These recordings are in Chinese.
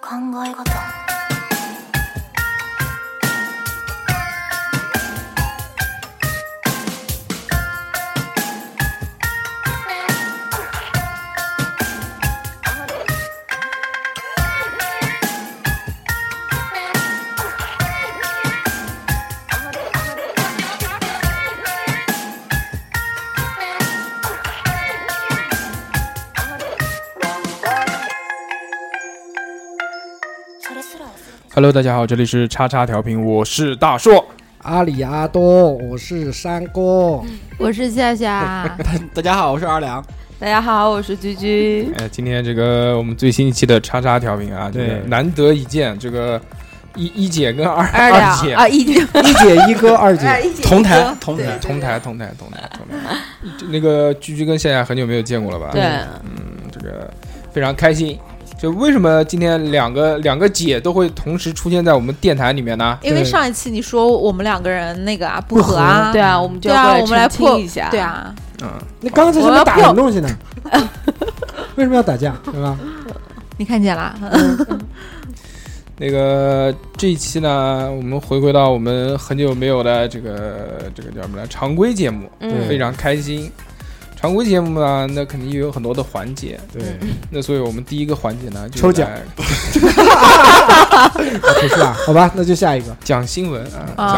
考え方それすら忘れて Hello，大家好，这里是叉叉调频，我是大硕。阿里阿多，我是三哥，我是夏 夏，大家好，我是二两。大家好，我是居居。哎，今天这个我们最新一期的叉叉调频啊，对这个难得一见，这个一一姐跟二二两姐啊，一姐，一姐一哥二哎姐，一姐同台同台同台同台同台同台，这那个居居跟夏夏很久没有见过了吧？对，嗯，这个非常开心。就为什么今天两个两个姐都会同时出现在我们电台里面呢？因为上一期你说我们两个人那个啊不和啊，对啊，我们就对啊，要我们过来来澄破清一下。对，啊，你刚才是我不要是打票什么东西呢？为什么要打架？对吧？啊你看见呃啦？那个这一期呢，我们回归到我们很久没有的这个这个叫什么来常规节目，嗯对非常开心。常规节目呢，那肯定也有很多的环节，对，那所以我们第一个环节呢，就是抽奖来不 是啊，好吧，那就下一个。讲新闻啊，哦啊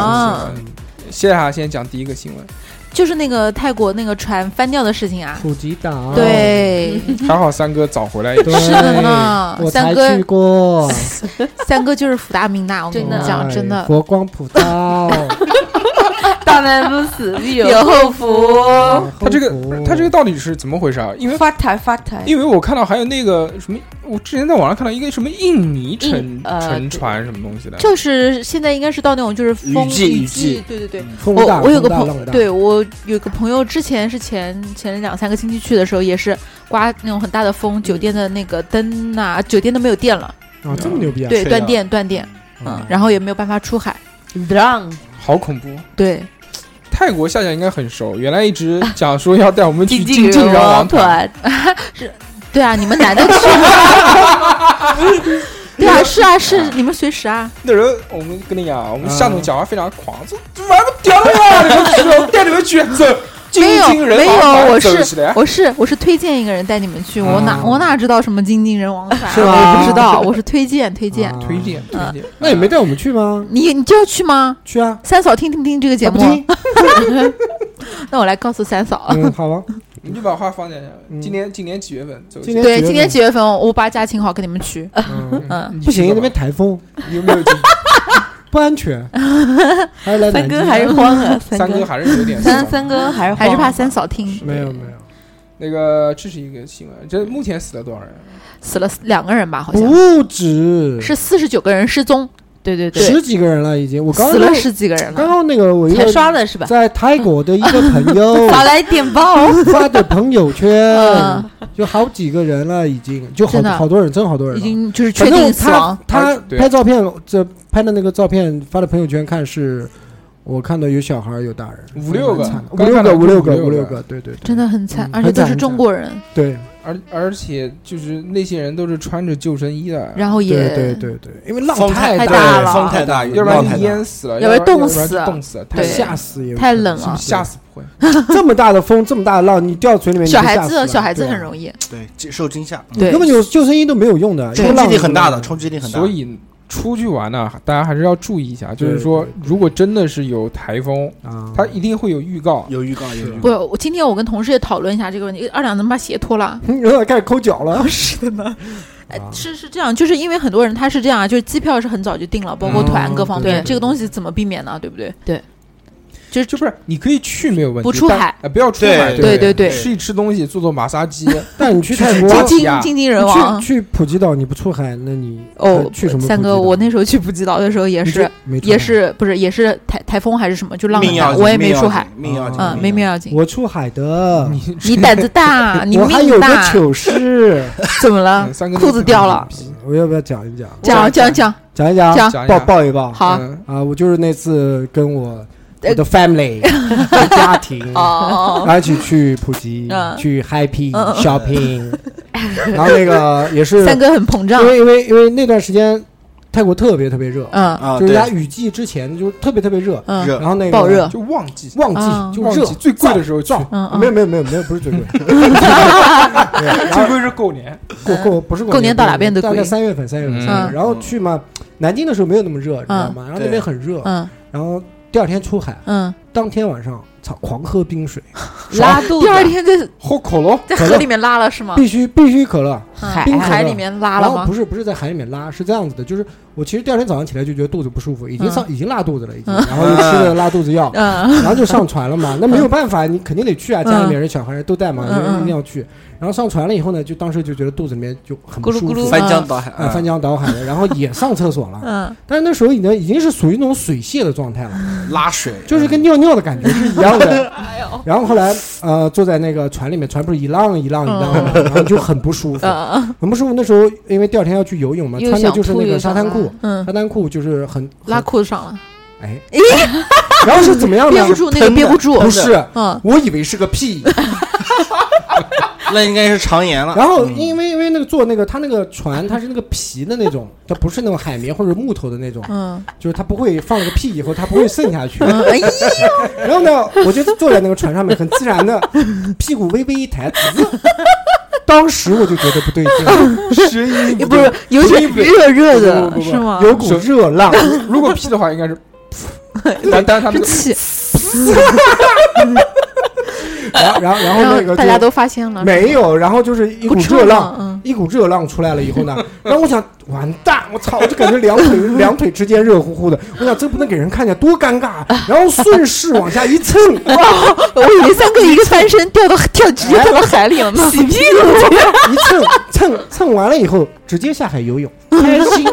讲新闻。谢哈先讲第一个新 闻，就是那个泰国那个船翻掉的事情啊。普吉岛，对，哦还好三哥早回来一点。对是的呢我三才哥去过， 三哥就是福大命大，我跟真你的讲，真哎的。佛光普 照，大难不死必有后哦福。然后他这个佛他这个到底是怎么回事啊？因为发财发财！因为我看到还有那个什么，我之前在网上看到一个什么印尼沉印呃沉船什么东西的，就是现在应该是到那种就是风雨雨季雨季季，对对对。风我大我有风个大朋浪大对我有个朋友之前是前前两三个星期去的时候，也是刮那种很大的风，酒店的嗯那个灯呐、酒店都没有电了，啊，这么牛逼啊！对，是断的电断电，嗯，然后也没有办法出海，让好恐怖。对，泰国夏夏应该很熟，原来一直讲说要带我们去济金正饶王团，团， 对啊，你们男的去吗。 对啊，是啊，是你们随 时啊，那时候我们跟你讲，我们嗯夏总讲话非常狂，说这玩意儿不屌了呀，你们去，我带你们去，走，金没有金人没有王团我走是起来。嗯我是我是推荐一个人带你们去，我哪啊我哪知道什么金靖人王法，是吧啊我不知道，我是推荐推荐，啊推荐推荐，那也没带我们去吗？你你就要去吗？去啊，三嫂听听不听这个节啊不目？ 听，那我来告诉三嫂，啊嗯，好吧。你就把话放在嗯今年今年几月份走起今来？年对，几月份今年几月份我把假请好跟你们去？呃嗯嗯，你不行，去那吧边台风你有没 有经历？不安全，还是来南三哥京。还是慌了，三哥哥还是有点三三哥还是还是怕慌三嫂听，没有没有，那个，这是一个新闻，这目前死了多少人？死了两个人吧，好像不止是四十九个人失踪，对对对，十几个人了已经。我刚死刚了十几个人刚了。刚那个我一才个哦刷的是吧？在泰国的一个朋 友早来点爆，发的朋友圈嗯，就好几个人了，已经就好真的好多人，真好多人已了。经就是确反正定死他亡，他对拍照片，这拍的那个照片发的朋友圈看是，我看到有小孩有大人，五六个蛮惨的刚看到五六个，五六个五六个，对对对真的很惨嗯，而且都很惨是中国人，对而而且就是那些人都是穿着救生衣的，然后也对对对对，因为浪风太太大大对了风太大，要不浪然太就大淹死了，要不然要不然冻死要不然就冻死了，太对吓死也有太可能冷了吓死不会。这么大的风，这么大的浪，你掉水里面，小孩子小孩子很容易，对，受惊吓，对根本就救生衣都没有用的，冲击力很大的，冲冲击力很大。所以出去玩呢，大家还是要注意一下，就是说对，如果真的是有台风，啊，它一定会有预告。有预告，有预告。我我今天我跟同事也讨论一下这个问题，二两能把鞋脱了？有点开始抠脚了，是的呢，啊是是这样，就是因为很多人他是这样啊，就是机票是很早就定了，包括团嗯各方对面，对这个东西怎么避免呢？对不对？就是就不是你可以去没有问题，不出但海，呃不要出海，对不对对对啊吃一吃东西，做做马杀鸡，但你去泰国，我经你呀经经济人王去。去普吉岛你不出海，那你哦呃，去什么普吉岛？三哥，我那时候去普吉岛的时候也也是，也是不是也是台台风还是什么，就浪命很要大，紧，我也没命要出海紧，命要紧，嗯，没命命要要紧。我出海的，你胆子大，啊 你我还有命个大，糗事，怎么了嗯三？哥裤子掉了， 我要不要讲一讲？讲讲讲，讲一讲，讲讲一抱下抱一抱。好嗯啊，我就是那次跟 我呃我的 family 我的家庭哦 哦哦，然后一起去普吉嗯，去 happy 嗯嗯 shopping，然后 那个也是三哥很膨胀因，为因为因为那段时间泰国特别特别热，嗯啊，就是对它雨季之前就特别特别热，嗯热然后那个爆热就旺季，旺啊季就旺热季最贵的时候去，撞嗯没有嗯，没有没有没有不是最贵，最贵是过 年，过过不是嗯过年到哪边边都大贵概三月份三月份嗯三月份，然后去嘛，南京的时候没有那么热，你知道吗？然后那对边很热，嗯然后第二天出海，嗯，当天晚上操狂喝冰水，拉肚第二子，天在喝可乐，在河里面拉了是吗？必须必须可乐。啊嗯海冰海河里面拉然了后吗不？是不是在海里面拉，是这样子的，就是我其实第二天早上起来就觉得肚子不舒服，已经上、已经拉肚子了，已经，然后又吃了拉肚子药，嗯然后就上船了嘛。那没有办法，你肯定得去啊，家里面人小孩都在嘛，嗯就一嗯定要去。然后上船了以后呢，就当时就觉得肚子里面就很不舒服，咕噜咕噜翻江倒海，啊翻江倒海的，然后也上厕所了，嗯，但是那时候已经已经是属于那种水泄的状态了。嗯拉水，就是嗯跟尿尿的感觉是一样的。哎然后后来呃，坐在那个船里面，船不是一浪一浪一浪的，然后就很不舒服，嗯很不舒服。那时候因为第二天要去游泳嘛，又穿的想就是吐那又个沙想滩拉裤，嗯，沙滩裤就是很拉很裤子上了，哎，然后是怎么样憋呢不？住啊那个憋不住，不是，嗯我以为是个屁。那应该是肠炎了。然后嗯因为因为那个坐那个他那个船，它是那个皮的那种，它不是那种海绵或者木头的那种，嗯就是它不会放了个屁以后它不会渗下去。 嗯，哎呀，然后呢，我就坐在那个船上面，很自然的， 屁股微微一抬，滋 当时我就觉得不对 劲，声音 不是有点热热的不不不不是吗？有股热 浪，如果 P 的话，应该是，但但是他们是气，然后然后然后然那个后大家就都发现了，没有，然后就是一股不热冲浪浪，。嗯一股热浪出来了以后呢， 然后我想完蛋，我操，我就感觉两腿两腿之间热乎乎的，我想这不能给人看见多尴尬，然后顺势往下一蹭，哇， 我以为三哥一个翻身掉到 跳直接掉到海里了呢，洗屁 股一蹭蹭蹭完了以后，直接下海游泳，开心，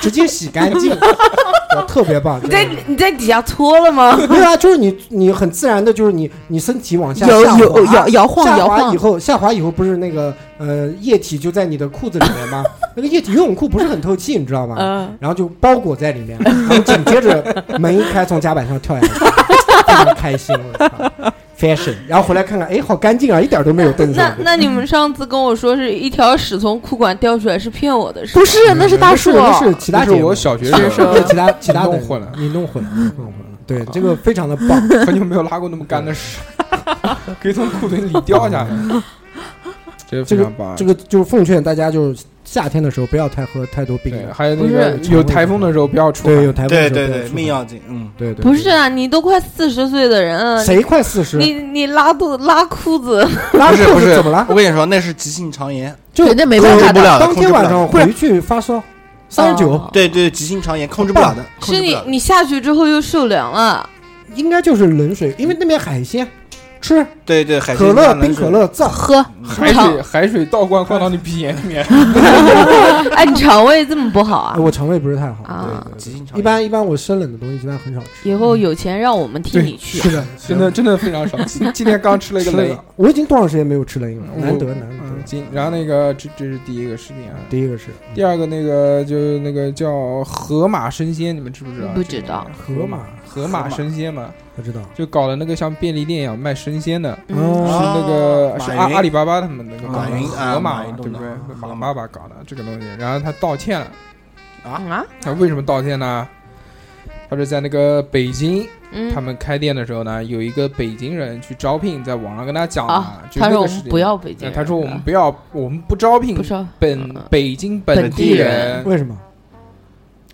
直接洗干净，哇，特别棒。你真在的你在底下搓了吗？ 没有啊，就是你你很自然的，就是你你身体往下摇下摇滑摇摇晃下摇滑以晃，后，下滑以后不是那个呃液体就在你的裤子里面吗？那个液体游泳裤不是很透气，你知道吗？嗯，然后就包裹在里面，然后紧接着门一开，从甲板上跳下来，非常开心，我操，fashion。然后回来看看，哎，好干净啊，一点都没有蹬那上。那你们上次跟我说是一条屎从裤管掉出来是骗我的是吗不是那是大不树是，，那是其他那是节目我小学是时候说那其 他其他的你弄混了你弄混了，嗯你弄混了。对，这个非常的棒。很久没有拉过那么干的屎， 可以从裤腿里掉下来，这个非常棒。啊 这个就是奉劝大家，就是夏天的时候不要太喝太多冰对，的。还有那个不是有台风的时候不要出对，有海，台风的对时候对不对，出命门要紧，嗯，对对，不是啊，你都快四十岁的人了， 谁快四十，你你拉肚拉裤子，拉不是肚不子是，怎么了？我跟你说，那是急性肠炎，就人家没办法哦控制不的，了的，啊当天晚上控制不了回去发烧，三十九，哦的，对对，急性肠炎控制不了的，控是制不你了的。你下去之后又受凉了，应该就是冷水，因为那边海鲜吃对对，海鲜可乐、酱冰可，乐造。喝嗯海水 海水倒灌灌到你鼻炎里面，哎，你肠胃这么不好啊哎？我肠胃不是太好，啊对对急性肠一般一般我生冷的东西一般很少吃。以后有钱让我们替你去。的，真 的真的非常伤心。今天刚吃了一个吃雷了，，我已经多长时间没有吃冷饮了，我难得难嗯，得。今然后那个这这是第一个事情啊，第一个是嗯第二个那个就那个叫河马生鲜，你们知不知道？不知道这个河马河马生鲜嘛，不知道，就搞了那个像便利店一样卖生鲜的，嗯是哦，那个啊是马阿云阿里巴巴他们那个马云啊河马马对云不对弄的？马爸爸搞的这个东西，然后他道歉了，啊，他为什么道歉呢？他是在那个北京，嗯他，们开店的时候呢，有一个北京人去招聘，在网上跟他讲啊啊，就他那说个我事们情不要北京呃人，他说我们不要，我们不招聘不是本嗯北京本地地人，为什么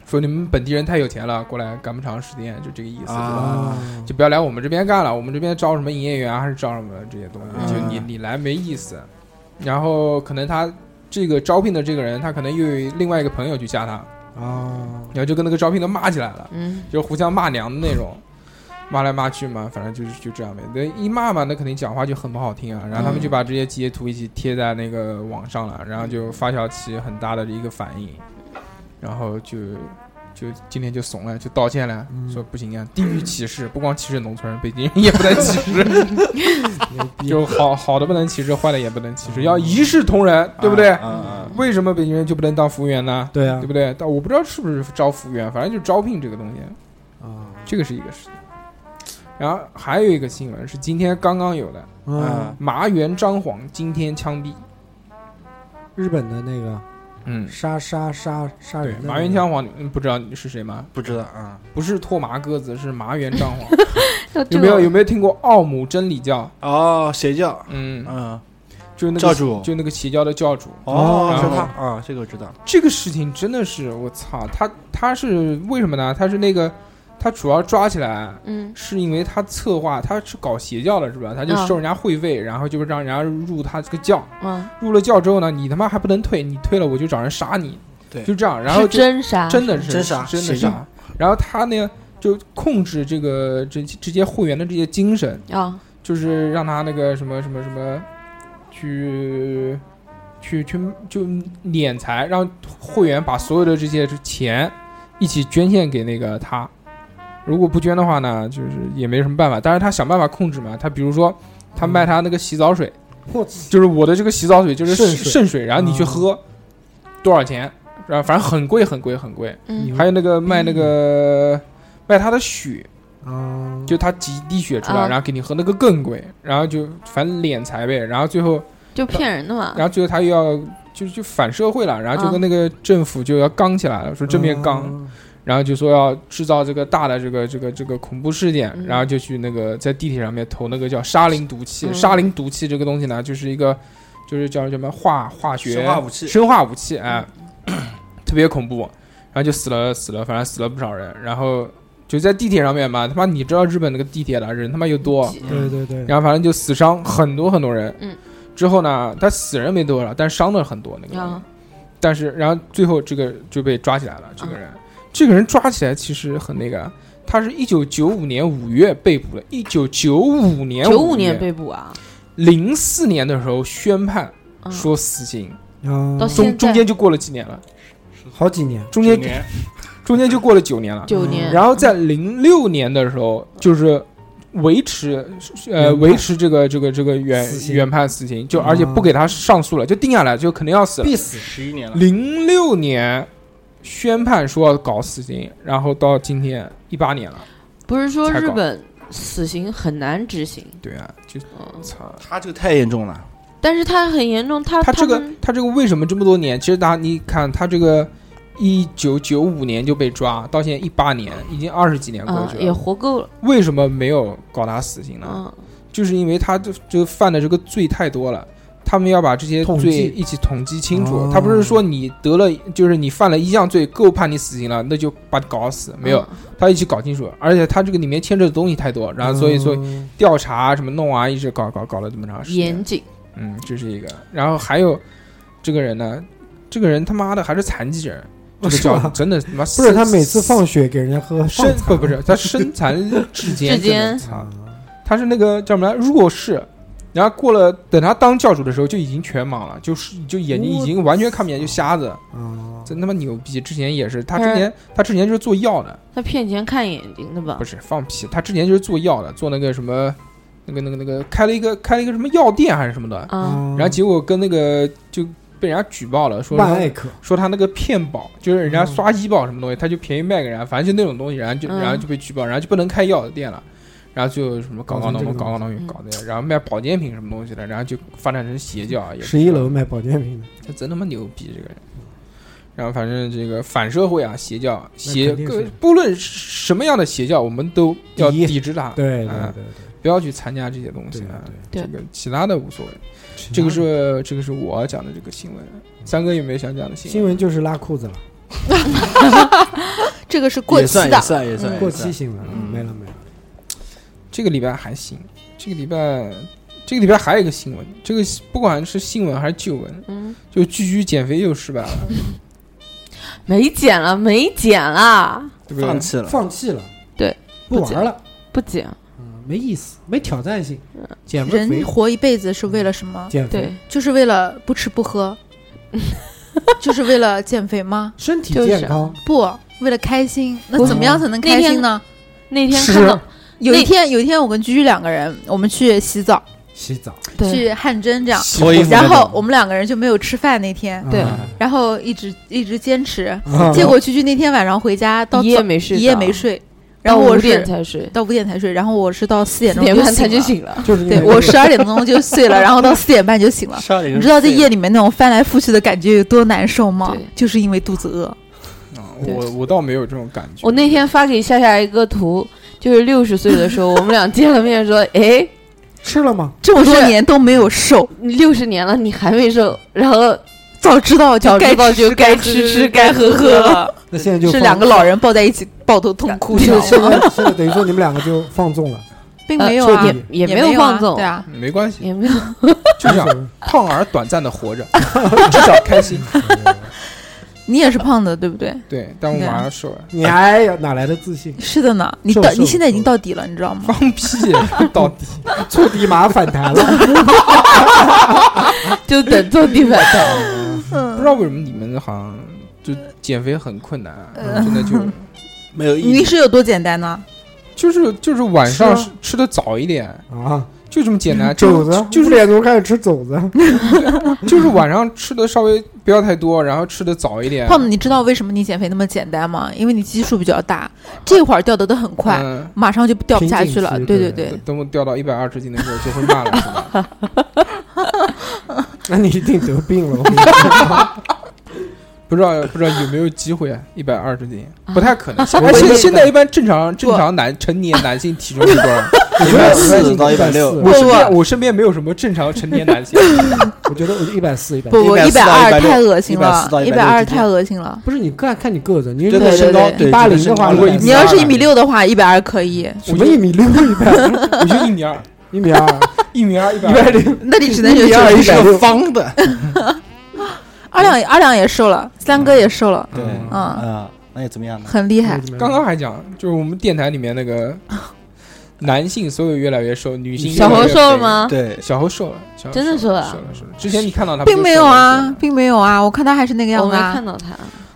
说你们本地人太有钱了，过来赶不长时间，就这个意思，啊就不要来我们这边干了，我们这边招什么营业员啊还是招什么这些东啊西，就嗯你你来没意思。然后可能他这个招聘的这个人，他可能又有另外一个朋友去加他，啊？然后就跟那个招聘的骂起来了，嗯就互相骂娘的那种。骂来骂去嘛，反正就是就这样呗。那一骂嘛，那肯定讲话就很不好听啊。然后他们就把这些截图一起贴在那个网上了，然后就发酵起很大的一个反应，然后就就今天就怂了，就道歉了，说不行啊，地域歧视，不光歧视农村人，北京人也不能歧视，就好好的不能歧视，坏的也不能歧视，要一视同啊仁，对不对？嗯为什么北京人就不能当服务员呢？对啊对，不对？但我不知道是不是招服务员，反正就是招聘这个东西，啊，这个是一个事情。然后还有一个新闻是今天刚刚有的，嗯嗯，嗯，麻原彰晃今天枪毙。日本的那个嗯，杀杀杀杀对人，的麻原彰晃，你们不知道你是谁吗？不知道啊不是拓麻鸽子，是麻原彰 晃。有有没有有没有听过奥姆真理教？哦，邪教，嗯，嗯，就是那个教主就那个邪教的教主。哦，然是后他啊，这个我知道，这个事情真的是我操，他他是为什么呢？他是那个他主要抓起来，嗯，是因为他策划，他是搞邪教的，是吧？他就嗯收人家会费，然后就让人家入他这个教。嗯，入了教之后呢，你他妈还不能退，你退了我就找人杀你。对就这样。然后是就真杀，真的是真杀真的邪教杀。然后他呢就控制这个这这些会员的这些精神，啊，就是让他那个什么什么什么去。去去就敛财，让会员把所有的这些钱一起捐献给那个他。如果不捐的话呢，就是也没什么办法。但是他想办法控制嘛。他比如说，他卖他那个洗澡水，我操就是我的这个洗澡水就是渗渗水嗯渗水，然后你去喝，多少钱？然后反正很贵很贵很贵。嗯还有那个卖那 个卖他的血，啊，就他挤一滴血出来，啊然后给你喝，那个更贵。然后就反正敛财呗。然后最后，就骗人的嘛，然后最后他又要就就反社会了，然后就跟那个政府就要刚起来了，说正面刚。嗯，然后就说要制造这个大的这个这个这个恐怖事件，嗯然后就去那个在地铁上面投那个叫沙林毒气。嗯沙林毒气这个东西呢，就是一个就是叫什么化化学生化武器生化武器哎，嗯 特别恐怖。然后就死了死了，反正死了不少人。然后就在地铁上面嘛，他妈你知道日本那个地铁了，人他妈又多，对嗯对对，嗯然后反正就死伤很多很多人。嗯。之后呢，他死人没多少，但伤的很多那个东西。啊，但是然后最后这个就被抓起来了。这个人，这个人抓起来其实很那个，啊他是一九九五年五月被捕的，一九九五年九五年被捕啊，零四年的时候宣判嗯说死刑，啊到中现中在间就过了几年了，好几年，中间年中间就过了九年了。九年，然后在零六年的时候，就是维持呃原判维持这个这个这个原死刑原判死刑，就而且啊不给他上诉了，就定下来就肯定要死了。必死十一年了，零六年宣判说要搞死刑，然后到今天一八年了。不是说才搞日本死刑很难执行，对啊，就嗯，操。他这个太严重了，但是他很严重，他他这个们他这个为什么这么多年？其实大家你看他这个。一九九五年就被抓，到现在一八年，已经二十几年过啊去也了。活够了，为什么没有搞他死刑呢？嗯，就是因为他这这犯的这个罪太多了，他们要把这些统罪计一起统计清楚。哦他不是说你得了，就是你犯了一项罪够判你死刑了，那就把你搞死，嗯没有，他一起搞清楚。而且他这个里面牵扯的东西太多，然后所以说嗯调查什么弄啊，一直搞搞搞了这么长嗯时间严。谨，嗯，这是一个。然后还有这个人呢，这个人他妈的还是残疾人，这个哦是吧叫真的他妈不是他每次放血给人家喝身放茶不不是他身残志坚，志坚真的操啊，他是那个叫什么来弱视，然后过了等他当教主的时候就已经全盲了，就是就眼睛已经完全看不见，就瞎子，啊，真他妈牛逼！之前也是他之但是前他之前就是做药的，他骗钱看眼睛的吧不？是放屁，他之前就是做药的，做那个什么那个那个那个开了一个开了一个什么药店还是什么的，啊，然后结果跟那个就被人家举报了，说万艾可说他那个骗保，就是人家嗯刷医保什么东西，他就便宜卖给人家，反正就那种东西，然后就嗯然后就被举报，然后就不能开药的店了，然后就什么搞搞搞成弄这弄个搞搞弄弄嗯搞的，然后卖保健品什么东西的，然后就发展成邪教啊，也十一楼卖保健品的，他真他妈牛逼这个人。然后反正这个反社会啊，邪教邪肯定各是不论什么样的邪教，我们都要第一抵制它，对对嗯对对不要去参加这些东西对啊。对，这对个其他的无所谓，其他嗯这个是这个是我讲的这个新闻。三哥有没有想讲的新新闻？闻就是拉裤子了，这个是过也期算的也，算也算也嗯过算期新闻了，嗯没了没了，这个礼拜还行，这个礼拜这个礼拜还有一个新闻，这个不管是新闻还是旧闻，嗯，就居居减肥又失败 了，没剪了，没剪了，对不放对？弃了，放弃了，对，不不玩了，不减，嗯，没意思，没挑战性，减个人肥，活一辈子是为了什么？减肥对，，就是为了不吃不喝，就是为了减肥吗？身体就是健康，不，为了开心。那不怎么样才能开心呢？那天看吃到有一天，有一天我跟居居两个人，我们去洗澡，洗澡，对去汗蒸这样。脱衣服那然种后我们两个人就没有吃饭那天，对啊然后一直一直坚持，啊结果居居那天晚上回家到嗯一夜早没睡，一夜没，睡，然然后后我我五点是才睡，到五点才睡，然后我是到四点四钟点半才就就了。醒了。就是因对为 我十二点钟就睡了，然后到四点半就醒了。十二点你钟知道在睡夜里面那种翻来覆去的感觉有多难受吗对？就是因为肚子饿。啊对我我倒没有这种感觉。我那天发给夏夏一个图，就是六十岁的 时候，我们俩见了面说，哎，吃了吗？这么多年都没有瘦，你六十年了，你还没瘦，然后早知道就早该知道就该该吃吃该该喝喝喝喝了。那现在就这放两个老人抱在一起，抱头痛哭，你知就道现吗？在现在等于说你们两个就放纵了，并呃没有彻啊，底也没没有啊放纵对，啊，没关系，也没有就这 样，胖而短暂的活着，至少开心。你也是胖的，对不对？对，但我对啊马上瘦了，你哎呀哪来的自信？是的呢，你瘦到瘦你现在已经瘦到底了，你知道 吗？放屁，到 底触底马反弹了，就等坐地板上。哎不知嗯道为什么你们好像就减肥很困难啊，嗯真的 就没有意你义，是有多简单呢？就是就是晚是啊上吃吃的早一点，啊，就这么简单， 肘就子就五是点钟开始吃肘子，就是晚上吃的稍微不要太多，然后吃的早一点。胖子，你知道为什么你减肥那么简单吗？因为你基数比较大，这会儿掉的都很快，嗯，马上就掉不下去了。瓶颈对期对对对，等我掉到一百二十斤的时候就会骂了，是 吧？那你一定得病了。我跟你说不知道不知道有没有机会啊？一百二十斤不太可能。现 我觉现得现在一般正常正常男成年男性体重是多少？我觉一百得四到一一百六我不身边我身边没有什么正常成年男性，我觉得我一百四一百不不， 140一百到二160太恶心了140，到一160百二太恶心了。不是你看看你个子，你真那的个身高对对180的话如如果果一一你要是一米六的话，一百二可以， 什么一米六一百我就一米二，一米二一米二一百一百零那你只能就一米二瘦。一你百是六个方的，二两二两也瘦了，三哥也瘦了，对嗯嗯，啊，那又怎么样呢？很厉害。刚刚还讲，就是我们电台里面那 个男性所有越来越瘦，女性越小来猴越瘦了肥？啊吗？对，小猴瘦了，小猴真的瘦瘦了，了瘦了瘦了。之前你看到他并没有不啊是瘦了，并没有啊，我看他还是那个我样子没啊看。到他，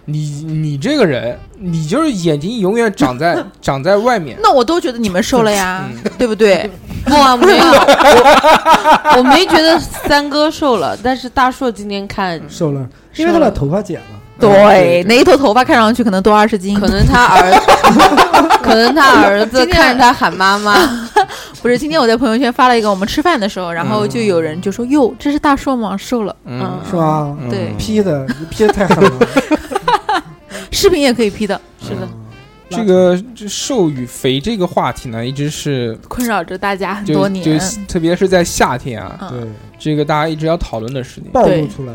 你你这个人，你就是眼睛永远长 在长在外面。那我都觉得你们瘦了 呀，嗯对不对？哇，没 有，我我没觉得三哥瘦了，但是大硕今天看，瘦了，因为他把头发剪了。对，那一头头发看上去可能多二十斤，可能他儿子， 可能他儿子今天看着他喊妈妈，不是，今天我在朋友圈发了一个我们吃饭的时候，然后就有人就说：“哟，这是大硕吗？瘦了。嗯，是吧？嗯对劈的，你劈的太狠了。嗯视频也可以 P 的，嗯是的，这个这瘦与肥这个话题呢，一直是困扰着大家很就多年。就特别是在夏天啊，嗯对这个大家一直要讨论的事情，暴露出来，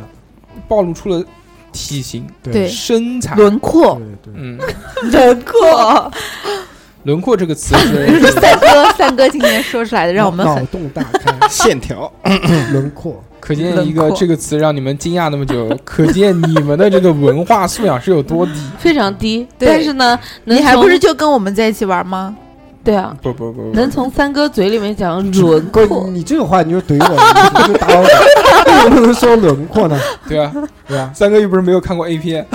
暴露出了体型、对身材。轮廓，对对，嗯，轮廓，轮廓这个词是 这是三哥，三哥今天说出来的，让我们脑很洞大开， 线条，轮廓。可见一轮个廓这个词让你们惊讶那么久， 可见你们的这个文化素养是有多低。 非常低，对但是呢，能你还从不是就跟我们在一起玩吗？对啊， 不不不，不能从三哥嘴里面讲轮哥，廓，你这个话你就怼我，你就打我，为 什么不能说轮廓呢？对 啊，对吧？三哥又不是没有看过 A 片。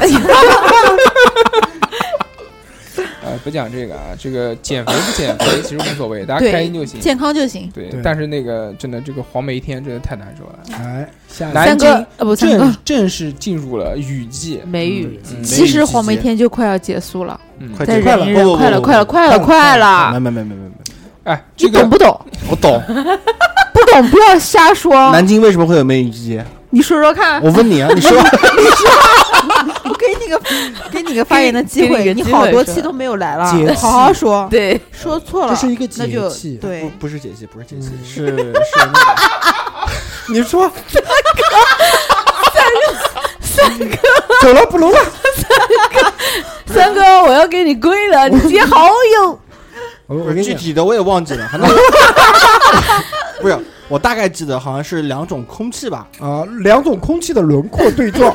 呃，不讲这个啊，这个减肥不减肥其实无所谓，大家对开心就行。健康就行。对对，但是那个真的这个黄梅天真的太难受了。哎，下南三哥京，呃，不，三哥正，正式进入了雨季，美语，嗯其实黄梅梅天就快要结束了，嗯，快再结忍束一忍，不不快了，不快了，不快了，快了。没没没没没没，哎，这你个懂不懂？我懂。不懂 不要瞎说。南京为什么会有梅雨季节？你说说看，我问你啊，你说 我给你个给你个发言的机给你会，个你机会好多是期都没有来了节，气好好说。对，说错了，这是一个那节就气， 不对，不是解析，不是解析，嗯是是那个你说，三哥，三哥，走了不录了，三哥，我要给你跪 了，你接好友。我我不跟是你具讲， 体的我也忘记了，反正不是我大概记得好像是两种空气吧， 啊，两种空气的轮廓对撞，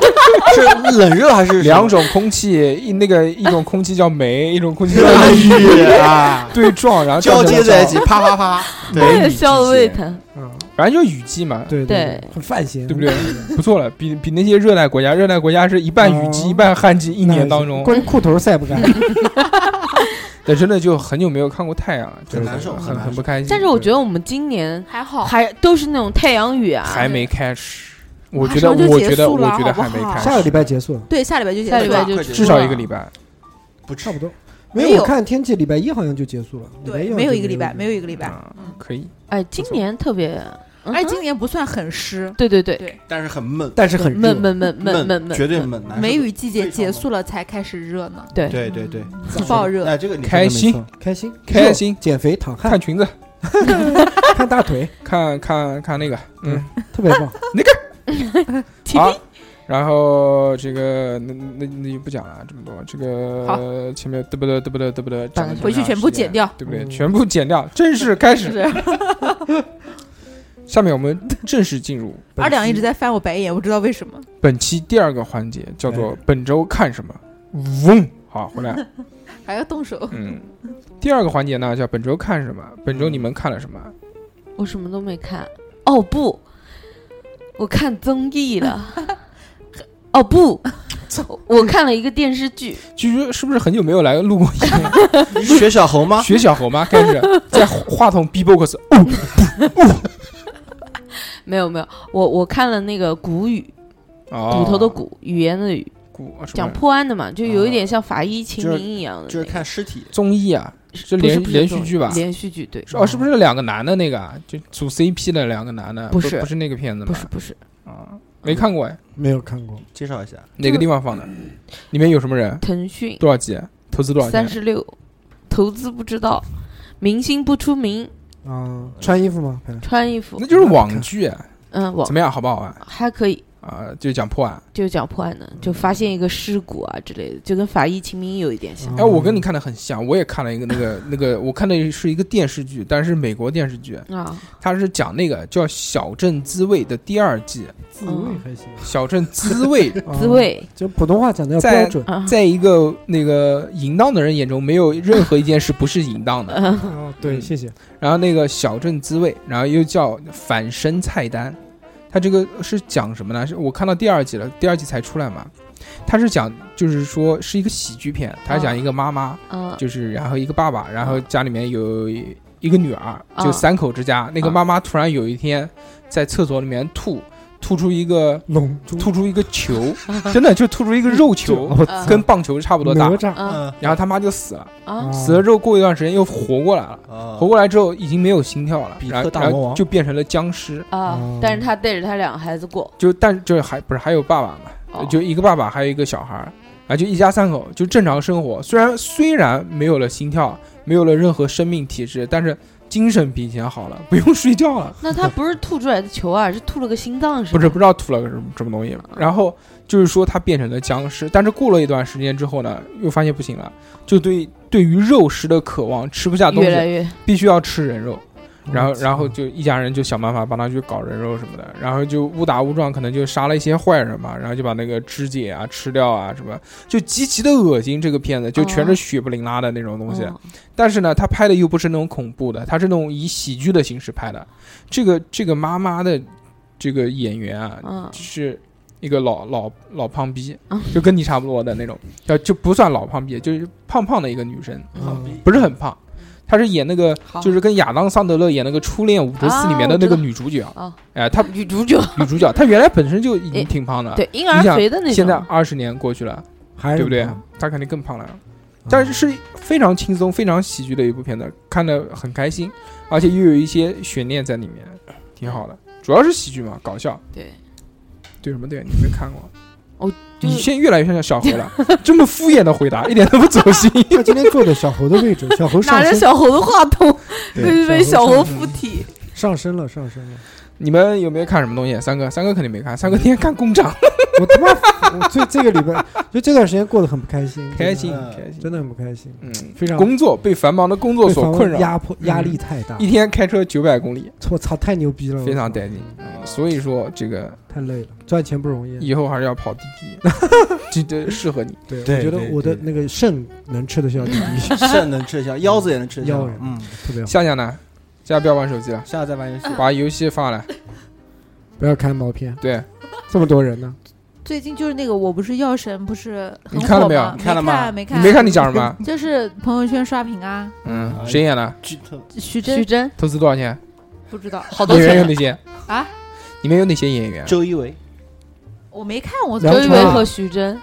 是冷热还是什么两？种空气，一那个一种空气叫煤，一种空气 叫哎呀，对撞，然后交接在一起。起，啪啪啪，对，笑的胃疼。嗯，反正就雨季嘛，对对，很范闲，啊对不对？ 不错了，比比那些热带国家，热带国家是一半雨季，哦一半旱季，一那年当中，嗯关于裤头晒不干，但真的就很久没有看过太阳了，就是很难受很很难很不开心。但是我觉得我们今年还好，还都是那种太阳雨啊，还没开始，我马觉得，上就我结觉得，束我了觉得好不还没好开始，下个礼拜结束了，对，下礼拜就结束下礼拜了就快结束至少一个礼拜。不吃差不多。没因有为我看天气，礼拜一好像就结束了，对，没没有一个礼拜，没有一个礼拜。啊，可以。哎，今年特别，嗯哎，今年不算很湿，对对对，但是很闷，但是很热闷闷闷闷闷闷，绝对闷，难受梅雨季节非常结束了才开始热呢，对对对对，爆热。哎，这个你说的开心没错，开心开心热减肥淌汗看裙子，看大腿，看看看那个，嗯，特别 棒。 好。然后这个那那那就不讲了，这么多。这好个前面嘚不嘚嘚不嘚嘚不嘚讲了这么回去长全部时间剪掉对不对？嗯全部剪掉，正式开始。是 下面我们正式进入二两一直在翻我白眼，我知道为什么。本期第二个环节，叫做本周看什么。嗡，好，回来。还要动手， 嗯，第二个环节呢叫本周看什么？本周你们看了什么？我什么都没看。哦不，我看综艺 了。哦不，我看了一个电视剧，居居是不是很久没有来录过音了？你 是学小猴啊吗？学小猴吗？开始在话筒 B-box，没有没有，我我看了那个古语，哦啊骨头的骨，语言的语，骨啊什么讲破案的嘛，就有一点像法医啊秦就是明一样的那个，就是看尸体，综艺啊，这不是连不是连综续艺剧吧？连续剧对，是哦，是不是两个男的那个啊？就组 CP 的两个男的？不不是不是那个片子吗？不是不是啊，没看过哎，没有看过，介绍一下，哪个地方放的？里面有什么人？腾讯多少集？投资多少三钱？十六，投资不知道，明星不出名，啊，穿衣服吗？拍穿衣服那，就是网剧，哎嗯，我怎么样？好不好玩？还可以，啊，就讲破案。就讲破案的，嗯就发现一个尸骨啊之类的，就跟法医秦明有一点像。哎，我跟你看的很像，我也看了一个那 个那个，我看的是一个电视剧，但是美国电视剧，啊，它是讲那个叫《小镇滋味》的第二季，自慰还行， 《小镇滋 味》啊滋味就普通话讲的要在标准啊，在一个那个淫荡的人眼中，没有任何一件事不是淫荡的。嗯 啊。对，谢谢。然后那个小镇滋味，然后又叫反身菜单，它这个是讲什么呢？是我看到第二季了，第二季才出来嘛。它是讲，就是说是一个喜剧片，它讲一个妈妈， 嗯就是然后一个爸爸，然后家里面有一个女儿，啊就三口之家。那个妈妈突然有一天在厕所里面吐，吐出一个龙嗯珠吐出一个 球，真的就吐出一个肉球，嗯我啊跟棒球差不多大哪。吒啊嗯然后他妈就死了，嗯啊，死了之后过一段时间又活过来了。啊活过来之后已经没有心跳了，比然后特大然魔后王就变成了僵尸。啊哦！但是他带着他两个孩子过，就但就是还不是还有爸爸嘛，哦啊就一个爸爸还有一个小孩儿，啊，就一家三口就正常生活。虽然虽然没有了心跳，没有了任何生命体质，但是精神比以前好了，不用 睡觉了。那他不是吐出来的球啊，是吐了个心脏是吧？不是不知道吐了个什么什么东西，啊然后就是说他变成了僵尸，但是过了一段时间之后呢，又发现不行了，就对对于肉食的渴望，吃不下东越来西，越必须要吃人肉。然后，然后就就一家人就想办法帮他去搞人肉什么的，然后就误打误撞，可能就杀了一些坏人嘛，然后就把那个肢解啊吃掉啊什么，就极其的恶心。这个片子就全是血不淋拉的那种东西，嗯但是呢，他拍的又不是那种恐怖的，他是那种以喜剧的形式拍的。这个这个妈妈的这个演员啊，嗯是一个老老老胖逼嗯，就跟你差不多的那种，呃，就不算老胖逼，就是胖胖的一个女生，嗯不是很胖。她是演那个，好就是跟亚当·桑德勒演那个《初恋五十四》里面的那个女主角道哦，哎，她女主角女 主角，她原来本身就已经挺胖的，对婴儿肥的那种，现在二十年过去了，还是对不对很棒？她肯定更胖了，但是是非常轻松、非常喜剧的一部片子，看得很开心，而且又有一些悬念在里面，挺好的。主要是喜剧嘛，搞笑。嗯对对什么对？你没看过？就你是现在越来越像小猴了，这么敷衍的回答，一点都不走心。嗯他今天坐的小猴的位置，小猴上拿着身小猴的话筒，对被被小小猴上猴附体。上身了，上身了。你们有没有看什么东西？三哥，三哥肯定没看，三哥天天看工厂，我他妈，我这这个礼拜就这段时间过得很不开心，真的开心嗯开心。真的很不开心，嗯，非常工作被繁忙的工作被所房困扰，嗯压迫压力太大一，天开车九百公里，我操，太牛逼了，非我常操带劲。嗯所以说，这个太累了，赚钱不容易。啊以后还是要跑滴滴，这这适合你。对，我对觉得对我的对那个肾能吃得消滴滴，肾能吃香，腰子也能吃腰香也。嗯，特别好。夏夏呢？夏夏不要玩手机了，下次再玩游嗯戏。把游戏放了。不要看毛片，对，这么多人 呢，最近就是那个《我不是药神》，不是很你看了火没有吗你看了没吗看，没看你没看你讲什 么？就是朋友圈刷屏啊，嗯，嗯谁演的？巨特徐峥徐峥投资多少钱？不知道，好多演员有哪钱，些啊？里面有哪些演员？周一围，我没看，我梁周朝一伟围和徐峥，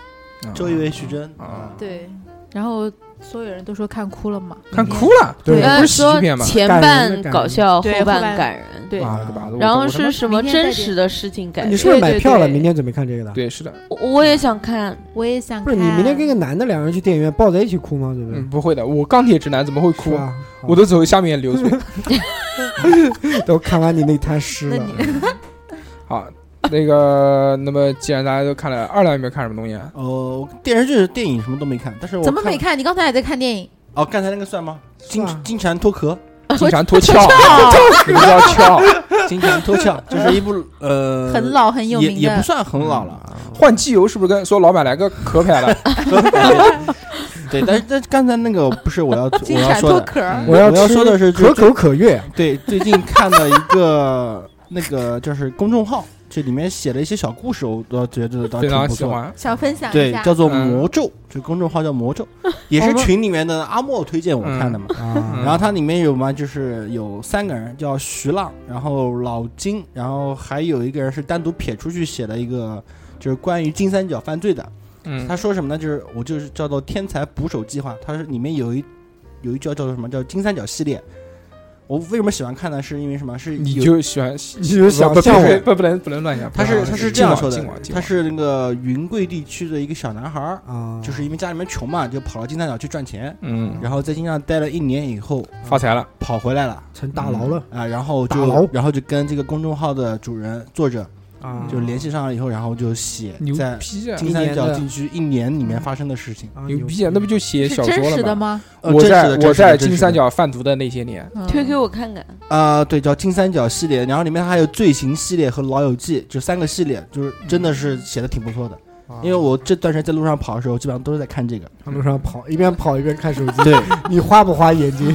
嗯周一围徐峥啊，对，然然后所有人都说看哭了嘛，看里面哭了。对不呃是喜剧说片吗？感前人半的感搞人笑，后对后半半感人，对妈了啊个巴子！我然我后他妈是什么明天再真见实的事情啊改你编？是不是对买对票了？对明天准备看这个的？对，是的，我我也想看，我也想看。不是你明天跟个男的两人去电影院抱在一起哭吗？对不对嗯，？不会的，我钢铁直男怎么会哭啊是？吧？好我都走下面流水。 都看完你那摊诗那了。你好，那个，那么既然大家都看了，二两有没有看什么东西 啊？哦，电视剧、电影什么都没看，但是我怎么没看？看？你刚才也在看电影，哦，刚才那个算吗？金啊算金蝉脱壳，经常脱壳，哦你们叫壳，金蝉脱壳， 就是一部呃很，老很有也名也不的，算很老了。啊换机油是不是跟说老板来个壳牌了？ 对，但是但是刚才那个不是我要我嗯 金要蝉说脱的，壳儿，嗯我要我要吃说的是就可口可乐，啊对，最近看了一个那个就是公众号，这里面写了一些小故事，我都觉得倒非啊挺常不喜错。欢。想分享一对，下。哦叫做嗯魔咒，就公众号叫魔咒，也是群里面的阿莫推荐我看的嘛。嗯然后它里面有嘛，就是有三个人叫徐浪，然后老金，然后还有一个人是单独撇出去写了一个，就是关于金三角犯罪的。嗯他，说什么呢？就是我就是叫做天才捕手计划，它是里面有一有一句叫做什么叫金三角系列。我为什么喜欢看呢？是因为什么？是你有就喜欢，你就想不象不我不不能不能乱讲。他是不能他乱是讲这样说进的网进，他网是那个云贵地区的一个小男孩儿，啊，就是因为家里面穷嘛，就跑到金三角去赚钱，嗯然后在金三角待了一年以后发财了，跑回来了成大牢了啊，然后打捞就然后就跟这个公众号的主人作者啊就联系上了以后，然后就写嗯牛在逼啊！金三一年角的地区一年里面发生的事情。啊牛逼啊！那不就写是小真说实的了吗？吗？呃我真在实的真我实的在真金实三的角贩毒的那些年，嗯推给我看看。啊，对，叫金三角系列，然后里面还有罪行系列和老友记，就三个系列，就是嗯真的是写的挺不错的。因为我这段时间在路上跑的时候，基本上都是在看这个。他路上跑，一边跑一边看手机，对，你花不花眼睛？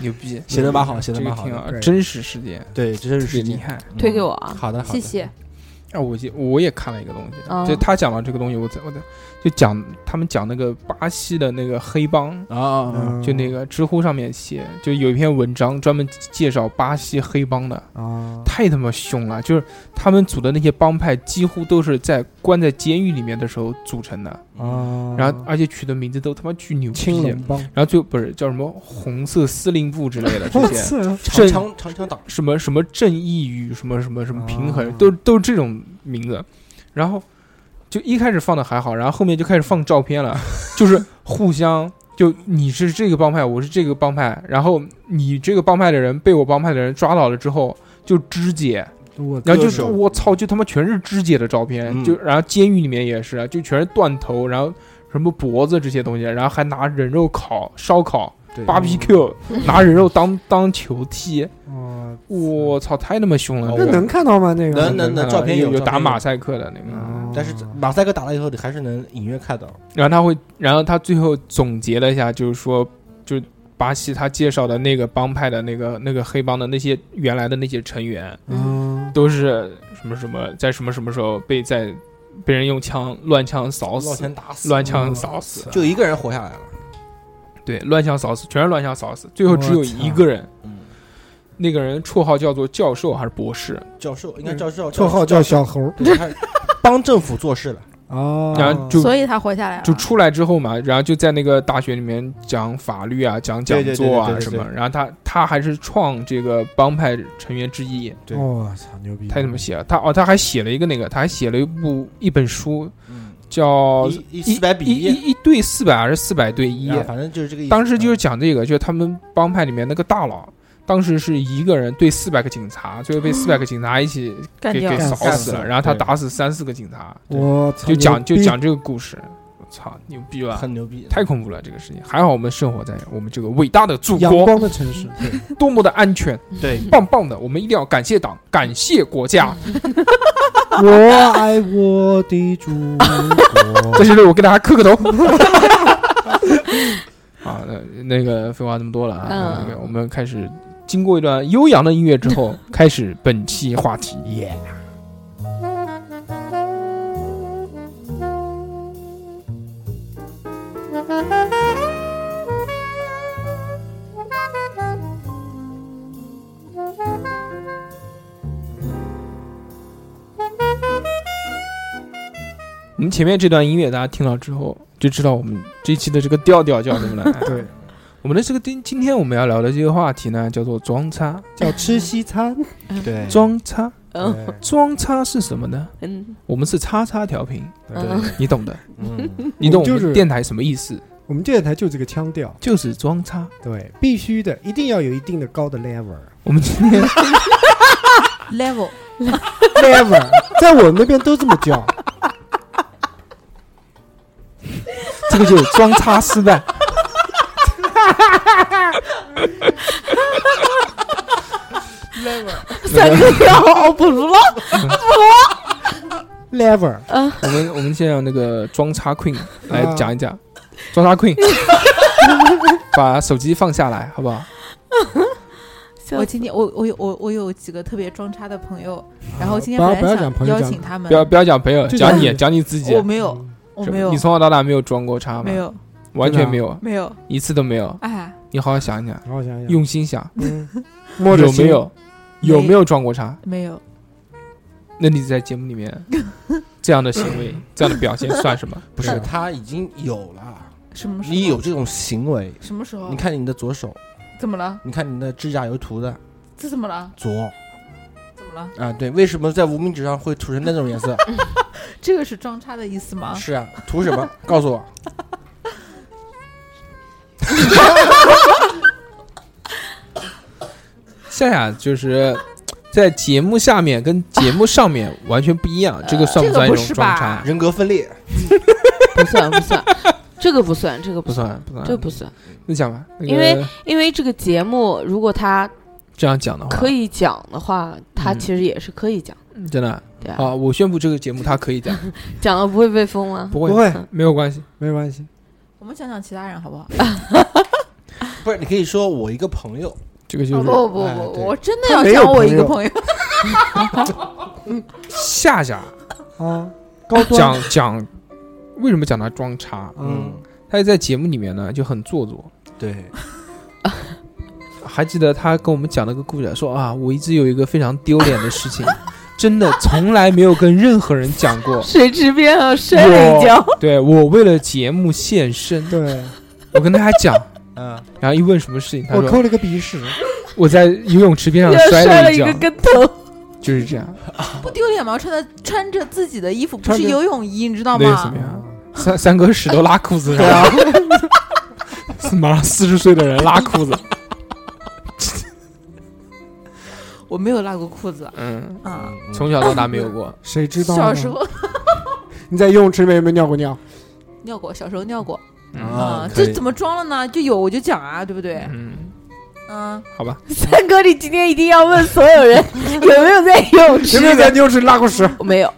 牛逼，写得蛮好写得这个蛮好挺的好，对真实事件，对，这真是特别时厉间。害。推给我啊！好的，好谢的。谢。啊，我记我也看了一个东西，哦就他讲到这个东西，我在我在就讲他们讲那个巴西的那个黑帮，啊啊嗯啊！就嗯那个知乎上面写，就有一篇文章专门介绍巴西黑帮的，啊，太他妈凶了！就是他们组的那些帮派，几乎都是在关在监狱里面的时候组成的，啊，然后而且取的名字都他妈巨牛青逼，龙帮，然后最后不是叫什么红色司令部 之类的这我些。操，长枪长枪党，什么什么正义与什么什么什么平衡，哦啊都都是这种名字。然后就一开始放的还好，然后后面就开始放照片 了，就是互相就你是这个帮派，我是这个帮派，然后你这个帮派的人被我帮派的人抓到了之后。就肢解，我然后就各是种我操，就他妈全是肢解的照片，嗯就然后监狱里面也是，啊就全是断头，然后什么脖子这些东西，然后还拿人肉烤烧烤对嗯 b 比 Q，拿人肉当当球踢，哦我操，太他妈凶了！那那这个能看到吗？那个能能能看到照片有有照打片马有赛克的那个，嗯哦但是马赛克打了以后，你还是能隐约看到。然后他会，然后他最后总结了一下，就是说，就是巴西他介绍的那个帮派的那个那个黑帮的那些原来的那些成员，嗯都是什么什么在什么什么时候被在被人用枪乱枪扫老死，钱打死，乱枪扫死，就一个人活下来了。对，乱枪扫死，全是乱枪扫死，最后只有我操一个人，嗯，那个人绰号叫做教授还是博士，教授应该教授，绰号叫小猴儿对，他是帮政府做事了。啊，然后就所以他活下来了。就出来之后嘛，然后就在那个大学里面讲法律啊，讲讲对对对座啊对对什对么。然后他他还是创这个帮派成员之一，对我操，牛逼！他怎么写？他哦，他还写了一个那个，他还写了一部一本书，叫哦一一四百比一一，一一对四百还是四百对一啊？反正就是这个意思。当时就是讲这个，就是他们帮派里面那个大佬，当时是一个人对四百个警察，最后被四百个警察一起干给掉给干扫死死了了，然后他对打死三四个警察，我操就讲牛就逼讲这个故事，我操，牛逼吧？很牛逼，太恐怖了这个事情，还好我们生活在我们这个伟大的祖阳国，光的城市，多么的安全，对，棒棒的！我们一定要感谢党，感谢国家。嗯我爱我的祖国。在这里我给大家磕个 头。好，那那个废话这么多了啊，嗯那个我们开始经过一段悠扬的音乐之后，开始本期话题。我们前面这段音乐大家听到之后，就知道我们这一期的这个调调叫什么了。对，我们的这个今今天我们要聊的这个话题呢，叫做装叉。叫吃西餐，对，装叉，哎嗯对装叉是什么呢？嗯，我们是叉叉调频，嗯你懂的。嗯，你懂我就们是电台什么意思？ 我们电台就这个腔调，就是装叉。对，必须的，一定要有一定的高的 level。 我们今天 level level，在我那边都这么叫。这个就是装叉失败。 三个要熬不住了， level 我们我们先让那个装叉 queen 来啊讲一讲，装叉 queen，把手机放下来好不好？我今天我我有我我有几个特别装叉的朋友，然后今天不要本不来要想讲朋友邀讲请他们不，要不要讲朋友，就讲讲你你讲你自己我。没有，我是没有你，从小到大没有装过叉吗？没，有，完全没有，啊，没有，一次都没有。哎，你好好想一想，好好想想，用心想，嗯摸着有没心有有没有装过叉？没有，那你在节目里面这样的行为、这样的表现算什么？ 不是，他已经有了，什么时候？你有这种行为，什么时候？你看你的左手，怎么了？你看你的指甲油涂的这怎么了？左怎么了？啊，对，为什么在无名指上会涂成那种颜色？这个是装叉的意思吗？是啊，涂什么？告诉我。夏夏就是在节目下面跟节目上面完全不一样，这个算这个算一不种是装吧叉？人格分裂， 不算不算，这个不算，这个不算，算不算，嗯这不算，那讲吧，那个因为因为这个节目如果它这样讲的话，可以讲的话，它嗯其实也是可以讲，真的对啊，好，我宣布这个节目它可以讲，讲了不会被封啊吗？不不会会，没有关系，没关系。我们讲讲其他人好不好？不是？你可以说我一个朋友，这个不就是啊不不哎对不，哦我真的他要没有讲我一个朋朋友，夏夏啊，高端，讲讲为什么讲他装叉？嗯，他在节目里面呢就很做作。对，还记得他跟我们讲了个故事，说啊，我一直有一个非常丢脸的事情， 真的从来没有跟任何人讲 过。水池边上摔了一跤，对我为了节目献身，对我跟他还讲，嗯，然后一问什么事情，他我说抠了个鼻屎，我在游泳池边上摔摔了了一一跤个，跟头，就是这样，不丢脸吗？穿的穿着自己的衣服，不穿是着游泳衣，你知道那又怎吗啊么？样？三三哥屎都拉裤子上了，啊 马上四十岁的人拉裤子，我没有拉过裤子嗯，啊，从小到大没有过，谁知道呢？小时候你在游泳池里面有没有尿过尿？尿过，小时候尿过啊嗯啊，可这以怎么装了呢？就有我就讲啊，对不对？嗯，嗯，好吧，三哥，你今天一定要问所有人有没有在游泳池有没里有在面？游泳池拉过屎？我没有，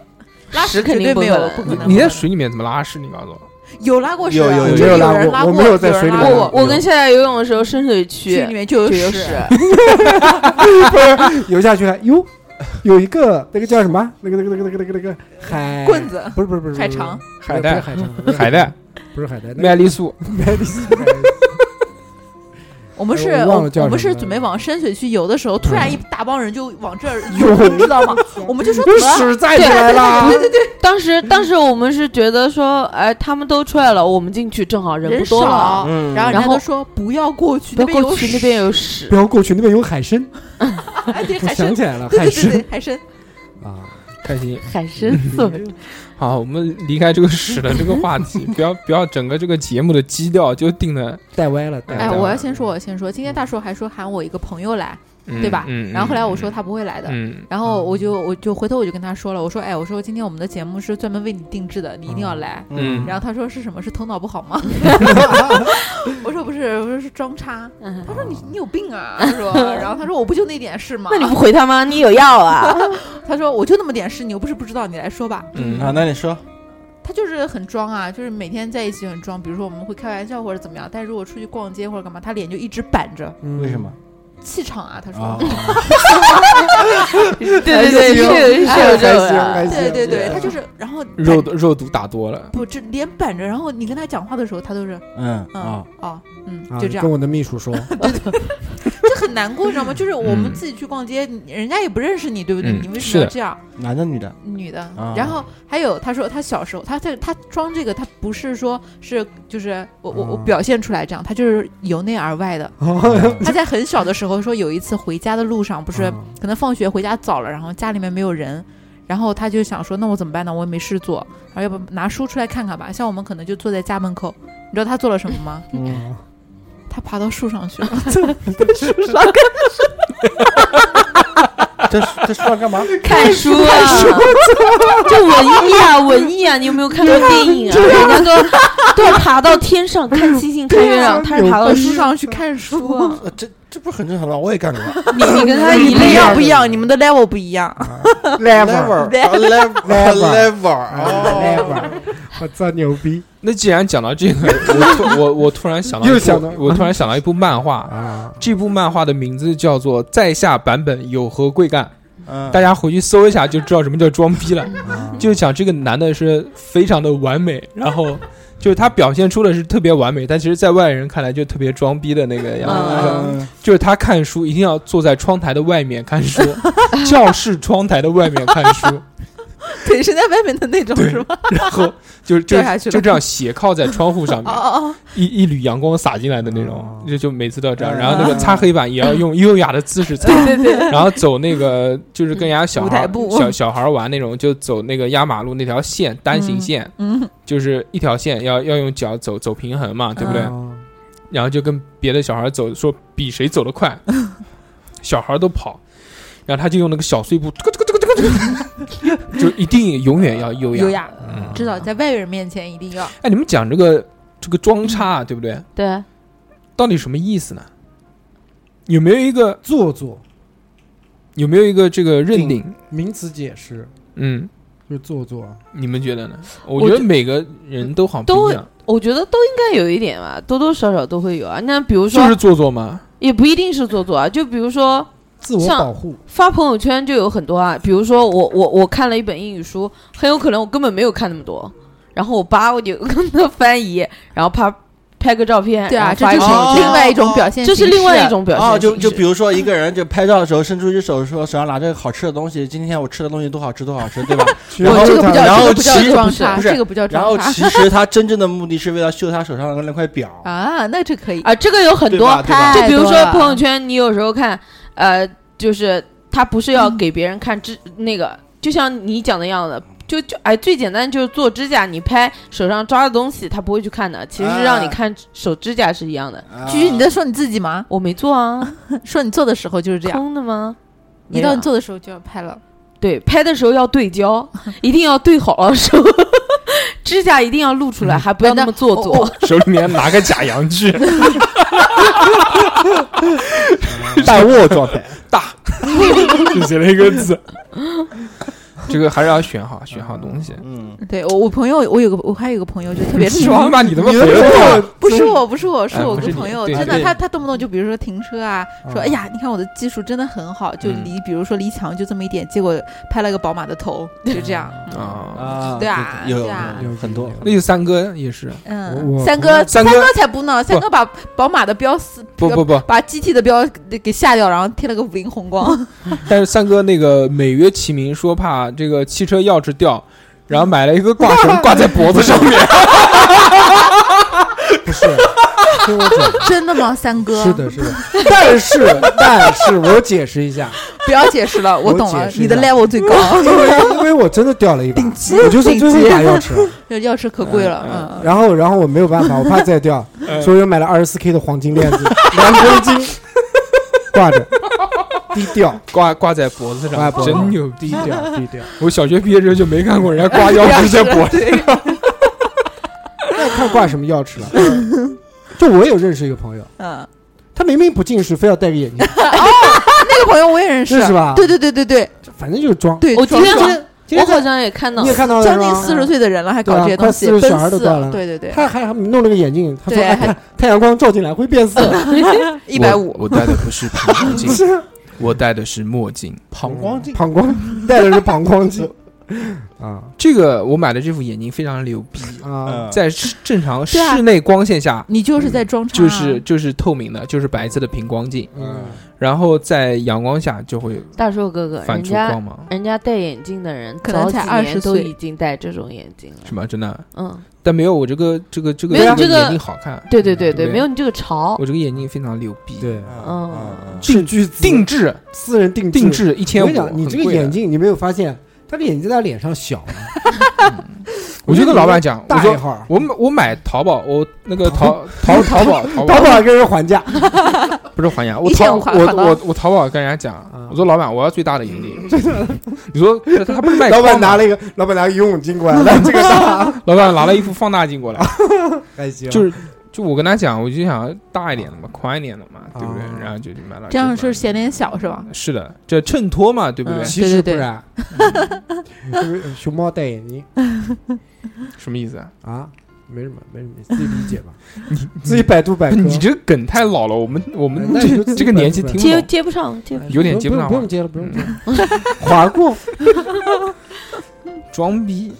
拉屎屎肯肯定定不没可有能，不可能。你不在可能水里面怎么拉屎？你告诉我，有拉过屎有啊，有我有真的有拉人过拉我没有在水里有面人拉拉过我我跟夏夏游泳的时候，深水区区里面就就有有屎屎，，游下去了，哟，有一个那个叫什么？那个那个那个那个那个那个海棍，子、不是不是不是海肠，海带带海带海 带、不是海带，那个麦丽素，麦丽斯海带 我们是，哎我忘了叫我们什么是了准备往深水区游的时候，突然一大帮人就往这儿涌，你知道吗？我们就说怎么了？屎载起来啦！ 当时当时我们是觉得说，哎，他们都出来了，我们进去正好人不多了，少，嗯然后人然家后都说不要过去，不要那边有过去，屎那边有屎 不。要过去，那边有海参。 哎，对，我海想参，起来了， 对海对对参对，海参，啊，嗯开心。海参送给好，我们离开这个屎的这个话 题，不要不要整个这个节目的基调就定的，带歪了，带哎哎，歪等了。我会要儿先说，我要先说。今天大叔还说喊我一个朋友来，嗯对吧嗯，然后后来我嗯说，他不会来的，嗯，然后我就我就回头我就跟他说了，我说哎，我说今天我们的节目是专门为你定制的，你一定要来。嗯然后他说是什么？是头脑不好吗？我说不是，我说是装叉。嗯他说你你有病 啊！他说，然后他说我不就那点事吗？ 那你不回他吗？你有药啊？他说我就那么点事，你又不是不知道，你来说吧。嗯啊，那你说，他就是很装啊，就是每天在一起很装。比如说我们会开玩笑或者怎么样，但如果出去逛街或者干嘛，他脸就一直板着，嗯为什么？气场啊。他说，啊， 对对哎对，是有是有这种啊的。对对对，他就是，然后啊肉板毒肉毒打多了，不这脸板着，然后你跟他讲话的时候，他都是嗯嗯啊，哦嗯啊就这样跟，我的秘书 说，就很难过，你知道吗？就是我们嗯自己去逛街，你人家也不认识你，对不对？嗯你为什是么要的这样？男的女的？女的啊，然后还有他说他小时候，他在他装这个，他不是说是就是我我我啊表现出来这样，他就是由内而外的。他在很小的时候说有一次回家的路上，不是啊可能放学回家早了，然后家里面没有人，然后他就想说那我怎么办呢？我也没事做，然后要不拿书出来看看吧。像我们可能就坐在家门口，你知道他做了什么吗？嗯，他爬到树上去了，这这说要干嘛？看书啊， 就文艺啊，文艺啊！你有没有看过电影啊？啊人家都都要爬到天上看星 星、看月亮，他是爬到到树树上。上去看书 啊。呃这这不是很正常吗？我也干过。你你跟他一类样不一样，你们的 level 不一样。 lever lever lever 哎啊！玩 儿我操，牛逼那既然讲到这个， 我突我我突然想到嗯一部，又想到我突然想到一部漫画，啊！这部漫画的名字叫做《在下版本有何贵干》，嗯大家回去搜一下就知道什么叫装逼了。就讲这个男的是非常的完美，然后就是他表现出的是特别完美，但其实在外人看来就特别装逼的那个样子。嗯就是他看书一定要坐在窗台的外面看 书，教室窗台的外面看书，腿是在外面的那种对是吧？然后就就掉下去了就这样斜靠在窗户上哦 面，哦一一缕阳光洒进来的那种哦，就就每次都要这样。嗯然后那个擦黑板也要用优雅的姿势擦， 然后走那个就是跟人家小舞孩台步小小孩玩那种，就走那个压马路那条线单行线，嗯就是一条线要要用脚走走平衡嘛，对不对？啊然后就跟别的小孩走，说比谁走得 快，小孩都跑，然后他就用那个小碎步， 这个这个这个这个这个，就一定永远要优嗯，雅。优雅，嗯知道在外人面前一定要哎，你们讲这个这个装叉啊，对不对？对，到底什么意思呢？有没有一个做作，有没有一个这个认定？名词解释嗯，就是做作啊。你们觉得呢？我我觉得觉每个人都好像不一样，我觉得都应该有一点吧，多多少少都会有啊。那比如说，就是做作嘛。也不一定是做作啊，就比如说自我保护，发朋友圈就有很多啊，比如说我我我看了一本英语书，很有可能我根本没有看那么多，然后我扒我就跟他翻一页，然后啪拍个照片，对然啊，后这哎发就是一个哦另外一种表现这形式，是另外一种表现哦，形式。就就比如说一个人就拍照的时候伸出一只手说手上拿着好吃的东西，今天我吃的东西多好吃多好吃，对 吧？然不，后这个不叫这然后个不叫其装不是叉，不是这个不叫然后装叉其实他真正的目的是为了秀他手上的那块表，啊，那这可以。啊，这个有很对多吧？，对吧？就比如太多说了朋友圈，你有时候看，呃，就是他不是嗯要给别人看指、那个，就像你讲的样子，就就哎，最简单就是做指甲，你拍手上抓的东西，他不会去看的，其实是让你啊看手指甲是一样的。啊居居，你在说你自己吗？我没做啊，说你做的时候就是这样，空的吗？一没到有你做的时候就要拍了。对拍的时候要对焦， 一定要对好了手， 指甲一定要露出来，还不要那么做作。手里面拿个假洋 具，半握状态，大， 就写了一个字。 这个还是要选好，选好东西。嗯，对我，我朋友，我有个，我还有个朋友就 特别你装，把你他妈你回啊的来了，不是我，不是我，嗯哎是我不个是朋你友，对真的，对他他动不动就比如说停车啊，说啊哎呀，你看我的技术真的很好，就嗯离比如说离墙就这么一点，结果拍了个宝马的头，就这样。啊！啊对啊有对啊有很多，那就三哥也是，嗯，我三哥，我呃三哥哥才不呢，三哥把宝马的标撕，不不不，把 GT 的标给下掉，然后贴了个五菱宏光。但是三哥那个美曰其名，说怕这个汽车钥匙掉，然后买 了一个挂绳挂在脖子上面， 不是，我走。 真的吗，三哥？是的，是的，但是但是我解释一下，不要解释了，我我懂了解，释你的一下 level 最高， 因为因为我真的掉了一把，我就是最后一把要吃了，要吃可贵了。嗯，然后然后我没有办法，我怕再掉，所以我又买了二十四 K 的黄金链子， 两公斤挂着，低调 挂挂在脖子挂上在，脖子上真牛逼低！ 调低调。我小学毕业之后就没看过人家嗯挂钥匙在 脖子上。那看挂什么钥匙了？就我有认识一个朋友，嗯，他明明不近视，非要戴个眼镜，那个朋友我也认识，是是吧对对对对对反正就是装。对，我今装天装今我天好像也看到你也看到了将是近吧四十岁的人了，还搞啊对啊这些快东西， 40奔小孩都四啊到了对对对，他还还弄了个眼镜，他说：“对哎，还太太阳光照进来会变色。 一百五，我戴的不是膀胱镜不 是我戴的是墨镜。膀胱镜，膀胱 戴的是膀胱镜啊这个我买的这副眼镜非常牛 逼，啊！在室正常对啊室内光线下。你就是在装叉啊，就是就是透明的，就是白色的平光镜，嗯，然后在阳光下就会大寿哥哥，反人出家光芒，人家戴眼镜的人，可能早才几年20都岁已经戴这种眼镜了。是吗？真的，嗯，但没有我这个这个这个没有这这个眼镜好看，对对对对对，不没有你这个潮我。这个眼镜非常牛逼，对，嗯，定居资定制私人定定制一我千跟你五，讲，你这个眼，镜，你没有发现他的眼镜在他脸上小吗？我就跟老板讲，我大一说号儿，我买我买淘宝，我那个淘淘淘宝淘 淘宝宝还跟人还价，不是还牙，我一千淘五我还还到我我淘宝跟人家讲啊，我说老板我要最大的眼 镜，你说这他不是卖老板框吗拿了一个，老板拿个游泳镜 过来，来这个大，老板拿了一副放大镜过来，还行就是就我跟他讲，我就想大一点的嘛，宽一点的嘛，对不对啊？然后就就买了。这样就是显脸小是吧？是的，这衬托嘛，对不对嗯？其实不对对对然， 嗯熊猫戴眼 镜什么意思啊？啊，没什么，没什么，自己理解 吧，你自己百度百不科。是你这个梗太老了，我们我们那你就自这己这个年纪听不接懂。接不上，接不有点接哎不上用不话用，接了，不用接了， 划过。装逼。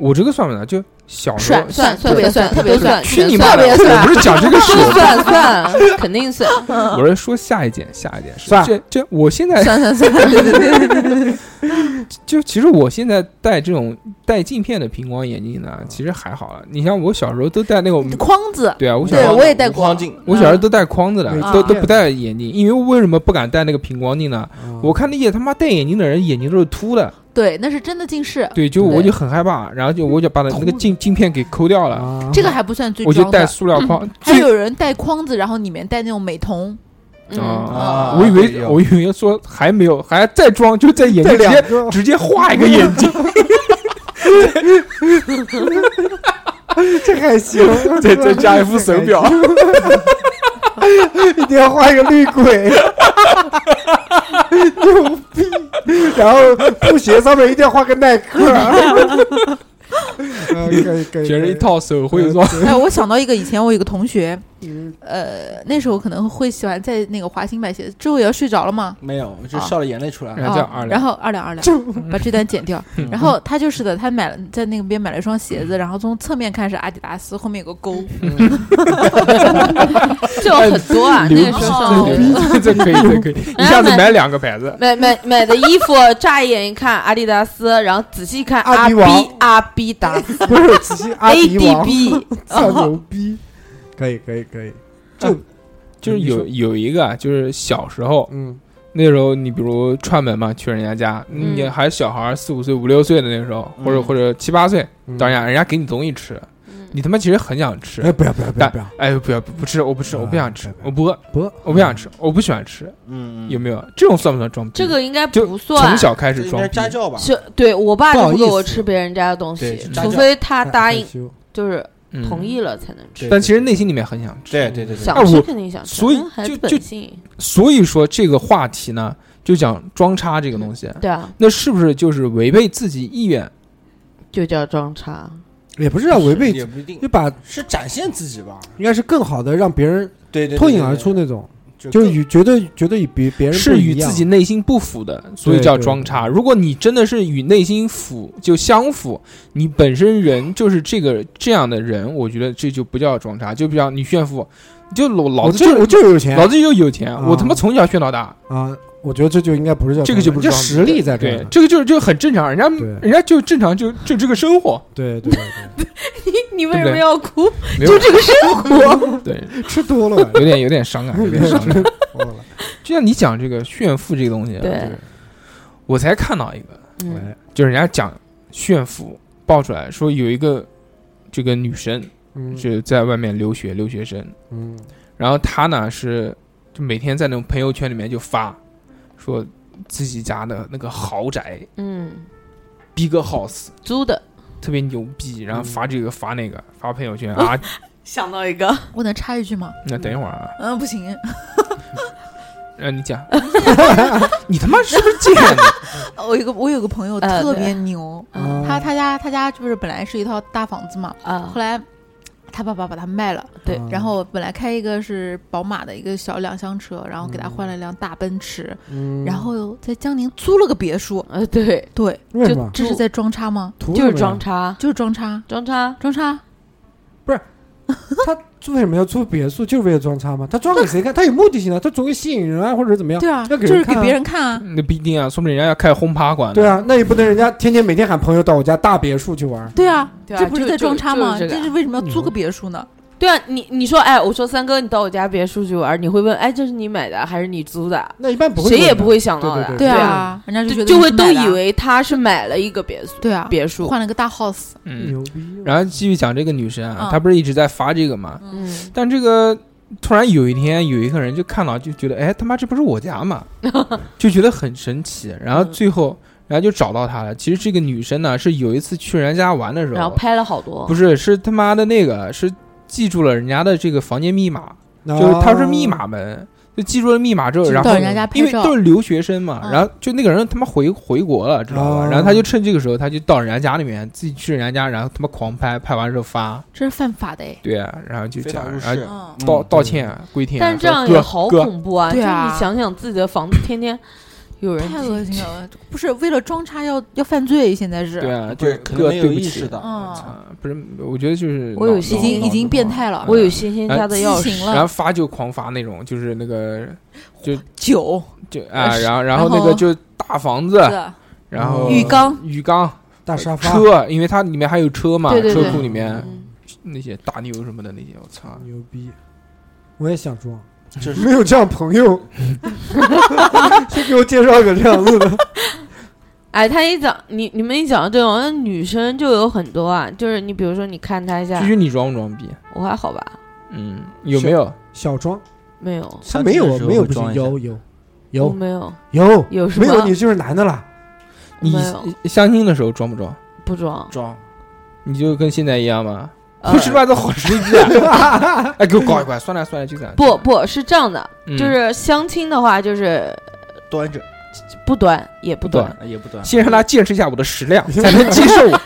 我这个算不算？就小时候算 算算特别算算特别特别算，去算你妈特的！别我算，不是讲这个 事，算算，肯定 算。我是说下一件，下一件事。算这这，我现在算算算，对对对对对， 就其实我现在戴这种带镜片的平光眼镜呢，其实还好了。你像我小时候都戴那种，嗯框子，对啊，我小对时候我也戴过框，镜，我小时候都戴框子的嗯，都都不戴眼镜，因为为什么不敢戴那个平光镜呢？啊嗯我看那些他妈戴眼镜的人眼睛都是凸的，对，那是真的近视，对，就对我就很害怕，然后就我就把那那个镜镜片给抠掉了，啊这个还不算最我就装戴的，塑料框。啊还最有人戴框子，然后里面戴那种美瞳，嗯，啊啊，我也以为有我以为说还没有，还再装，就在眼睛直接个直接画一个眼睛， 这还行，再再加一副手表， 一定要画一个绿鬼， 牛逼！然后布鞋上面一定要画个耐 克。嗯，可以可以，全是一可以。套手绘装。 哎，我想到一个，以前我有个同学，嗯呃，那时候可能会喜欢在那个华星买鞋，之后也要睡着了嘛，啊没有，我就笑了眼泪出啊来了。啊然后叫二两嗯然后二两二两，把这段剪掉。然后他就是的，他买了在那边买了一双鞋子，然后从侧面看是阿迪达斯，后面有个勾，嗯这有很 多啊，那牛个时哦候逼，这牛逼，这可以，这 可以，一下子买两个牌子，买买买的衣服，乍一眼一看阿迪达斯，然后仔细看阿阿迪 B 王阿 B 达斯不是，直接阿 A 迪 D 哦王， B， 操牛逼！可以可以可以，就是有有一个啊，就是小时候嗯那时候，你比如串门嘛，去人家家，嗯你还小孩儿四五岁、五六岁的那时候，嗯或者或者七八岁，嗯当然人家给你东西吃，嗯你他妈其实很想吃哎，，不要不要不但要不要，哎不要不不吃，我不吃，啊我不想吃不，要我不饿，不要我不想吃，我不喜欢吃，嗯，有没有？这种算不算装逼？这个应啊该就不算从。小开这始应该装是逼，家教吧？是对我爸不就好不意给我思吃别人家的东对西是，家除非他答应哎害羞就是嗯同。意了才能吃。对但其实内心里面很想吃，对对对对，哎想吃我肯定想吃，所以那还就是就本性。所以说这个话题呢，就讲装叉这个东嗯西，对啊，那是不是就是违背自己意愿？就叫装叉。也啊不是啊要违背，也不一定就，把是展现自己吧？应该是更好的让别人对对，对脱颖而出，那种，对对就是更与觉得觉得与别别人不是与一样自己内心不符的，所以叫装叉。如果你真的是与内心符就相符，你本身人就是这个这样的人，我觉得这就不叫装叉，就比较你炫富，你就老老我子就我就有钱老子就有钱，啊我他妈从小炫到大，啊！我觉得这就应该不是叫这个就不是这装逼实力在这对儿，，这个就是就很正常，人家对 人家就正常就就这个生活，对对对对， 你为对什不么对要哭？没有就这个生活， 对，吃多了吧？有点有点伤啊感，有点伤 感。多了，就像你讲这个炫富这个东西啊，对，我才看到一个， 哎嗯就是人家讲炫富爆出来说有一个这个女生嗯就在外面留学留学生，嗯，然后她呢是就每天在那种朋友圈里面就发说自己家的那个豪宅嗯， big house 租的。特别牛逼，然后发这个发那个发朋友圈啊， 想到一个，我能插一句吗？那等一会儿啊，嗯，不行，让你讲， 你他妈是不是贱？我有个我有个朋友呃特对别牛，啊嗯他他家他家就是本来是一套大房子嘛，啊 后，来他爸爸把它卖了，啊对然后本来开一个是宝马的一个小两厢车，然后给他换了一辆大奔驰，嗯然后在江宁租了个别墅，呃，对，对，为什就么？啊这是在装叉吗？图就是什么装呀叉，就是装叉，装叉，装叉，他为什么要租别墅？就是为了装叉吗？他装给谁看？他有目的性的，他总归吸引人啊，或者怎么样？对啊，要给就是给看啊别人看嗯啊， 那不一定啊，说不定人家要开轰趴馆呢。对啊，那也不能人家天天每天喊朋友到我家大别墅去玩儿。对啊，对啊这不是就在装叉吗？就就是这个这是为什么要租个别墅呢？对啊，你你说，哎，我说三哥，你到我家别墅去玩，你会问，哎，这是你买的还是你租的？那一般不会，谁也不。会想到的，对对啊，啊，人家就觉就得就你会是都买的啊以为他是买了一个别墅，对啊，别墅，换了个大 house，嗯，牛逼！然后继续讲这个女生啊嗯，她不是一直在发这个嘛？嗯，但这个突然有一天，有一个人就看到，就觉得，哎，他妈这不是我家嘛，就觉得很神奇。然后最后，然后就找到她了。其实这个女生呢，是有一次去人家玩的时然后候，拍了好多，不是，是是他妈的那个是记住了人家的这个房间密码，就就是他是密，码门，就记住了密码之后，然后到人家因拍为照都，是留学生嘛，嗯然后就那个人他妈回回国了，知道吧？哦然后他就趁这个时候，他就到人家家里面，自己去人家家，然后他妈狂拍，拍完之后发，这是犯法的哎。对啊，然后就这非样法，入然室后嗯，道嗯道歉啊跪舔啊，但是这样说也哥好哥，恐怖啊！对啊就你想想自己的房子天天有人太进恶心了！不是为了装叉要要犯罪，现在是，对啊，不就是是可哥能对没有不意起识，到， 嗯，啊不是，我觉得就是我有脑些脑已经脑已经子变不好态了我有星星哎家的畸钥匙形，然后了，发就狂发那种，就是那个酒就啊，呃是然后然然后那个后就大房子，是然后浴缸，浴缸。大沙发，车，因为它里面还有车嘛，对对对车库里面嗯那些大牛什么的那些，我操！牛逼！我也想装，这 是没有这样朋友，先给我介绍个这 样子的。哎，他一讲你你们一讲到这种，那女生就有很多啊，就是你比如说你看他一下至，于你装不装逼？我还好吧，嗯，有没有？小装，没有，他没有，上车的时候没有，会不装行，一下有有我有没有有，有什没有么你就是男的了。你没有相亲的时候装不装？不装，装你就跟现在一样吗？呃不是吧，都好实际啊！哎，给我搞一块，算了算了，就这样。不不是这样的，嗯，就是相亲的话就是端着不端也不端，也不端，先让他见识一下我的食量，才能接受我。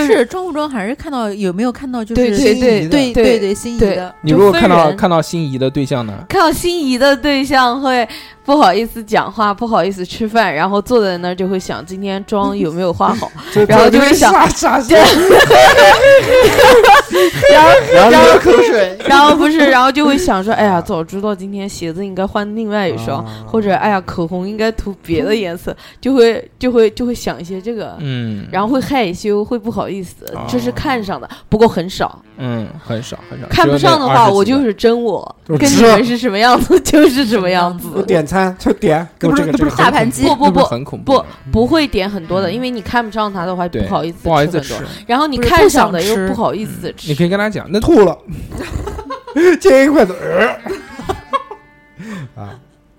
不是是装不装，还是看到有没有看到就是对对对对对对心仪对的，你如果看就分到人看到心仪的对象呢？看到心仪的对象会不好意思讲话，不好意思吃饭，然后坐在那儿就会想今天妆有没有化好，然后就会想，傻傻傻，然后然后流口水，然后不是，然后就会想说，哎呀，早知道今天鞋子应该换另外一双，啊或者哎呀，口红应该涂别的颜色，就会就会就会想一些这个，嗯，然后会害羞，会不好意思哦，这是看上的，不过很少，嗯，很少很少。看不上的话，我就是真我，我跟知你道们是什么样子就是什么样子，我点餐就点，给那不我这是个那不是这个很大盘鸡不那不不是不很恐怖不吗？不会点很多的，嗯因为你看不上他的话，对，不好意思，不好意思吃吃嗯很多。。然后你不是看不上想的吃又不好意思你吃，可以跟他讲，那吐了， 接一筷子，呃啊，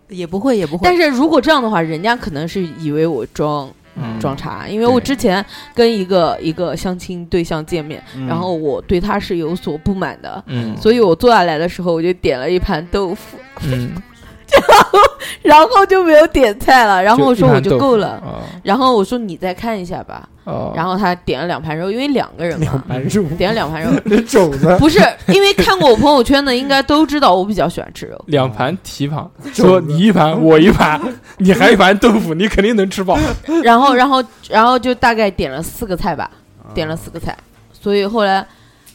也不会也不会，但是如果这样的话，人家可能是以为我装。嗯装叉，因为我对之前跟一个一个相亲对象见面，嗯然后我对他是有所不满的，嗯所以我坐下来的时候我就点了一盘豆腐， 嗯，然后就没有点菜了，然后我就说一我盘就豆腐够了，哦然后我说你再看一下吧，哦，然后他点了两盘肉，因为两个人两嘛，盘肉，点了两盘肉，那肘 子，不是因为看过我朋友圈的应该都知道我比较喜欢吃 肉，两盘蹄膀，肘说子你一盘我一盘，你还一盘豆腐，你肯定能吃饱。然后然后然后就大概点了四个菜吧，啊点了四个菜，所以后来，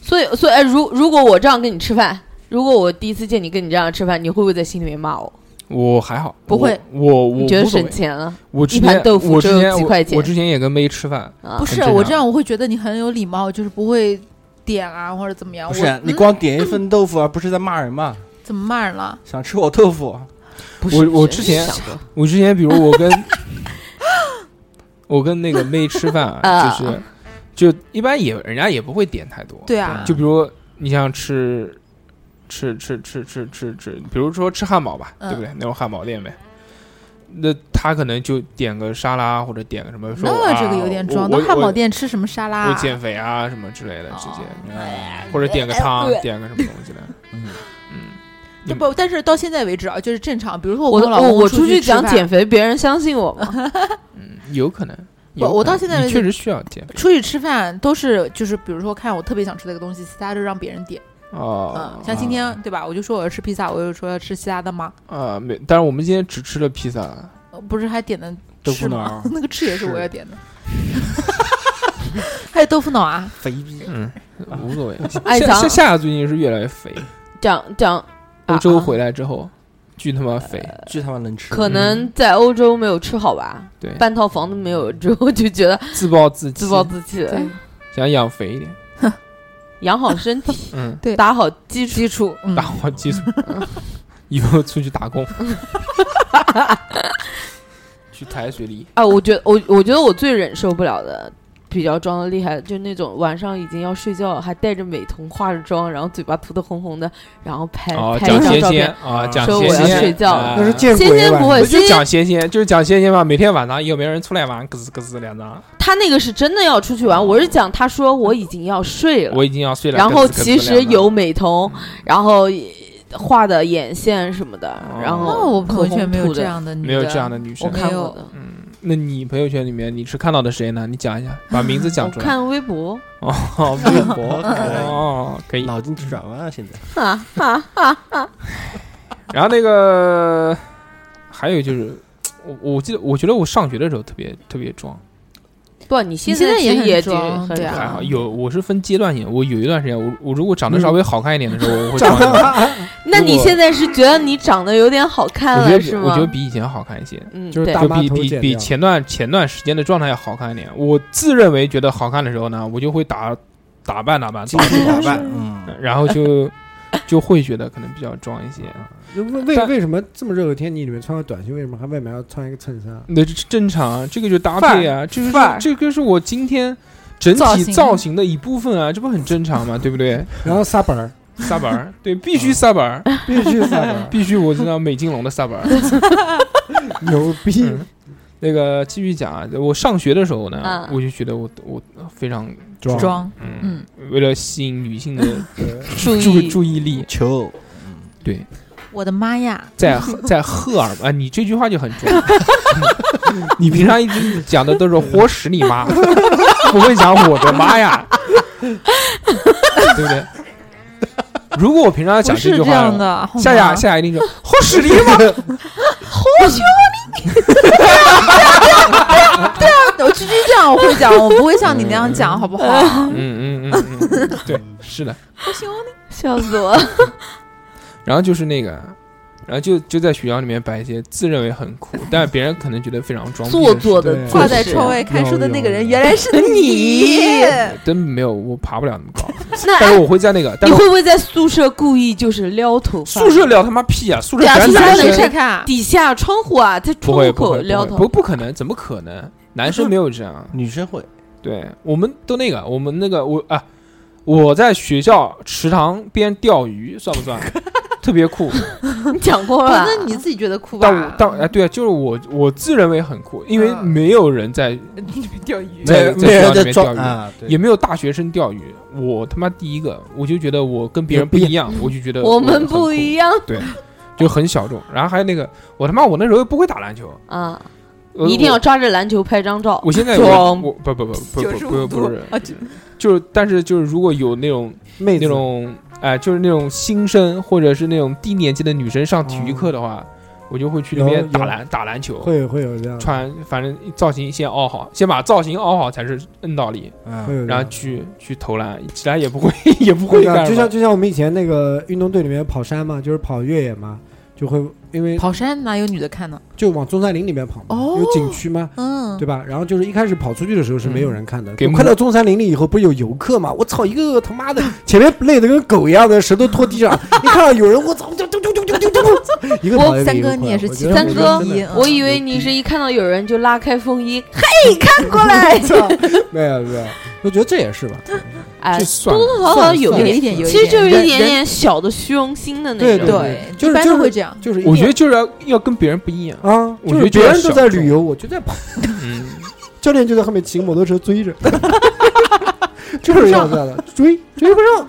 所以所以哎，如如果我这样跟你吃饭，如果我第一次见你跟你这样吃饭，你会不会在心里面骂我？我还好，不会我，我我你觉得无所省谓。钱啊了？我之一盘前豆腐我只之有前几我块钱我之前也跟妹吃饭，啊不是很正我常这样，我会觉得你很有礼貌，就是不会点啊或者怎么样。不我是你嗯光点一份豆腐，而啊不是在骂人嘛？怎么骂人了？想吃我豆腐，啊不是，我不我是之前想的我之前比如我跟我跟那个妹吃饭啊，就是就一般也人家也不会点太多，对啊，就比如你想吃吃吃吃吃吃吃，比如说吃汉堡吧，嗯对不对？那种汉堡店呗。那他可能就点个沙拉或者点个什么，说那啊这个有点我装。我那汉堡我店吃什么沙拉我啊？减肥啊什么之类的，直接哦嗯或者点个哎汤，点个什么东西的，嗯就不，但是到现在为止啊，就是正常。比如说我跟老公我出出去吃饭讲减，肥，别人相信我 吗？嗯，有可能。不有可能我到现在你为止确实需要减肥出去吃饭都是就是，比如说看我特别想吃的一个东西，其他就让别人点。哦嗯，，像今天对吧？我就说我要吃披萨，我又说要吃其他的吗？啊，没，但是我们今天只吃了披萨，呃不是还点的豆翅腐脑吗儿？ 那个翅也是是我要点的， 还有豆腐脑啊！肥逼。嗯，无所谓。哎夏咱夏夏最近是越来越肥，讲讲欧啊洲啊回来之后，巨他妈肥，巨他妈能吃，可能在欧洲没有吃好吧，对，半套房都没有，之后就觉得自暴自弃自，暴自弃了，对想养肥一点，养好身体，嗯，对打好基础，基础嗯打好基础，以后出去打工，去抬水泥。啊！我觉得我我觉得我最忍受不了的。比较装的厉害的，就那种晚上已经要睡觉了，还带着美瞳化着妆，然后嘴巴涂的红红的，然后拍、哦，拍讲一张仙仙照片。啊，讲说仙我要仙，睡觉啊了那是见仙鬼仙吧不？会，那仙就仙讲仙仙，就是讲仙仙嘛，每天晚上又没人出来玩，咯吱咯吱两张，他那个是真的要出去玩，我是讲他说我已经要睡了，我已经要睡了。然后咯吱咯吱其实两张有美瞳，然后画的眼线什么的，哦然哦，后我朋友圈没有这口红涂的，样的女的，没有这样的女我生？看没有过的，那你朋友圈里面你是看到的谁呢？你讲一 下，把名字我讲出来。看微博， 哦，微博哦，可以。脑筋急转弯啊！现在哈然后那个还有就是，我我记得，我觉得我上学的时候特别特别装，不，你现现在其也实很也挺装很对啊还装好。有我是分阶段性，我有一段时间，我我如果长得稍微好看一点的时候，我会 装一装。那你现在是觉得你长得有点好看我觉了得比是我觉得吗？比以前好看一些，嗯，就是对大就妈比头比剪比掉前段前段时间的状态要好看一点。我自认为觉得好看的时候呢，我就会打打扮打扮，精致打扮，嗯，然后就就会觉得可能比较装一些。啊为为但为什么这么热的天，你里面穿个短袖，为什么还外面要穿一个衬衫？那这正常，这个就搭配啊，这就是范儿这个是我今天整造体型造型的一部分啊，这不很正常吗？对不对？然后撒本儿，撒板儿，对，必嗯须撒板儿，必须撒本儿，必须我知道美金龙的撒板儿。 牛逼！嗯 那个继续讲啊，我上学的时候呢，嗯我就觉得我我非常装，嗯嗯，为了吸引女性的注注意注意力，球。对，我的妈呀！ 在赫在赫尔啊，你这句话就很重要。你平常一直讲的都是“ 活使你妈”， 不会讲“我的妈呀”，对不对？ 如果我平常讲不这是句这话样，的，好夏夏吗夏夏一 定说“活使你 妈我就是这样，我会讲，我不会像你那样讲，好不好？”。 嗯嗯嗯嗯，对，是的。 笑死我！然后就是那个，然后就就在学校里面摆一些自认为很酷，但别人可能觉得非常装逼做的事作的对姿挂势在窗外看书的那个人原来是有你，真没有，我爬不了那么 高。 那哎但是我会在那个，但你是我会不会在宿舍故意就是撩头发？宿舍聊他妈屁啊，宿舍对啊全宿是舍男里生是。看看，底下窗户啊，在不窗会户不会口不撩会嗯头不不可能，怎么可能？男生没有这样女生会对我们都那个，我们那个我啊，我在学校池塘边钓鱼，算不算？特别 酷，发，你 讲过不，了。哦那你自己觉得酷吧但我？但哎，对啊，就是我我自认为很酷，因为嗯没有人 在钓鱼，在没学校人里在面装钓鱼，啊，也没有大学生钓鱼。我他妈第一个，我就觉得我跟别人不一样，我就觉得 我们不不一，样就很小众。然后还有那个，我他妈我那时候又不会打篮球，啊！我你一定要抓着篮球拍张照。呃我现在我装我不不不不不95不不是度啊就，就是但是就是如果有那种妹子那种哎、就是那种新生或者是那种低年级的女生上体育课的话，我就会去那边有打有篮打篮球，会有会有这样，穿反正造型先凹好，先把造型凹好才是硬道理，嗯会有这然样后去去投篮，其他也不会 也不会会的，干就什像么。就像我们以前那个运动队里面跑山嘛，就是跑越野嘛，就会因为跑山哪有女的看呢？就往中山陵里面跑嘛，哦有景区嘛，嗯，对吧？然后就是一开始跑出去的时候是没有人看的，嗯给我我们快到中山陵里以后，不是有游客嘛？我操，一个个他妈的前面累得跟狗一样的，舌头拖地上， 一看啊到有人，我操，就就就就就就就 一个跑一个三哥游客你也是我奇觉得三我哥真的，我以为你是一看到有人就拉开风衣，过 来，操哎没有没有，我觉得这也是吧，哎，这 多算多少少有有一一点，点，有一点，其实就是一人点人点小的虚荣心的那对种。对，就是一般就都是会这样。就是我觉得就是要要跟别人不一样。啊，我就觉得就是别要人都在小众旅游，我就在跑，嗯，教练就在后面骑摩托车追着， 就是要这样的追追不上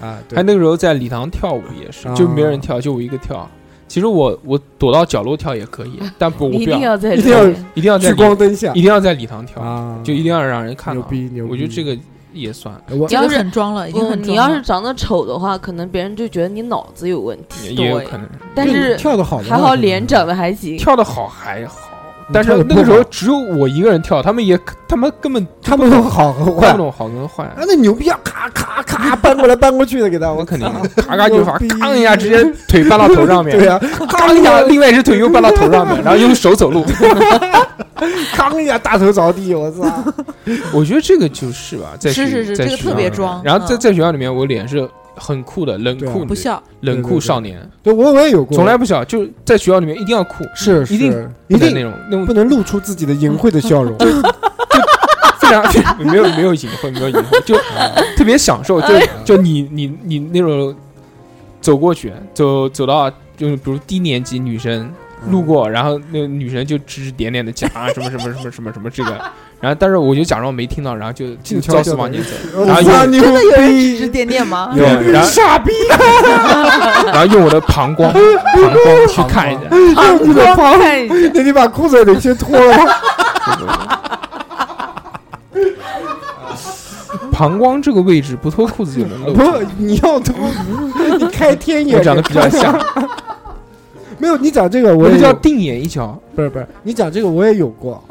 啊，哎对他那个时候在礼堂跳舞也是啊，就没有人跳，就我一个跳。其实我我躲到角落跳也 可以，但不我你不一定要，要在一这定要里一定要在聚礼光灯下一定要在礼堂跳，啊，就一定要让人看牛到。逼牛逼，我觉得这个也算，我这个要是很装了，已经不，很嗯你装要了是长得丑的话，可能别人就觉得你脑子有问也题。也有对可能但是哎跳的好的还好脸长得还行。跳的好还好。你但是跳得那个不时好候只有我一个人跳，他们也他们根本他们都好和看不坏，懂好跟坏，啊，那牛逼啊，咔咔咔搬过来搬过去的给他，我我肯定咔咔就发，牛逼咔一下直接腿搬到头上面， 对啊呀，咔一下另外一只腿又搬到头上面，然后用手走路。吭一下大头着地，我操， 我觉得这个就是吧，在是学是是在这个学特校别里面装然后在嗯在学校里面，我脸是很酷的，冷对啊酷女不笑，冷对酷对少年，对我我也有过，从来不笑，就在学校里面一定要酷，是是一定一不能那定种那 种不能露出自己的淫秽的 笑容，非常 没有没有隐晦，没有隐晦， 就特别享受，就哎就你你你那种走过去，走走到就是比如低年级女生嗯路过，然后那女生就指指点点的讲啊什么什么什么什么什么这个，然后但是我就假装没听到，然后就就静悄朝悄思地往前走，我然后操用牛真的有人指逼指点点吗？有你然后傻逼，然后用我的膀胱膀胱去看一下，用你的膀，那你把裤子得先脱了， 膀胱这个位置不脱裤子就能露出来。不，你要脱，你开天眼，我长得比较像， 没有，你讲这个我我这也叫有，定眼一瞧。不是不是，你讲这个我也有过，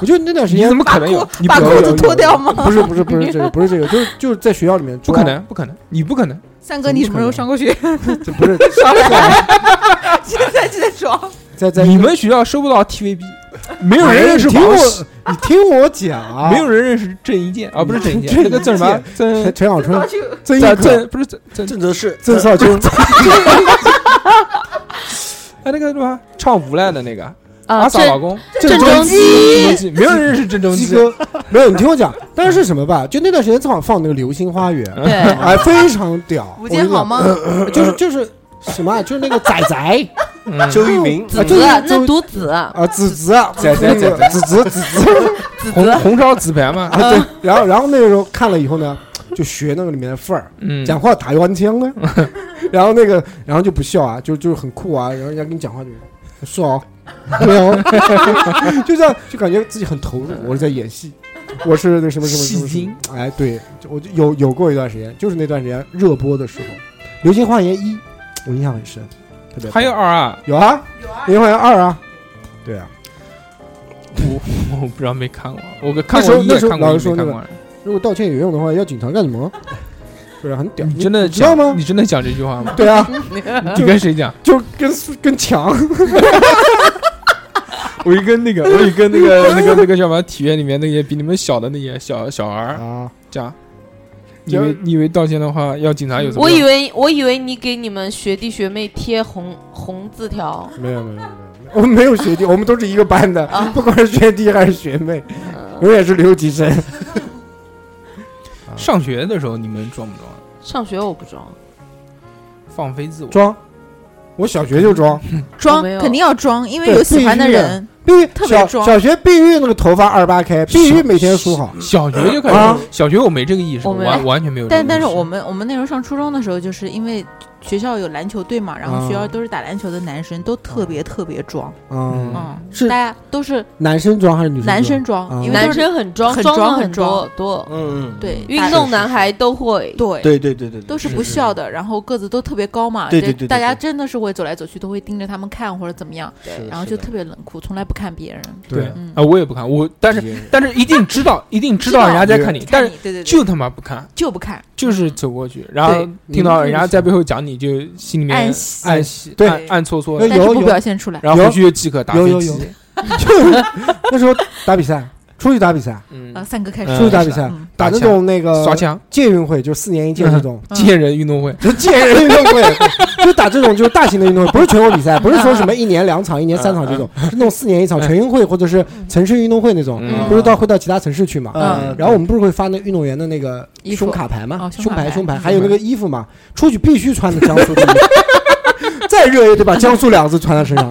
我就那段时你间怎么可能有？你把不裤可有能子有脱掉吗？不是不是不是这个，不是这个，就是就是在学校里面不抓，可能，不可能，你不可能。三哥，你什么时候上过学？这不是现在就在装，在在你们学校收不到 TVB，没 没有人认识听王我石，，你听我 讲，没有人认识郑伊健啊，不是郑伊健，啊郑那个叫什么？陈郑陈小春、郑曾轶可、郑不是郑郑郑则仕，郑少秋，哎那个什么唱无赖的那个啊，阿这萨老公郑中中基，郑中基基没有人认识郑中鸡基，哥，没有，你听我讲，但是是什么吧？就那段时间正好放那个《流星花园》，对，哎，非常屌，不见好吗？我跟你讲？ 就是就是什么啊，就是那个仔仔 啊，嗯周渝民，就子是那周读子，啊子子啊 仔仔那个子子子子红红烧紫牌嘛，啊，对，然后然后那个时候看了以后呢，就学那个里面的范儿，嗯，讲话台湾腔 呢，然后那个然后就不笑啊，就就是很酷啊，然后人家跟你讲话就。是哦， 对哦，就这样，就感觉自己很投入，我是在演戏，我是那什么什么什戏么精什么，哎，对，就我就有有过一段时间，就是那段时间热播的时候，《流星花园一》，我印象很深，特别还有二啊，有啊，流星花园二啊，对啊，我我不知道没看过，我看那时过候一那眼时候看过老一师没说那看个过二。如果道歉有用的话，要警察干什么？是不是很屌？你真的你知道讲吗你真的讲这句 话吗？对啊，你跟谁讲？就跟跟强，我一跟那个， 我一跟那个那个那个叫什么体院里面那些比你们小的那些小小孩儿啊，讲。你以为你以为道歉的话要警察有什么？我以为我以为你给你们学弟学妹贴红红字条，没有没有没有，没有 我们没有学弟，我们都是一个班的啊，不管是学弟还是学妹，嗯永远是留级生。啊上学的时候你们装不装？上学我不装，放飞自我，装，我小学就装，装我没有肯定要装，因为对有喜欢的必须的人，必须特别小装小学必须那个头发二八开，必须每天梳好。小学就开始、啊小学我没这个意识，我没完完全没有这个意但识。但是我们我们那时候上初中的时候，就是因为学校有篮球队嘛，然后学校都是打篮球的男生，都特别特别装，嗯，嗯，是大家都是男生装还是女生？男生。装，啊因为男都是生很装，很装装的很很多装多，嗯嗯，对运大动男孩都会。对对对对对，对都是不笑的，然后个子都特别高嘛，对这对对对大家对真的是会走来走去，都会盯着他们看或者怎么样，是的然后是就的特别冷酷，从来不看别人，对嗯啊，我也不看，我但是是但是一定知 道，一定知道人家在看你，但看是你对对对，就他妈不看，就不看，就是走过去，然后听到人家在背后讲你，就心里面暗喜喜暗喜，对暗暗搓搓那的，但是有不有表现出来。然后回去又即可打有飞有有机。那时候打比赛，出去打比赛，啊，嗯，三哥开始嗯出去打比赛，嗯打那种那个刷枪，届运会，就四年一届这种，嗯见人运动会，就届人运动会，就打这种就是大型的运动会，不是全国比赛，不是说什么一年两场、一年三场这种，是那种四年一场全运会或者是城市运动会那种，嗯不是到会到其他城市去嘛？呃然后我们不是会发那运动员的那个衣服胸卡牌嘛哦，胸牌胸胸牌牌，还有那个衣服嘛，出去必须穿的江苏 的衣服，再热也得把江苏两个字穿在身 上。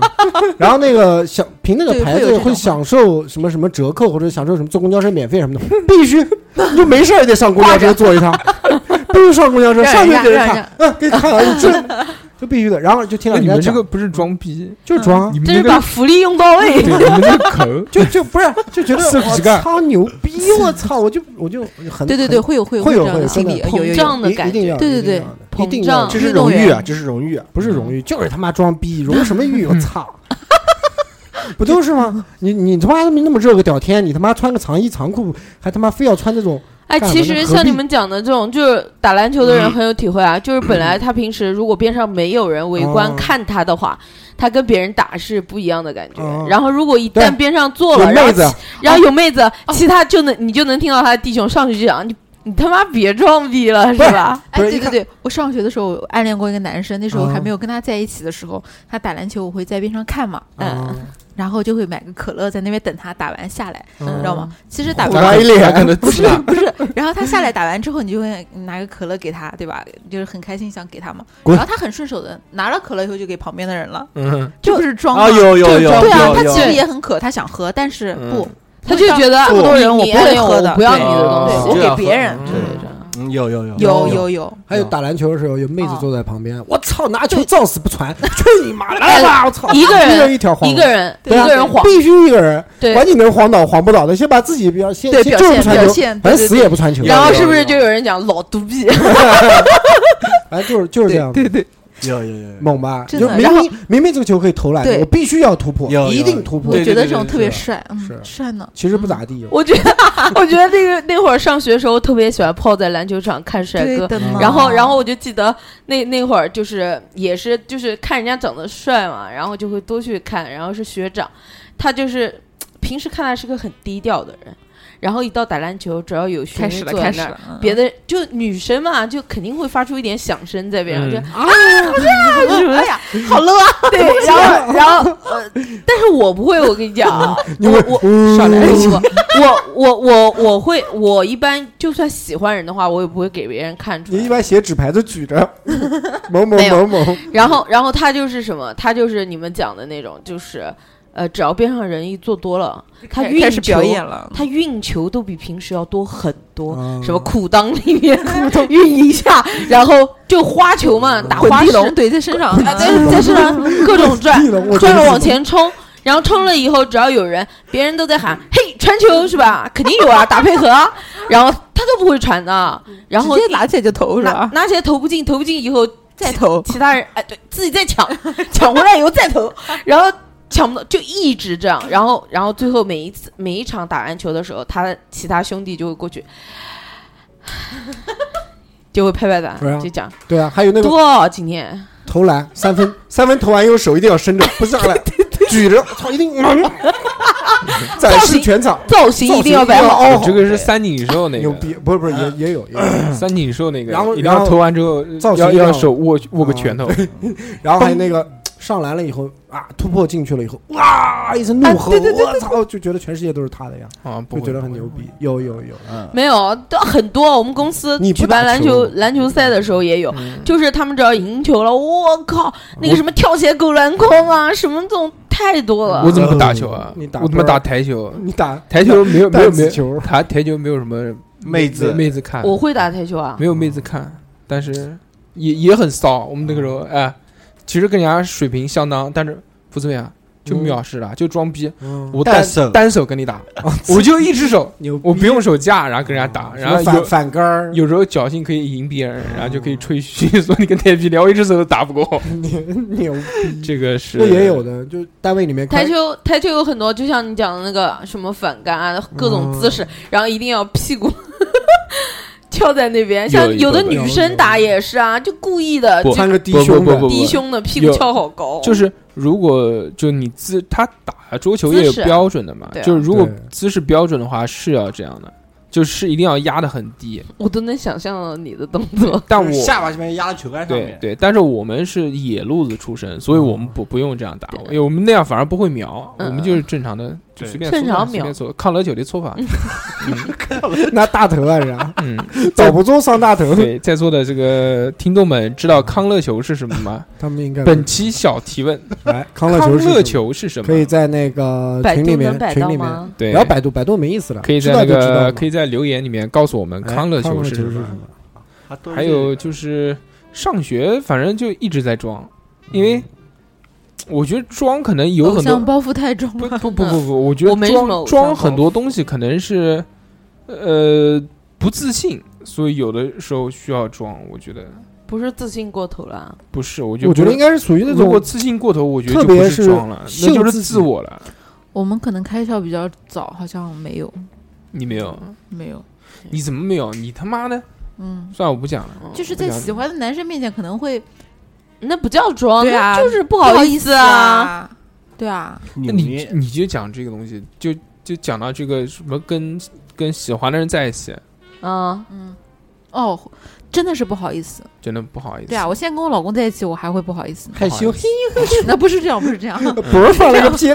然后那个享凭那个对牌会有这子种会享受什么什么折扣，或者享受什么坐公交车免费什么 的，必须你就没事儿也得上公交车坐一趟，必须上公交车，让上人去家给人让人看，嗯，给你看啊， 你这就必须的。然后就听到那人你家们这讲个，不是装逼，就是装啊你，们这这是把个福利用到位对，。你们这个 口就就不是就觉得四我皮干操牛逼，我操，我就我就很对对对，，会有会有会有这样会的有心真理，的呃有有有膨胀，很的一感一定觉要对对一定要的对一定膨要胀的这这是运荣动誉啊，员这是荣誉啊。不是荣誉，就是他妈装逼，荣什么誉？我操！不都是吗？你你他妈那么热个屌天，你他妈穿个长衣长裤，还他妈非要穿这种，哎，干其嘛呢实何像必你们讲的这种，就是打篮球的人很有体会啊。就是本来他平时如果边上没有人围观哦看他的话，他跟别人打是不一样的感觉哦。然后如果一对旦边上坐有了，然妹后子啊其然后有妹子，其他就能你就能听到他的弟兄上去就讲你你他妈别装逼了是不是吧？哎，不是对一对看对，我上学的时候暗恋过一个男生，那时候还哦没有跟他在一起的时候，他打篮球，我会在边上看嘛，嗯啊，然后就会买个可乐在那边等他打完下来，嗯知道吗？其实打咱俩完一啊脸可能不是 不是，然后他下来打完之后，你就会拿个可乐给他，对吧？就是很开心想给他嘛，滚然后他很顺手的拿了可乐以后就给旁边的人了，嗯，这不是装啊，吗？有有有有对啊，有他其实有也很渴，他想喝，但是嗯不，他就觉得这么多人你我你不会暗恋喝我的不要你的对东哦啊西。我这给样别人，嗯对对对，嗯有有有有有有，还有打篮球的时候，有妹子哦坐在旁边，我操，拿球照死不传，去你妈来吧！我操，一个人人一条黄一龙，个人一对啊个人晃，必须一个人，对管你能晃倒晃不倒的，先把自己表现，对先表就是不现传表球，现，对反正对死对，也不传球，然后是有不是有就有人讲老犊逼？ 反正就是就是这样，对对有有有有猛吧？真就的明然后明明明这个球可以投篮的，对我必须要突破有，有一有定突破我。觉对对得对这种特别是帅，嗯是，帅呢。嗯其实不咋地，我觉得，我觉得那个那会儿上学的时候，特别喜欢泡在篮球场看帅对哥。的嘛。然后，然后我就记得那那会儿就是也是就是看人家长得帅嘛，然后就会多去看。然后是学长，他就是平时看他是个很低调的人，然后一到打篮球，只要有学开妹始了，坐开在始那儿，了，嗯别的就女生嘛，就肯定会发出一点响声在边上，就嗯啊什么 的哎呀，好 low 啊！对，然后然后呃，但是我不会，我跟你讲 啊，因我为我上来就说，我我我我会，我一般就算喜欢人的话，我也不会给别人看出你一来。般写纸牌子举 着，某某没有某某，然后，然后他就是什么？他就是你们讲的那种，就是呃，只要边上人一坐多了，他开运开始表球演了。他运球都比平时要多很多。嗯啊什么裤裆里面 运一下，然后就花球嘛，打嗯滚花地式龙怼在身上，哎啊，对， 在身上嗯各种 转，地龙我转真着是往前冲，然后冲了以后，只要有人，别人都在喊“嘿，传球是吧？肯定有啊，打配合啊。” 然后他都不会传的，然后直接拿起来就投是拿吧？拿起来投啊不进，投不进以后，再 投，其他人哎对自己再抢，抢回来以后再投，然后。抢不到就一直这样，然后，然后最后每一次每一场打篮球的时候，他的其他兄弟就会过去， 就会拍拍对啊他，就讲对啊，还有那个多哦今天，投篮三分，三分投完以后手一定要伸着，不下 来，举着，操，一定，嗯展示全场，造型一定要摆好。哦，这个是三井寿那牛个，逼，不是不是也也有，也 有三井寿那个，然后一定要然后投完之后造型要一定要要手握握个拳头，然后还有那个上篮了以后啊，突破进去了以后，哇一声怒啊啊吼，我操，就觉得全世界都是他的呀， 啊，不就会觉得很牛。逼，有有有，嗯没有，都很多。我们公司你不举办打篮球球篮球赛的时候也有，嗯就是他们只要赢球了，我靠，那个什么跳起来狗篮筐啊，什么这种太多了我。怎么不打球啊？你打我他妈不是打台球，你打台球没 有没弹有没子有球，台台球没有什么妹子妹子看，我会打台球啊没，有妹子看，但是嗯也也很骚。我们那个时候哎，其实跟人家水平相当，但是不怎么样。嗯就藐视了，就装逼。嗯我单单手单手跟你 打，哦我就一只手，牛逼我不用手架，然后跟人家哦打，然后反有反杆儿，有时候侥幸可以赢别人，嗯然后就可以吹嘘说你跟太皮聊，我一只手都打不过。牛牛这个是嗯那也有的，就单位里面台开球，台球有很多，就像你讲的那个什么反杆啊，各种姿嗯势，然后一定要屁股 翘在那边。像有有的有女生打也是啊，就故意的不穿个低不不胸不不的，不，低胸的屁股有翘好高，就是如果就你姿他打桌球也有姿势标准的嘛对，啊就是如果对姿势标准的话是要这样的，就是一定要压得很低。我都能想象到你的动作。 但就是我下巴这边压到球杆上对面，对，但是我们是野路子出身，所以我们哦不不用这样打，对因为我们那样反而不会瞄，我们嗯就是正常的，就随便正搓法常随瞄便搓，抗瘌球的搓法。 拿大头啊，然后嗯，倒不中上大头，对，在座的这个听众们知道康乐球是什么吗？他们应该本期小提问：来嗯康乐康球是乐什么球是什么？可以在那个百群度里面能百群到里面吗？对不，要百度，百度没意思了，可以知在道那就知道个了。可以在留言里面告诉我们哎康乐康球乐是球什是什么。么？还有就是上学，反正就一直在装，因为我觉得装可能有偶很像多包袱太重不了。 不不不不，我觉我得没什装么偶像包装袱很多东西可能是呃不自信，所以有的时候需要装。我觉得不是自信过头了，不是，我觉得我觉不得是应该是属于那如果种自信过头，我觉得特就不别是装了，那秀就是自己自我了。我们可能开窍比较早，好像没有你没有？没有，你怎么没有？你他妈的！嗯，算了，我不讲了。就是我不在讲喜欢的男生面前可能会那不叫装，对啊那就是不不好意思啊。啊，对啊，那你你就讲这个东西，就就讲到这个什么跟跟喜欢的人在一起， 嗯，嗯，哦，真的是不好意思。真的不好意思。对啊，，我现在跟我老公在一起，我还会不好意 思呢。 害羞，那不是这样，不是这样。不是放了个屁，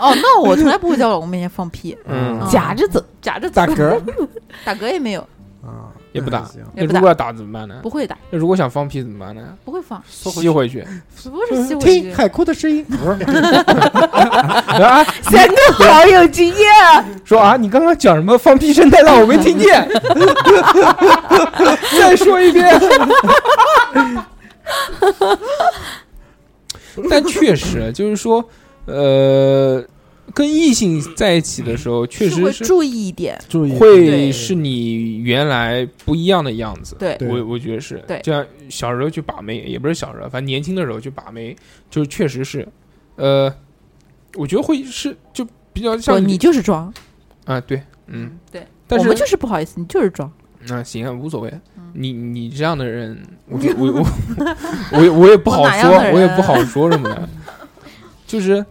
哦，那我从来不会在我老公面前放屁，嗯嗯，夹着走，夹着走打嗝 儿 打嗝也没有，啊，也不打。那嗯也不如打果，要打怎么办呢？不会打，那如果想放屁怎么办呢？不会放，吸回 去。不是吸回听去。海哭的声音，啊，三个好有经验，说啊，你刚刚讲什么放屁声太大，我没听见。 再说一遍。 但确实，就是说，呃，跟异性在一起的时候，确会实是注意一点， 注意会是你原来不一样的样子。对对我我觉得是，对就像小时候去把妹，也不是小时候，反正年轻的时候去把妹，就是确实是，呃，我觉得会是就比较不像你就是装，啊，对，嗯，对，但我是们就是不嗯好意思，你就是装，啊，行啊，无所谓，你你这样的 人，我就我我我也我也不好我哪说样的，人啊我也不好说什么的，就是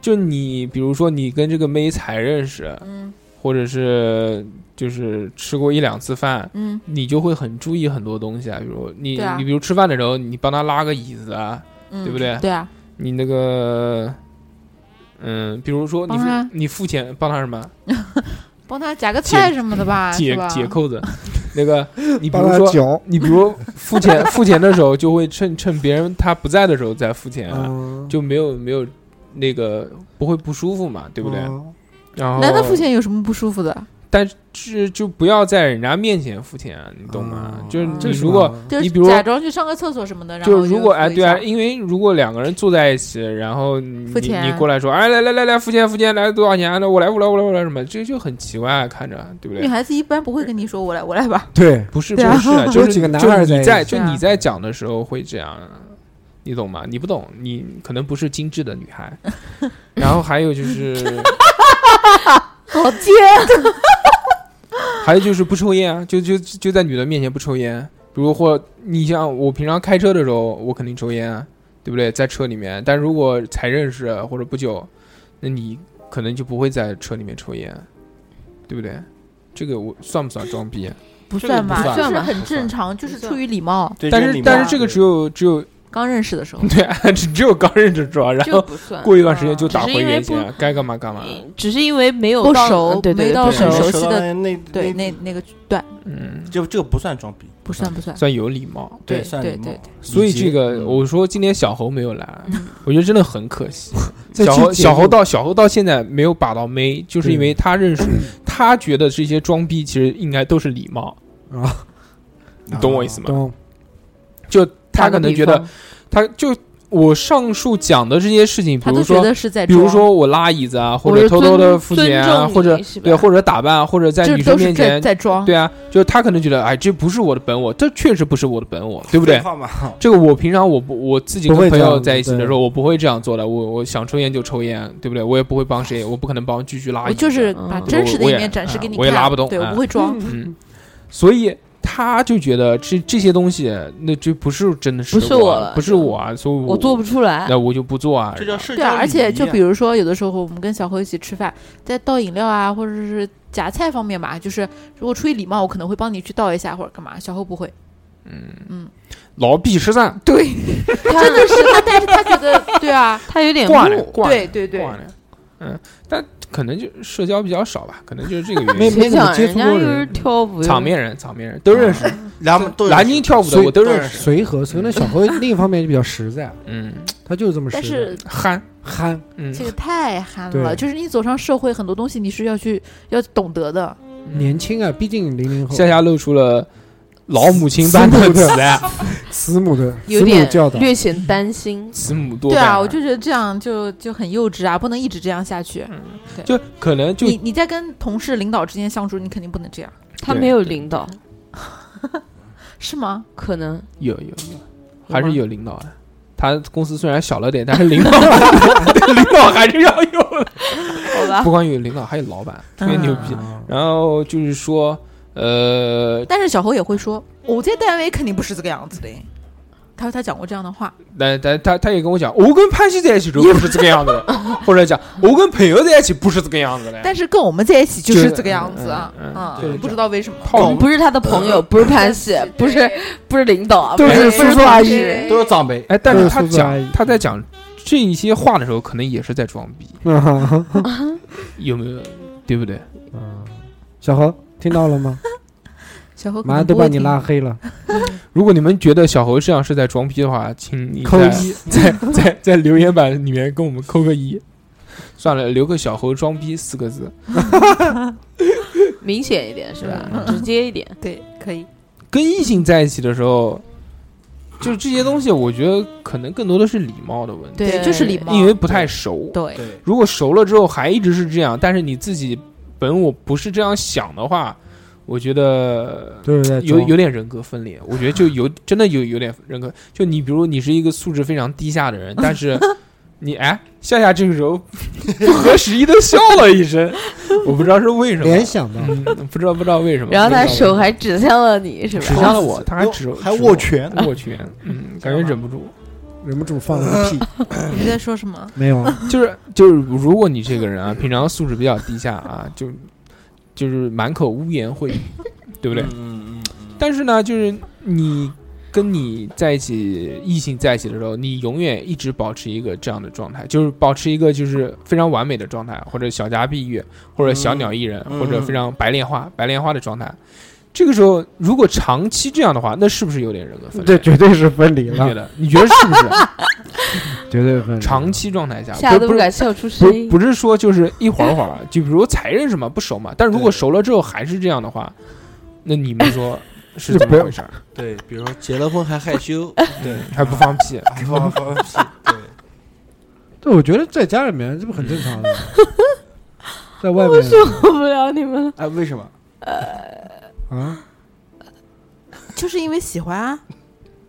就你比如说你跟这个妹才认识，嗯或者是就是吃过一两次饭，嗯，你就会很注意很多东西啊，比如你、对啊你比如吃饭的时候，你帮他拉个椅子啊，嗯对不对对啊，你那个，嗯，比如说你帮他付你付钱帮他什么帮他夹个菜什么的吧，解是吧解扣 子，那个 你比帮如他说嚼，你比如付钱付钱的时候，就会趁趁别人他不在的时候再付钱啊，嗯，就没有没有那个不会不舒服嘛，对不对？嗯然后男的付钱有什么不舒服的？是就不要在人家面前付钱啊，你懂吗？哦就是这你是如果吧就你是比如假装去上个厕所什么的，然后就如果哎，付一对啊，下因为如果两个人坐在一起，然后你付钱你过来说，哎，来来来来，付钱付钱，来多少钱？啊那我来我来我来我来什么？这就很奇怪啊，看着对不女对？孩子一般不会跟你说我来我来 吧，对，不是不对啊是啊， 就就是是几个男孩就儿你在在一就对啊你在讲的时候会这样，你懂吗？你不懂，你可能不是精致的女 孩。然后还有就是，好贱，还有就是不抽烟啊，就就就在女的面前不抽烟。比如或你像我平常开车的时候，我肯定抽烟啊，对不对？在车里面，但如果才认识啊或者不久，那你可能就不会在车里面抽烟，对不对？这个我算不算装逼啊？ 不算吧这个，不就算是吧很正常，就是出于礼貌。对但这个是礼貌但是这个只有只有，刚认识的时候对、啊，只有刚认识装，然这后不算。嗯过一段时间就打回啊只是因为嗯原形啊，该干嘛干嘛。只是因为没有不到熟嗯对对没对到对手手熟悉的那对，那那那个段嗯，就这个不算装逼，不算不算，算有礼貌。对算对礼貌对，所以礼节这个嗯我说今天小猴没有来嗯，我觉得真的很可惜。在小猴纠结小猴到小猴到现在没有把到妹，就是因为他认识，他觉得这些装逼其实应该都是礼貌，啊你懂我意思吗？懂，就他打可个能比觉方得，他就我上述讲的这些事情，比他如都觉说，得是在比如装，说我拉椅子啊，或我者是偷偷的尊付钱啊，尊重或者你是吧对，或者打扮，啊或者在就女生都是面在前，在哦装。对啊，就是他可能觉得，哎，这不是我的本我，这确实不是我的本我，对不对？话嘛，这个我平常我不我自己不跟会朋这样友子在一起的对时候，我不会这样做的，我我想抽烟就抽烟，对不对？我也不会帮谁，我不可能帮居居拉椅我子，就是把嗯真实啊的我一也面展示给你看，我也拉不动对我啊不会装。嗯，所以他就觉得这这些东西，那就不是真的是不是我我啊了不是我啊，所以我我做不出来。那我就不做啊。这叫社对交啊，而且礼仪就啊比如说，有的时候我们跟小何一起吃饭，在倒饮料啊，或者是夹菜方面吧，就是如果出于礼貌，我可能会帮你去倒一下或者干嘛。小何不会，老毕十三，对，真的是他，但是他觉得， 对啊，他有点挂了木，挂了对对对，挂了。嗯，但可能就社交比较少吧，可能就是这个没原因。没谁怎么想接人触家过又是人，跳舞，场面人，场面人都啊认识，俩们都南京跳舞的所以我都认识。识，随和，所以那小何另一方面就比较实在，嗯，他就是这么但实是在，憨，憨。嗯这，个太憨对了，就是你走上社会，很多东西你是要去要懂得的。嗯年轻啊，毕竟零零后，夏夏露出了老母亲般 的慈爱，慈母的有慈母点教导，略显担心。慈母多对败啊，儿我就觉得这样就就很幼稚啊，不能一直这样下去。就可能就你你在跟同事、领导之间相处，你肯定不能这样，他对没有领导，是吗？可能有有有，还是吗有领导的。他公司虽然小了点， 但是领导领导还是要有的。好吧。不光有领导，还有老板，特嗯别牛逼。啊然后就是说，呃，但是小侯也会说，嗯我在单位肯定不是这个样子的。他说他讲过这样的话，但但他他也跟我讲，我跟潘西在一起的时候不是这个样子 的，或者讲我跟朋友在一起不是这个样子的。但是跟我们在一起就就是这个样子啊，嗯嗯啊对不知道为什么。套我路不是他的朋嗯友，不是 潘西，不是不是领导，啊都不是不叔是叔阿姨，同事。都是长辈，哎，但是对他苏子阿姨讲他在讲这一些话的时候，可能也是在装逼，嗯哈哈有没有？对不对？嗯小何听到了吗？小侯可马能上都不会把你听拉黑了，如果你们觉得小侯这样是在装逼的话，请你扣在一。 在在在留言板里面跟我们扣个一。算了，留个小猴装逼四个字，明显一点是吧嗯？直接一点，对，可以。跟异性在一起的时候，就是这些东西，我觉得可能更多的是礼貌的问题，对，对就是礼貌。因为不太熟。对，对，如果熟了之后还一直是这样，但是你自己本我不是这样想的话，我觉得都是在有装有点人格分裂。我觉得就有真的有有点人格，就你比如你是一个素质非常低下的人，但 是你哎夏夏这个时候不合时宜的笑了一声，我不知道是为什么，联想到嗯，不知道不知道为什么。然后他不知道手还指向了你是指吧？向了我，他还指有还握，拳指，我握拳，嗯，感觉忍不住。嗯忍不住放了个屁，你在说什么？没 有啊，就是就是，如果你这个人啊，平常素质比较低下啊，就就是满口污言秽语，对不对？嗯嗯但是呢，就是你跟你在一起异性在一起的时候，你永远一直保持一个这样的状态，就是保持一个就是非常完美的状态，或者小家碧玉，或者小鸟依人，嗯或者非常白莲花白莲花的状态。这个时候，如果长期这样的话，那是不是有点人格分裂？这绝对是分离你觉了，得？你觉得是不是？绝对分离了。长期状态下，吓不是得不不是敢笑出声不音。不是说就是一会儿会儿， 就比如才认识嘛，不熟嘛。但如果对熟了之后还是这样的话，那你们说是怎就不么要回事儿？对，比如说结了婚还害羞， 对，还不放屁？还放放屁，对，对，我觉得在家里面这不很正常 的吗，在外面受不了你们了， 哎，为什么？啊，就是因为喜欢啊。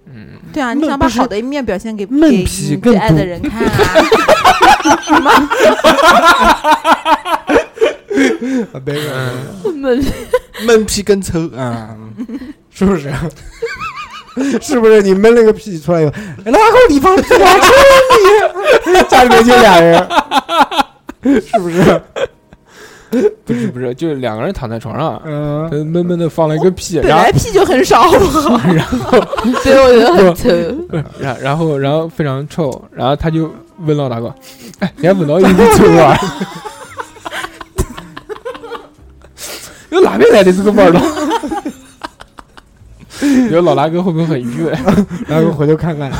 嗯，对啊，闷你想把不是好的一面表现给闷给皮你更最爱的毒人 看啊。啊，没有， 闷闷屁跟抽啊，是不是？ 是不是你闷了个屁出来以后，然后你放屁，啊我抽你， 家里面就俩人， 是不是？不是不是，就是两个人躺在床上， 嗯、呃闷闷的放了一个屁，本然后来屁就 很少， 所以我觉得很丑。然然后然后非常臭，然后他就问老大哥，哎，人家闻到一股臭味儿， 又哪边来的这个味儿道？你说老大哥会不会很郁闷？然后回头看看，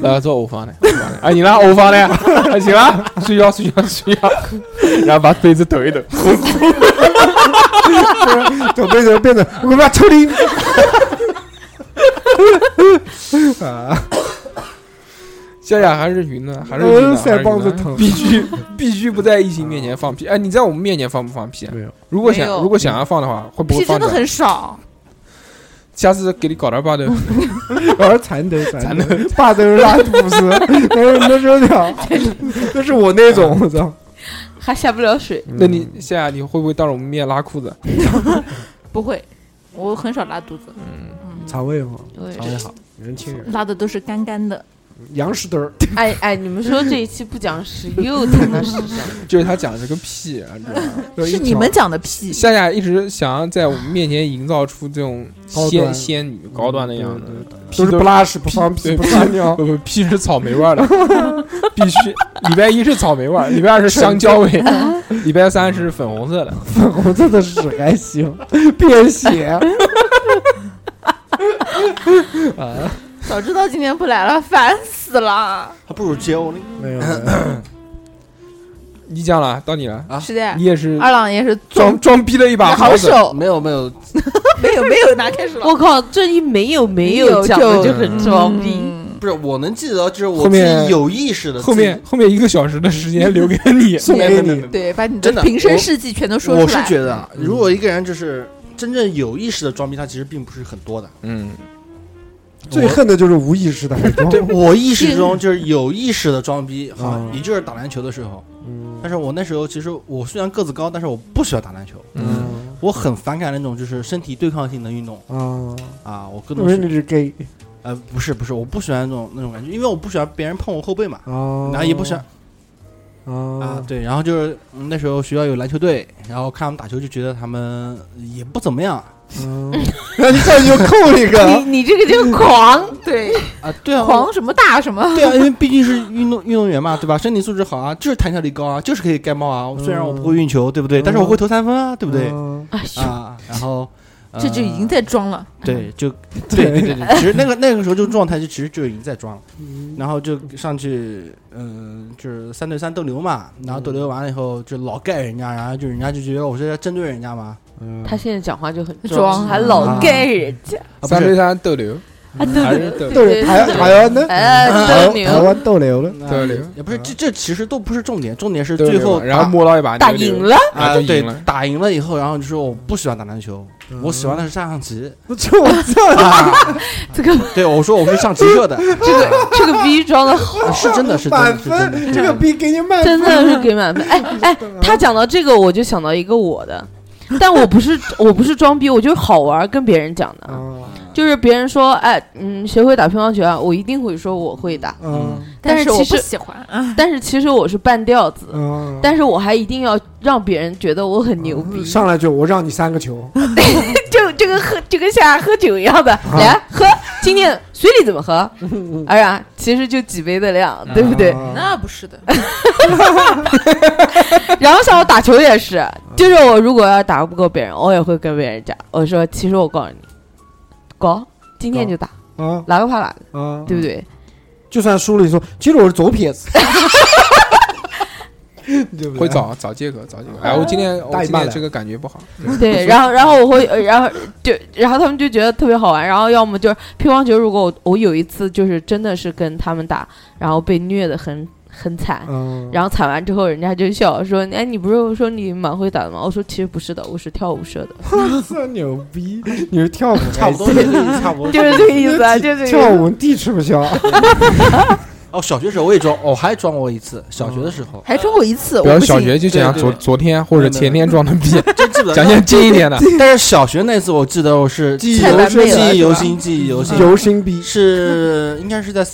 老大做欧方的，欧方的，哎，你那欧方的，哎行了，睡觉睡觉睡觉，然后把被子抖一抖，就变成变成，我 他妈抽你！啊，夏夏还是云南，还是云呃南，腮帮子还是云南疼必须 必须不在异性面前放屁。哎，你在我们面前放不放屁？啊没有。如果想啊没有如果想要放的话，会不会屁放真的的？很少，下次给你搞点巴豆，我是蚕豆，蚕蚕豆，爸都是拉哎肚子，但是没受了，这是我那种，我操！还下不了嗯水。嗯那你夏夏你会不会当着我们面拉裤子？ 不会，我很少拉肚子，嗯，嗯，肠胃好，我也肠是胃好，年轻人，拉的都是干干的，羊屎墩儿，哎哎，你们说这一期不讲屎又谈到屎上，就是他讲的是个屁，啊，你知道 吗？就是一你条们讲的屁，夏夏一直想要在我们面前营造出这种高仙端嗯仙女高端的样子，屁都是不拉屎不放屁对不撒尿， 不不，屁是草莓味儿的，必须。礼拜一是草莓味儿，礼拜二是香蕉味，礼拜三是粉红色的。粉红色的屎还行， 便血。早知道今天不来了，烦死了。还不如接我呢。没有，没有嗯你讲了，到你了，是的你，也是二郎也是装装逼了一把好好手。手，没有没有，没有没有拿开始了，我靠，这一没有没有有讲的就就很装逼。嗯不是我能记得，就是后我自面己有意识的。后面后面一个小时的时间留给 你，送给你，对，把你真的平生我事迹全都自己说我出是来。觉得，啊，如果一个人就是真正有意识的装逼，他其实并不是很多的。嗯， 最恨的就是无意识的，还装对我意识中就是有意识的装逼，好，嗯也就是打篮球的时候。嗯但是我那时候其实我虽然个子高，但是我不喜欢打篮球，嗯，我很反感那种就是身体对抗性的运动啊，啊。我各我种说你是 gay 呃不是不是，我不喜欢那种那种感觉，因为我不喜欢别人碰我后背嘛，啊，然后也不喜欢啊啊，对，然后就是嗯那时候学校有篮球队，然后看他们打球就觉得他们也不怎么样嗯然后你就扣一个你你这个就狂，嗯对，啊，对啊，狂什么大什么，对啊，因为毕竟是运动运动员嘛，对吧？身体素质好啊，就是弹跳力高啊，就是可以盖帽啊。虽然我不会运球，对不对？但是我会投三分啊， 对不对？嗯哎呦，啊，然后呃这就已经在装了。嗯对，就对对对对，其实那个那个时候就状态就其实就已经在装了，嗯然后就上去，嗯，就是三对三斗牛嘛，然后斗牛完了以后就老盖人家，然后就人家就觉得我是在针对人家嘛，嗯他现在讲话就很装还老盖人家，啊不三对是，三斗牛，啊还对是斗逗留台台湾 的啊哎台嗯斗湾台牛湾逗留了， 啊斗牛也不是这这其实都不是重点，重点是斗最牛后嘛然打后摸到一把打牛赢牛，嗯了，然啊后就对赢了，打赢了以后，然后就说我不喜欢打篮球，嗯我喜欢的是下象 棋，这我操，啊这个对我说我是象棋社的， 这个这个逼 装的好，啊是真的是真满的是真的，哎分，这个逼给你满真分，的是给满分。哎哎，他讲到这个，我就想到一个我的，但我不是 我不是装逼，我就是好玩儿跟别人讲嗯的。啊就是别人说，哎，嗯，谁会打乒乓球啊？我一定会说我会打，嗯但是是我其不实，嗯喜欢啊，但是其实我是半吊子，嗯，但是我还一定要让别人觉得我很牛逼，上来就我让你三个球，就就跟喝就跟下喝酒一样的，来喝，今天水里怎么喝？哎呀，其实就几杯的量， 对不对？啊那不是的，然后像我打球也是，就是我如果要打不过别人，我也会跟别人讲，我说其实我告诉你，搞，今天就打，啊哪个怕哪个，啊，对不对？就算输了，你说其实我是左撇 子，对不对？会找找借口，找借口。哎，我今天我大姨今妈天来这个感觉不好，对，然后然后我会，呃然后就然后他们就觉得特别好玩，然后要么就是乒乓球，如果我我有一次就是真的是跟他们打，然后被虐的很很惨，嗯，然后惨完之后人家就笑说，哎，你不是说你蛮会打的吗？我说其实不是的，我是跳舞社的， 这牛逼，你是跳舞差不多这个意思差不多 就是这个意思啊，就是这个意思跳舞地吃不消，哦，小学时候我也装，我还装过一次。小学的时候， 还装过一次，不我要不小信。学就讲对对昨对昨天或者前天装的逼， 这基本讲些近一点的。但是小学那次我记得我是记忆记犹太完新美，了忆犹新，记忆犹新，游心逼，是应该是在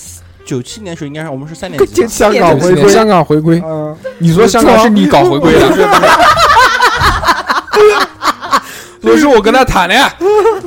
九七年时候，应该是我们是三年级吧，香港回归，香港回归，嗯，你说香港是你搞回归 的？不是我跟他谈的，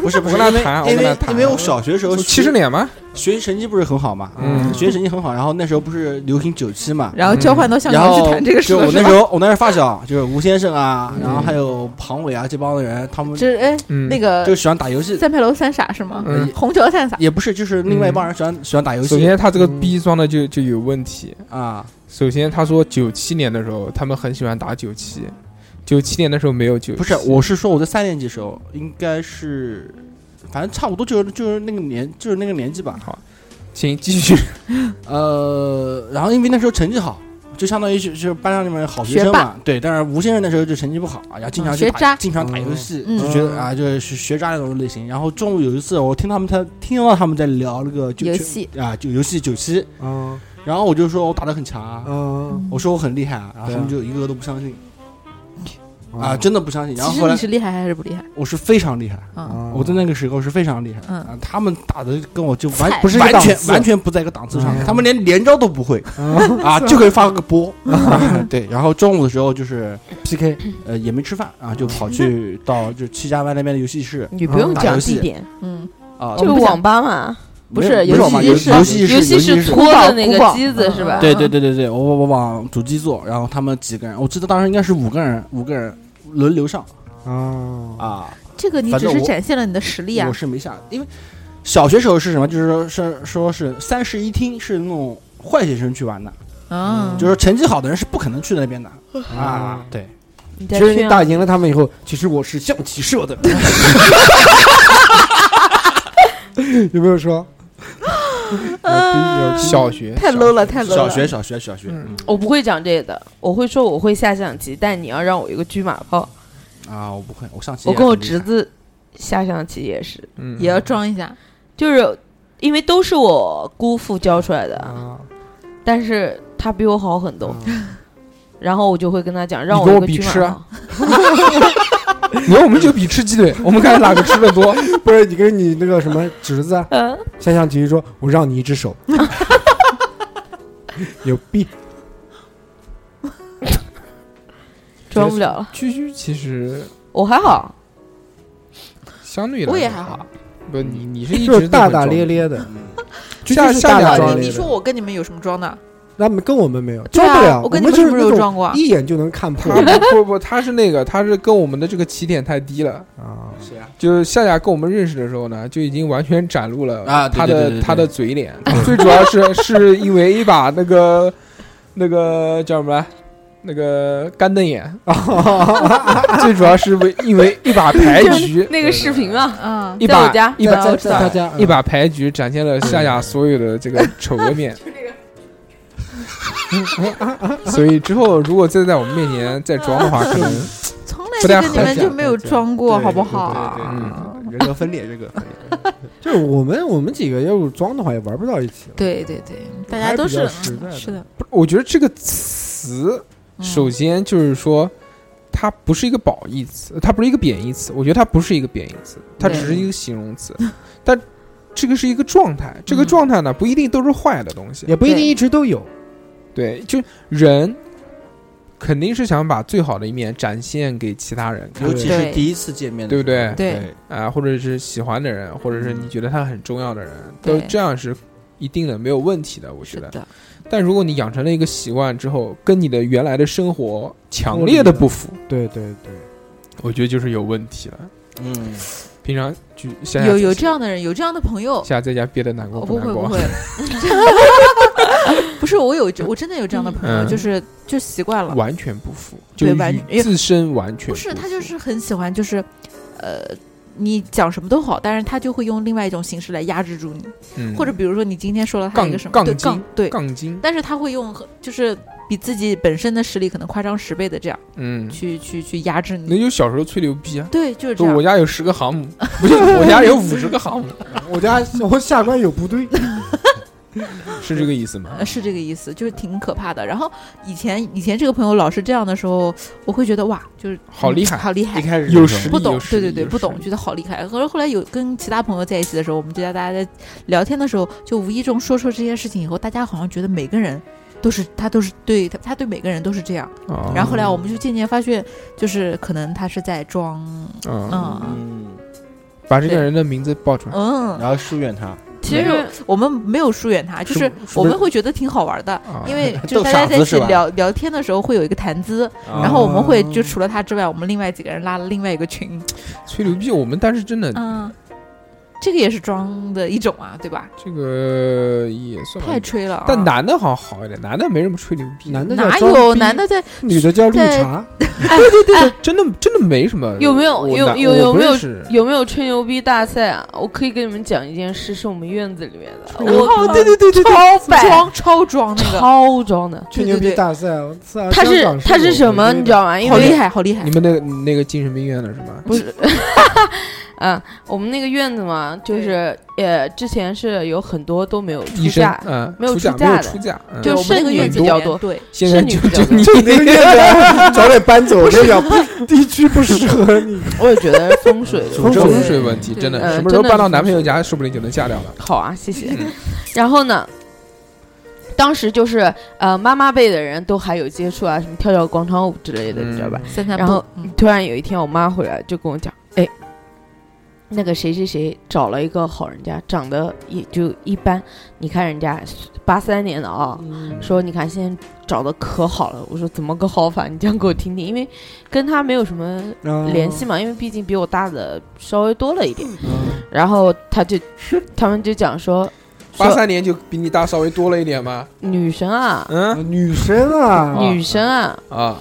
不是不是，我跟他因为谈我因跟他为谈因为我小学的时候七十年脸吗？学习成绩不是很好嘛，嗯学习成绩很好，然后那时候不是流行九七嘛。然后交换到香嗯然港去后谈这个事就了我是那时吧？候，我那时候发小就是吴先生啊，然后还有庞伟啊这帮人，他们这哎，嗯，那个个就喜欢打游戏，三牌楼三傻是吗？嗯虹桥三傻，也不是就是另外一帮人喜欢喜欢打游首戏先他这个逼装的就就有问题。啊，首先他说九七年的时候他们很喜欢打九七，九七年的时候没有九，不是，我是说我在三年级时候，应该是，反正差不多就是就是那个年就是那个年纪吧。请继 续。呃，然后因为那时候成绩好，就相当于是就是班上里面好学学生霸嘛。对，但是吴先生那时候就成绩不好，然后经常嗯去学打渣经常打游戏，嗯就觉得啊，就是学渣那种类型。然后中午有一次，我听他们在听到他们在聊那个九游九戏啊，就游戏九七，嗯然后我就说我打的很强啊，嗯我说我很厉害啊，然后对啊他们就一个个都不相信嗯啊，真的不相信。然后其后实来你是厉害还是不厉害？我是非常厉害，嗯，嗯我在那个时候是非常厉害嗯啊，他们打的跟我就完菜不是一个完档全次完全不在一个档次上嗯，他们连连招都不会。嗯啊，就可以发个波。 对，然后中午的时候就是， PK 呃，也没吃饭啊，就跑去到就七家湾那边的游戏室你不用讲地点，嗯，啊，就是网吧嘛，不没是有没有游网吧戏游室，游戏游戏室室拖的那个机子是吧？对对对对对，我我我往主机坐，然后他们几个人，我记得当时应该是五个人，五个人轮流上啊啊，这个你反只正是我展现了你的实力啊我。是没下，因为小学时候是什么？就是说是说是三室一厅是那种坏学生去玩的，嗯，就是成绩好的人是不可能去那边的啊，嗯对。你其在实你炫打赢了他们以后，其实我是象棋社的，嗯有没有说？呃嗯嗯有小学太 low 了，太 low 了。小学，小学，小学，嗯我不会讲这个的，我会说我会下象棋，但你要让我有个车马炮，啊，我不会，我上棋我也跟我很厉侄害子下象棋也是，嗯也要装一下，就是因为都是我姑父教出来的，啊，但是他比我好很多，然后我就会跟他讲，让跟有我个比车吃马啊炮。你看我们就比吃鸡腿，我们看哪个吃的多。不是你跟你那个什么侄子啊嗯，下象棋说，我让你一只 手，牛逼！装不了了，蛐蛐其实我还好，相对来，我也还好。。不，你 你是一就直是大大咧咧的，嗯就下是下大两大个咧装啊你咧你的说。我跟你们有什么装的？那么跟我们没有，对装不啊，了。我我跟你们们就是不是那有种装过啊？一眼就能看破他不不不，他是那个，他是跟我们的这个起点太低了。啊。 谁啊？就是夏夏跟我们认识的时候呢，就已经完全展露了啊对他对对的对对他的嘴脸。 最主要是是因为一把那个那个叫什么来？那个干瞪眼， 最主要是为因为一把牌局， 那个视频啊嘛，嗯，一在我把家一把在我嗯在大嗯家一把牌局展现了夏夏所有的这个丑恶 面。 所以之后如果再在我们面前再装的话，可能 从不太来就跟好你们讲就没有装过，对好不对对啊好？对嗯人格分裂，人格分裂。 就是我们我们几个要是装的话，也玩不到一起。对对对，大还家比都较是实在嗯的是的，我觉得这个词嗯首先就是说，它不是一个褒义词，它不是一个贬义词。我觉得它不是一个贬义词，它只对嗯是一个形容词。 但这个是一个状态，这个状态呢不一定都是坏的东西。也不一定一直都有。对，就人肯定是想把最好的一面展现给其他人看嗯尤其对是第一次见面的时候，对不对对啊，或者是喜欢的人，或者是你觉得他很重要的人，都对这样是一定的，没有问题的。我觉是得。的，但如果你养成了一个习惯之后，跟你的原来的生活强烈的不符，对对对，我觉得就是有问题了。嗯，平常就夏夏有有这样的人，有这样的朋友，夏夏在家憋得难过哦不难会过不？会，不是我有我真的有这样的朋友，嗯就是就习惯了，啊 完全不符，就对是完与自身完全不是符他就是很喜欢，就是呃，你讲什么都好，但是他就会用另外一种形式来压制住你，嗯或者比如说你今天说了他杠一个什么杠对精杠对，杠精，但是他会用很就是比自己本身的实力可能夸张十倍的这样嗯，去去去压制那你，就小时候吹牛逼啊，对，就是这说我样。家有十个航母，不是我家有五十个航母， 我家我下关有部队，是这个意思吗？呃，是这个意思，就是挺可怕的。然后以前以前这个朋友老是这样的时候，我会觉得哇，就是嗯好厉害好厉害一，开始有时实不力，懂有，实对力对对，不懂，。觉得好厉害。后来后来有跟其他朋友在一起的时候，我们就在大家在聊天的时候，就无意中说出这些事情以后，大家好像觉得每个人都是他都是对他他对每个人都是这样。啊然后哦后来我们就渐渐发现，就是可能他是在装，嗯，啊嗯嗯，把这个人的名字报出来，嗯，然后疏远他，其没有实我们没有疏远他，就是是我们会觉得挺好玩的。啊因为就逗是大家傻在子一是起吧啊聊聊天的时候会有一个谈资，嗯然后我们会就除了他之外，我们另外几个人拉了另外一个群，吹牛逼，我们但是真的嗯，这个也是装的一种啊，对吧？这个也算吧太吹了啊、嗯但男的好像好一点，男的没什么吹牛逼， 男的叫哪装有逼男的在女的叫绿在茶，真的真的没什么。有没有我有男有我有不没有认识有没有吹牛逼大赛啊？我可以跟你们讲一件事，是我们院子里面的，我哦，对对对对 超对，装超装那个，超装的。吹对牛对逼对，大赛，我操！他是香港他是我什我么，觉你得知道吗？因好为厉害，好厉害你！们那个那个精神病院的是吧？不是，啊，我们那个院子嘛，就是呃，之前是有很多都没有出医生嫁，嗯，没有出价出没价有的出价，嗯对就我们那剩个女院子比里较面多对，现在剩女就比较就多 你就 那个院 子，早点搬走。我跟你讲，不地区不适合 你。我也觉得是风水的风问水题风水问题，对真的呃什么时候真的搬到是男朋友家，说不定就能嫁掉了。好啊，谢谢嗯。然后呢，当时就是呃，妈妈辈的人都还有接触啊，什么跳跳广场舞之类的，你知道吧？散散步然后嗯突然有一天，我妈回来就跟我讲，哎，那个谁谁谁找了一个好人家，长得也就一般，你看人家八三年的啊、嗯说你看现在找的可好了。我说怎么个好法？你讲给我听听，因为跟他没有什么联系嗯嘛，因为毕竟比我大的稍微多了一点。然后 他就他们就讲说，八说三年就比你大稍微多了一点吗？女生啊，嗯女生啊，女生啊，啊啊，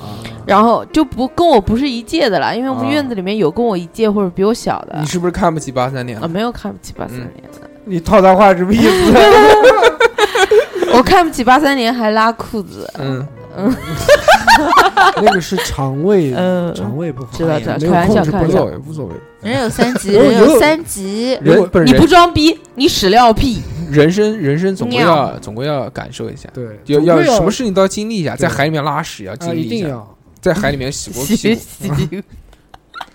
然后就不跟我不是一届的啦，因为我们啊院子里面有跟我一届或者比我小的你。是不是看不起八三年啊，了？没有看不起八三年的，你套他话什么意 思？我看不起八三年还拉裤子，嗯，那个是肠胃，嗯，肠胃不好，知道知道，没有开玩控笑制啊开无不住玩所笑，谓，无所谓。人有三级，我人有有三级，人不是你不人，装逼，你屎尿屁，人生人生总归尿要总归要感受一下，对，要总要归什么事情都要经历一下，在海里面拉屎也要啊，经历一定下，要，在海里面洗过洗屁股，洗屁股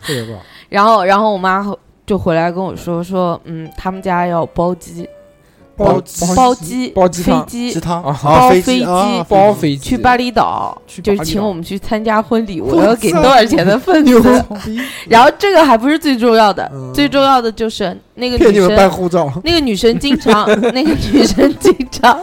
特别不好。然后然后我妈就回来跟我说说，嗯，他们家要包机，包包 机，包机飞汤机，汤啊包飞飞机啊机包飞机去巴厘岛，去就巴是厘请岛我们去参加婚礼，我我要给操多少钱 的 份牛子？逼！然后这个还不是最重要的，嗯最重要的就是那个骗女你们办生，护照，那个女生经常， 那个女生经常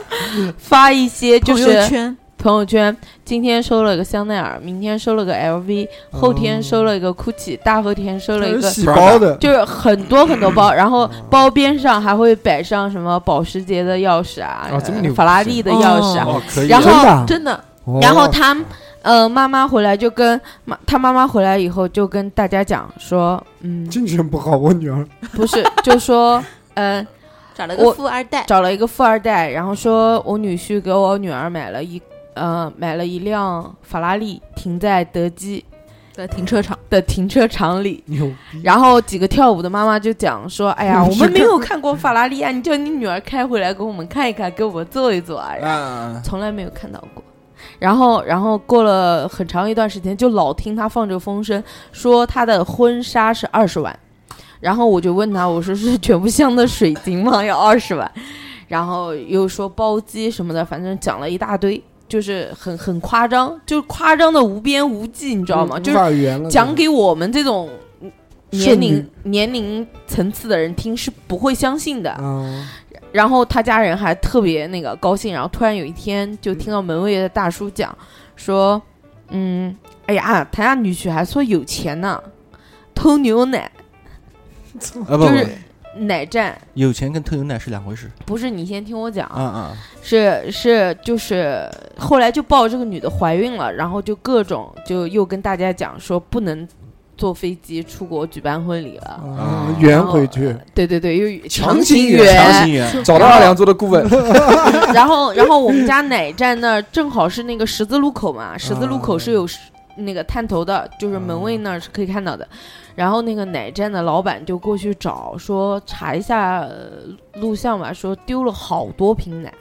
发一些就朋是友圈朋友圈，今天收了个香奈儿，明天收了个 LV，后天收了一个 GUCCI，大后 天收了一个，洗包的，就是很多很多包，然后包边上还会摆上什么保时捷的钥匙啊，哦这么牛法拉利的钥匙啊，哦，可以然真的后啊真的，哦然后他呃妈妈回来就跟妈他妈妈回来以后就跟大家讲说，嗯，精神不好，我女儿不是，就说嗯。找了我个富二代，找了一个富二代，然后说我女婿给我女儿买了一呃买了一辆法拉利，停在德基在停车场，的停车场里。牛逼，然后几个跳舞的妈妈就讲说：“哎呀，你我是们没有看过法拉利啊，你叫你女儿开回来给我们看一看，给我们坐一坐啊。”啊，从来没有看到过。然后，然后过了很长一段时间，就老听他放这个风声，说他的婚纱是二十万。然后我就问他，我说是全部镶的水晶吗？ 要二十万？然后又说包机什么的，反正讲了一大堆，就是很很夸张，就是夸张的无边无际，你知道吗？无就是法圆了，讲给我们这种年剩女龄年龄层次的人听是不会相信的。啊，然后他家人还特别那个高兴，然后突然有一天就听到门卫的大叔讲说，嗯，哎呀，他家女婿还说有钱呢，偷牛奶啊不就不是，奶站，有钱跟偷牛奶是两回事。不是你先听我讲，啊啊，是是就是后来就报这个女的怀孕了，然后就各种就又跟大家讲说不能坐飞机出国举办婚礼了，啊圆然后回去，对对对，又强行行圆圆强行圆，找到二两做的顾问，然后，然后我们家奶站那儿正好是那个十字路口嘛，十字路口是有十那个探头的，就是门卫那儿是可以看到的。然后那个奶站的老板就过去找，说查一下呃录像吧，说丢了好多瓶奶。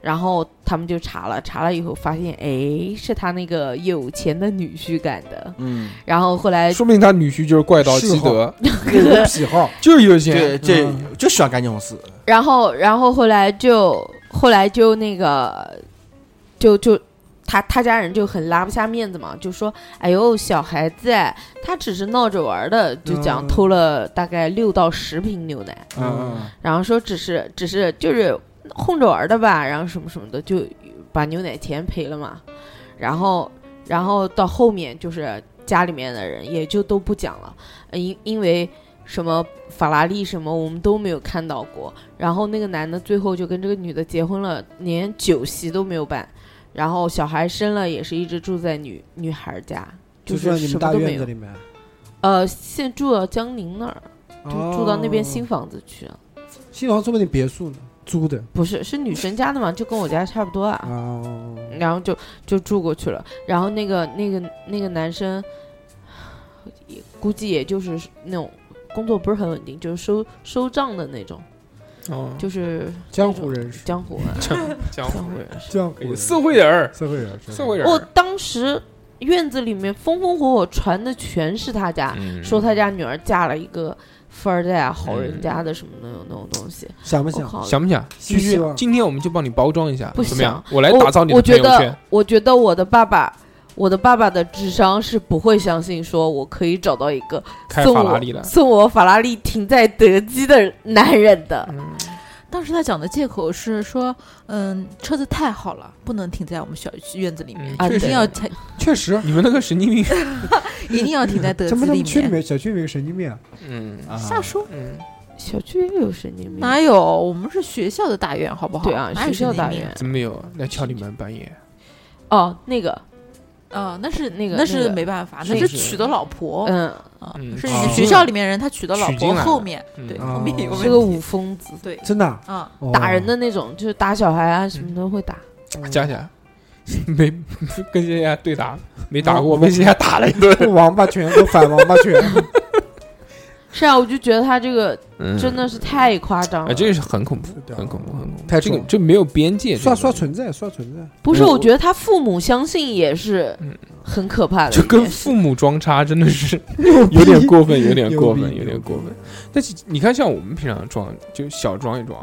然后他们就查了，查了以后发现，哎，是他那个有钱的女婿干的。嗯，然后后来说不定他女婿就是怪盗是基德，有 个癖好，就是有钱。对对，就喜欢干这种事，然后，然后后来就后来就那个，就就他他家人就很拉不下面子嘛，就说：“哎呦，小孩子，哎他只是闹着玩儿的，就讲嗯偷了大概六到十瓶牛奶，嗯，然后说只是只是就是哄着玩儿的吧，然后什么什么的，就把牛奶钱赔了嘛。然后，然后到后面就是家里面的人也就都不讲了，呃因因为什么法拉利什么，我们都没有看到过。然后那个男的最后就跟这个女的结婚了，连酒席都没有办，然后小孩生了也是一直住在女女孩家，就是说你们什么大都没院有子。里面，呃，现住到江宁那儿，就住到那边新哦，房子去了。新房说不定别墅呢，租的不是，是女生家的嘛，就跟我家差不多啊。哦，然后就就住过去了。然后那个那个那个男生，也估计也就是那种工作不是很稳定，就是收收账的那种，哦，就是江湖人士，江湖啊江 江湖人士。江湖人士哎社会人儿，社会人嗯士，社会人我儿，当时院子里面风风火火传的全是他家，嗯说他家女儿嫁了一个富二代啊、好人家的什么那种那种东西。想不我想？靠！想不想？希继续望，今天我们就帮你包装一下，不怎么样想？我来打造你我的我朋觉友圈得，。我觉得我的爸爸，我的爸爸的智商是不会相信说我可以找到一个开送法拉我利的送我法拉利停在德基的男人的。嗯，当时他讲的借口是说，嗯，车子太好了，不能停在我们小区院子里面，嗯一确定实要停，确实，你们那个神经病，一定要停在德怎基么他里们区里面。面小区里面有神经病啊？嗯瞎说，嗯，小区也有神经病，哪有？我们是学校的大院，好不好？对啊，哪学有校神经大病院怎么没有？来敲你门半夜，哦，那个啊，那是那个那那是个没办法，是那不是是娶的老婆，嗯，啊嗯是哦学校里面人他娶的啊老娶进婆来的后面，嗯对，哦后面有是个问五题，疯子，对真的啊，啊，哦打人的那种，就是打小孩啊，什嗯么都会打。加 起来。没 跟人家对打，没打过，被人家打了一顿。王八拳和反王八拳，是啊，我就觉得他这个嗯真的是太夸张啊，了。这个是很恐怖，对啊很恐怖，很恐怖。太这个重了这没有边界，刷这刷个东西存在，刷存在，不是，我我觉得他父母相信也是嗯很可怕的一就件事，跟父母装叉真的是有点过分，有点过分，有点过分。但是你看，像我们平常装，就小装一装，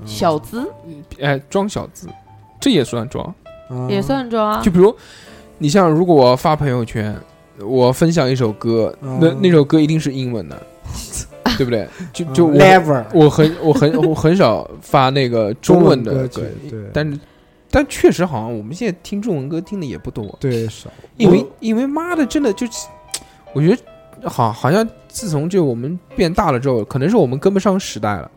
嗯小资哎，装小资，这也算装。嗯也算装啊就。比如，你像如果我发朋友圈，我分享一首歌，那嗯那首歌一定是英文的，对不对？就嗯就我 lever，我很我很我很少发那个中文的中歌文歌曲，对但是但确实好像我们现在听中文歌听的也不多，对少，因为因为妈的，真的就，我觉得好好像自从就我们变大了之后，可能是我们跟不上时代了，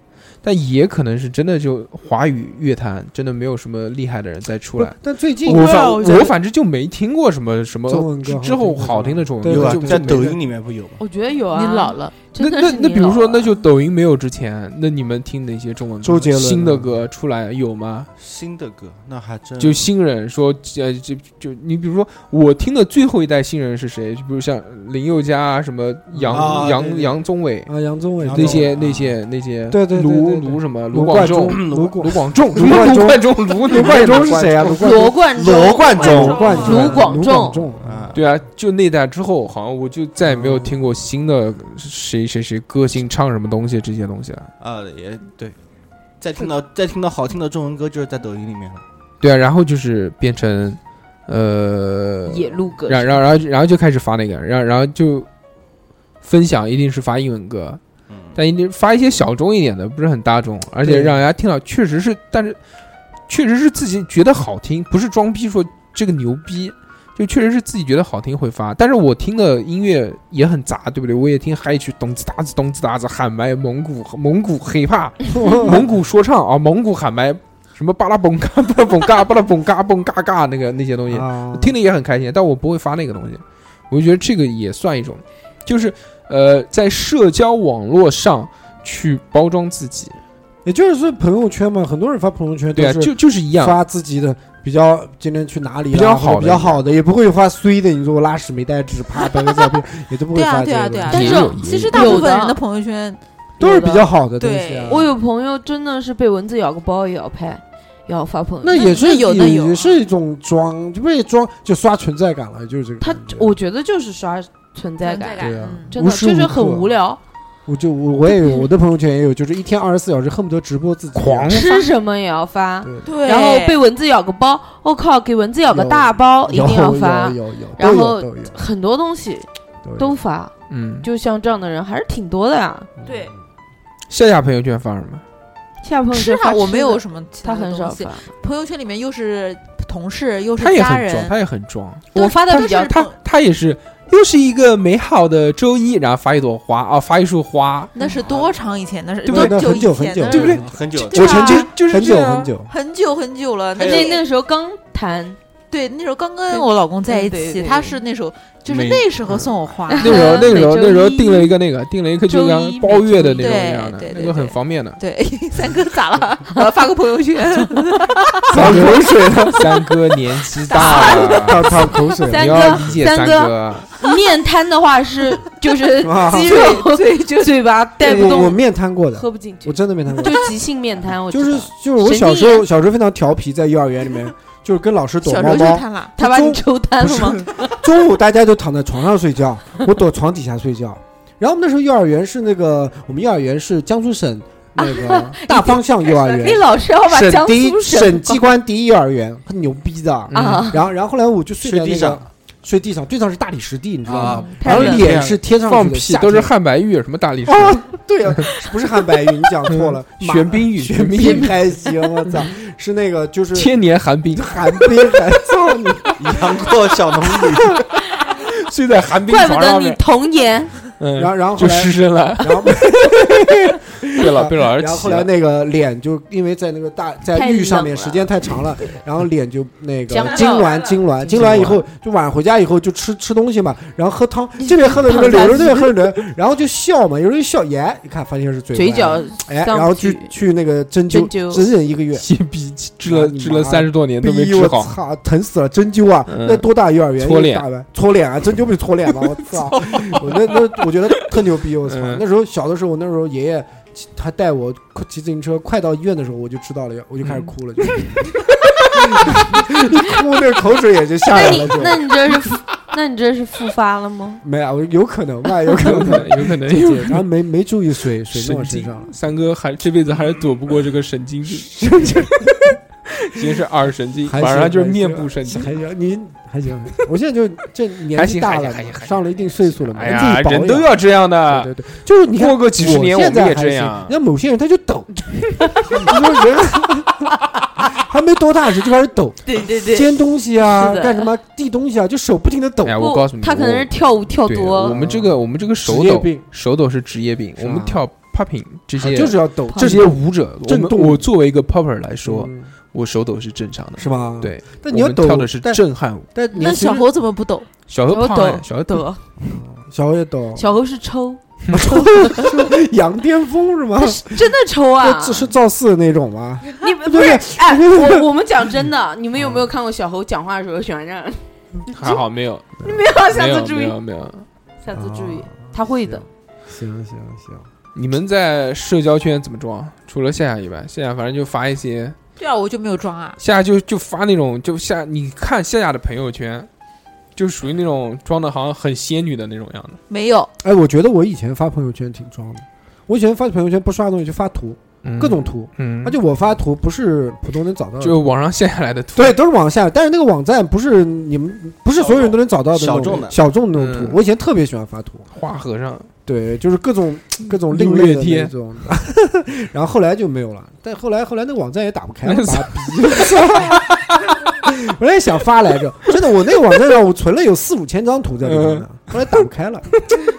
但也可能是真的就华语乐坛真的没有什么厉害的人再出不来。但最近我啊反觉得我反正就没听过什么什中么文之歌之后好听的中文对歌，吧就对就啊在没抖音里面不有吗？我觉得有啊，你老了，那真的那是那你比如说，老那了就抖音没有之前，那你们听的一些中文歌周杰伦新的呢歌出来有吗？新的歌，那还嗯真就新人说，呃，就就你比如说，我听的最后一代新人是谁？就比如像林宥嘉啊，什么杨、啊杨对对杨宗纬、啊，杨宗纬那那些啊那些那些，对对对卢对对卢什么卢广贯仲中、、卢卢贯卢广仲、卢贯 卢中贯中、卢卢贯中是谁啊？卢卢贯贯罗贯中，罗贯卢贯中、中卢广卢仲广仲 啊，对啊，就那代之后，好像我就再也没有听过新嗯的谁谁谁歌星唱什么东西这些东西了。啊也对。再听到再听到好听的中文歌，就是在抖音里面了。对啊，然后就是变成，呃，野路歌然然然后然后就开始发那个，然后然后就分享一定是发英文歌，嗯，但一定发一些小众一点的，不是很大众，而且对让人家听到确实是，但是确实是自己觉得好听，不是装逼说这个牛逼。就确实是自己觉得好听会发，但是我听的音乐也很杂，对不对？我也听嗨曲，咚子哒子咚子哒子，喊麦蒙古蒙古 hiphop，蒙古说唱啊，蒙古喊麦，什么巴拉蹦嘎巴拉蹦嘎巴拉蹦嘎蹦嘎嘎那个那些东西，啊，听的也很开心，但我不会发那个东西，我就觉得这个也算一种，就是呃，在社交网络上去包装自己，也就是说朋友圈嘛，很多人发朋友圈对啊，都是就就是一样，发自己的比较今天去哪里啦比较或好的者比较好的，也不会发衰的。你说我拉屎没带纸，啪拍个照片，也都不会对啊发这对些啊东西。对啊，也但哦有是其实大有部分的人的嗯朋友圈都是有的比较好的东西啊对。我有朋友真的是被蚊子咬个包也要拍，也要发朋友圈。那也那是有的啊有也是一种装，就不是装就刷存在感了，就是这个他感觉。我觉得就是刷存在存感，对啊嗯真的无时无就是很刻无聊，我就我我也有我的朋友圈也有，就是一天二十四小时恨不得直播自己狂吃什么也要发，对，然后被蚊子咬个包，我、靠，给蚊子咬个有大包一有定要有发，有有，然都有后都有很多东西有都发，嗯，就像这样的人还是挺多的呀、对夏夏朋友圈发什么？下朋友吃圈哈发啊我吃没有的，什么其他的很少东西发，，朋友圈里面又是同事又是他也家很装，人，他也很装，我发的他都比较是他他也是又是一个美好的周一，然后发一朵花啊，发一束花，那是多长以前？那是对那久很久以前的很久对不对很久了对啊我曾经就是很这久样啊很 久，很久很久了，那还有那那那个时候刚谈，对那时候刚跟我老公在一对对起，对他是那时候就是每那时候送我花，那时候，那时候，每周那一时候定了一个那个，定了一个就周像一包月的那种每周一一样的对对，对那个很方便的。对， 三哥咋了？呃，发个朋友圈，淌口水了，三哥年纪大 了，，淌淌口水三你哥要理解三哥啊哥。 面瘫的话 是就是啊肌肉对，就 嘴巴带不我我动，面瘫过的，喝不进去我，真的面瘫过就。急性面瘫。我就知是道就是我神小经时候炎小时候非常调皮，在幼儿园里面就是跟老师躲小时猫候就猫，贪婪，他把你抽瘫不了是吗？中午大家都躺在床上睡觉，我躲床底下睡觉。然后我们那时候幼儿园是那个，我们幼儿园是江苏省那个大方向幼儿啊 你园，老是要把省江第苏一嗯省机关第一幼儿园，很牛逼的。嗯啊，然后然后后来我就睡在睡那地个上睡地上，地上是大理石地，你知道啊吗？太然后冷了脸是贴上去的放屁夏都是天汉白玉，什么大力士、哦， 对啊，不是汉白玉，你讲错了，嗯马玄冰雨、玄玄冰彬雨、还行，我操，是那个就是千年寒冰，寒冰还 操你，杨过小农女， 睡在寒冰 怪不床得上 你面，童年嗯，然后然后后就来失身 了，然后被老被老师然后气后来了。那个脸就因为在那个大在太浴上面冷了时间太长了，然后脸就那个僵痉到挛痉挛痉挛以后，就晚上回家以后就吃吃东西嘛，然后喝汤，这边喝的这边流着，那边喝着流，然后就笑嘛，有人笑耶，一看发现是嘴嘴歪角了，哎，然后去上去去那个针灸，针灸整整一个月。谢逼治了治了三十多年都没逼治我好， 操，疼死了！针灸啊，嗯那多大幼儿园搓脸打的，搓脸啊，针灸不是 搓脸吗？我操！我那那我觉得特牛逼，我操嗯！那时候小的时候，我那时候爷爷骑他带我快骑自行车快到医院的时候，我就知道了，我就开始 哭了，就一哭那口水也就下 那来你了，就那你这是复那你这是复发了吗？没啊，我有可能吧，有可有可能。能有可 能姐有姐，然后没没注意水水弄神我身经上了，。三哥还这辈子还是躲不过这个神经 质， 先是耳神经，还晚行上就是还面行部神经。还行，你还行，还行我现在就这年还纪行大还行了还行还，嘛行上了一定岁数了嘛，哎自己呀，保人养都要这样的。对对对，就是你看啊过个几十年我现我们也在还这样啊行那某些人他就抖， 你说人还没多大时就开始 抖， 对对对，煎东西啊是，的干什么递东西啊，就手不停的抖哎，呀，我告诉你，他可能我是跳舞跳对多嗯我了，们这个我们这个手职业抖病手抖是职业病，是我吗们跳 popping 这些啊就是要抖，这这些舞者，我震们动我作为一个 popper 来说，嗯我手抖是正常的。是吗？，对，但你要我们抖跳的是但震撼舞。但你那小猴怎么不抖？哦小何我胖抖哎，小何抖了。小何也抖， 小猴是抽，哦羊癫疯是吗他？是真的抽啊！这是赵四那种吗？ 你们不是哎，我我们讲真的，你们有没嗯有看过小猴讲话的时候喜欢这样？还好没有，你没有，啊下没次有注没意，有没有。下次注意，啊他会的。行行行，你们在社交圈怎么装？除了夏夏以外，夏夏反正就发一些，对啊，我就没有装啊，夏夏就就发那种，就夏你看夏夏的朋友圈，就属于那种装的好像很仙女的那种样子。没有，哎，我觉得我以前发朋友圈挺装的，我以前发朋友圈不刷东西就发图，嗯各种图，嗯，而且我发图不是普通人找到的，就网上下下来的图，对，都是往下，但是那个网站不是你们不是所有人都能找到的小那种众的小众那种图嗯。我以前特别喜欢发图，花和尚对，就是各种各种嗯六另类月的贴那种。 然后后来就没有了，但后来后来那网站也打不开了，那傻 逼！本来想发来着，真的，我那个网站上我存了有四五千张图在里面呢，嗯后来打不开了，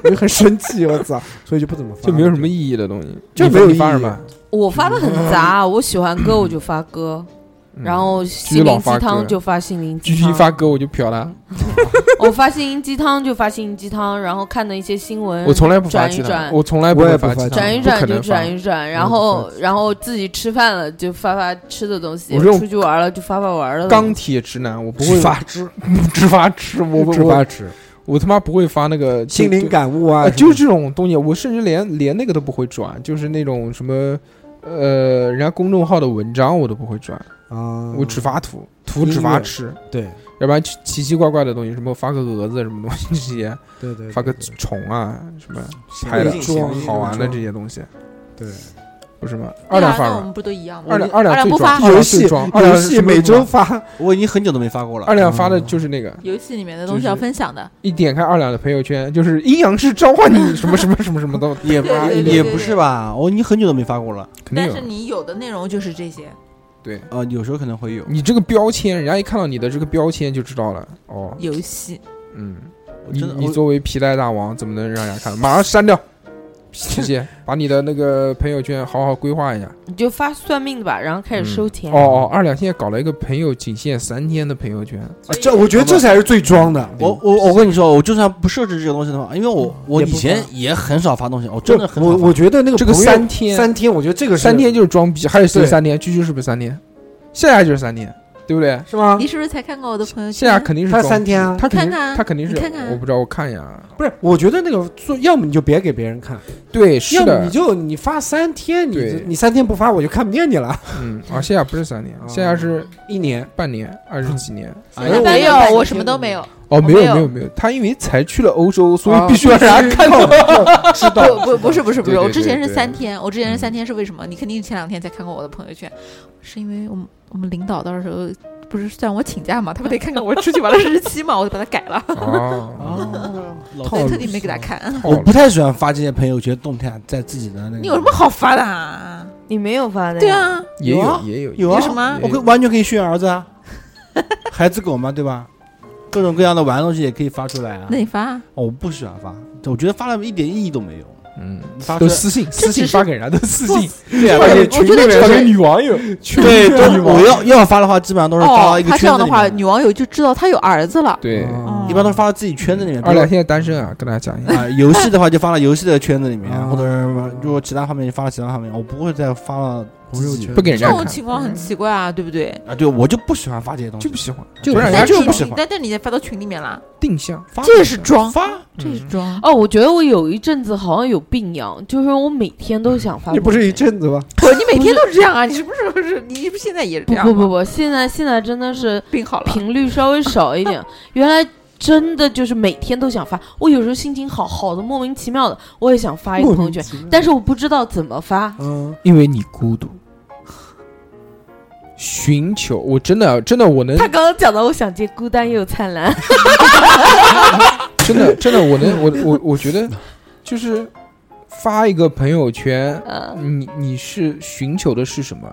我就很生气，我操，所以就不怎么发了，就没有什么意义的东西，就你没有你发意义什么？我发的很杂，我喜欢歌我就发歌，嗯然后居心老灵发鸡汤歌就发心灵继鸡续汤，发歌我就嫖他，我发心灵鸡汤就发心灵鸡汤，然后看的一些新闻我，从来不发转一其他，嗯转我从来我也会不发发其其他，他转一不可转就能转发。嗯一转，然后然后自己吃饭了就发发吃的东西，我这种出去玩了就发发玩的东钢西。铁直男，我不不会会发 吃，只发吃，我只发我吃，我他妈不会发那个心灵。感悟就啊呃，什就么是这种东西，我甚至连连那个都不会转，就是那种什么，呃，人家公众号的文章我都不会转，啊，我只发图，图音只发乐吃，对要不然奇奇奇怪怪的东西，什么发个蛾子什么东西这些，对对，对发个对虫啊什么 行拍的行装行好玩的装这些东西，对。不是吗？对二啊两，发那我吧，们不都一样吗？二两二二两最不装，发二两游最戏装，二两游是戏什么都每不装周发，我已经很久都没发过了。嗯二两发的就是那个，游戏里面的东就西是要分享的，一点开二两的朋友圈，就是阴阳师召唤 你什么什么什么什么的，也对对对对也不是吧？我已经很久都没发过了。肯定但是有。你有的内容就是这些，对呃，有时候可能会有。你这个标签，人家一看到你的这个标签就知道了。哦，游戏嗯，我你真的你我作为皮带大王，怎么能让人家看？马上删掉，谢谢。把你的那个朋友圈好好规划一下。你就发算命的吧，然后开始收钱。哦哦，二两现在搞了一个朋友仅限三天的朋友圈，哎啊这我觉得这才是最装的。我我我跟你说，我就算不设置这个东西的话，因为我嗯我以前也很少发东西，我这真的很少我发我觉得那个这个朋友三天三天，我觉得这个是三天就是装逼，还有谁对三天？居居是不是三天？夏夏就是三天，对不对？是吗？你是不是才看过我的朋友夏圈？夏肯定是他装三天啊，他肯定呃看看啊他肯定是你看看啊我不知道，我看一下啊。不是，我觉得那个做，要么你就别给别人看，对，是要么的你，就你发三天，你对你三天不发，我就看不见你了。嗯，啊，夏夏不是三年，哦夏夏是一年，半年，二十几年。哎呀我没有我，我什么都没有。哦，没没有有没有没有，他因为才去了欧洲，所啊以必须要让人家看到。不不不是不是不对对是，我之前对是对三天，我之前嗯是三天是为什么？你肯定前两天才看过我的朋友圈，是因为我们我们领导到时候不是算我请假嘛，他不得看看我出去玩的日期嘛，我就把它改了，哦，啊，老对，特地没给他看。我不太喜欢发这些朋友圈动态在自己的那个。你有什么？好发的啊？你没有发的呀对，啊，也有有啊也有有啊有什么我可以完全可以炫儿子 啊，孩子狗嘛，对吧？各种各样的玩的东西也可以发出来啊那。你发啊，哦我不喜欢发，我觉得发了一点意义都没有。嗯，发出都来私信这私信只是发给人啊家，都私信对啊我发给我觉得发给这女是网友，对，都我要要发的话，基本上都是发到哦一，个他圈子这样的里话，面女网友就知道他有儿子了。对，哦哦一般都是发到自己圈子里面。比二如两说现在单身啊，跟大家讲一下。啊，游戏的话就发到游戏的圈子 里面，啊或者是如果其他方面就发到其他方面，我不会再发到自己不给人这家种看，情况很奇怪啊，对不对？啊，对我就不喜欢发这些东西就不，喜欢，就不让人但家就你不喜欢但但你发到群里面啦，定向，发这是装，发嗯这是装。哦，我觉得我有一阵子好像有病一样，就是我每天都想发朋友圈。你不是一阵子吗？不，你每天都是这样啊？你是不是不是？你是不是现在也是这不样？不不，不，现在现在真的是病 好了。频率稍微少一点。 原来真的就是每天都想发，我有时候心情好好的莫名其妙的，我也想发一个朋友圈，但是我不知道怎么发。嗯，因为你孤独。寻求，我真的真的我能他刚刚讲到，我想见孤单又灿烂，真的真的我能我我我觉 得就是发一个朋友圈，呃，你你是寻求的是什么？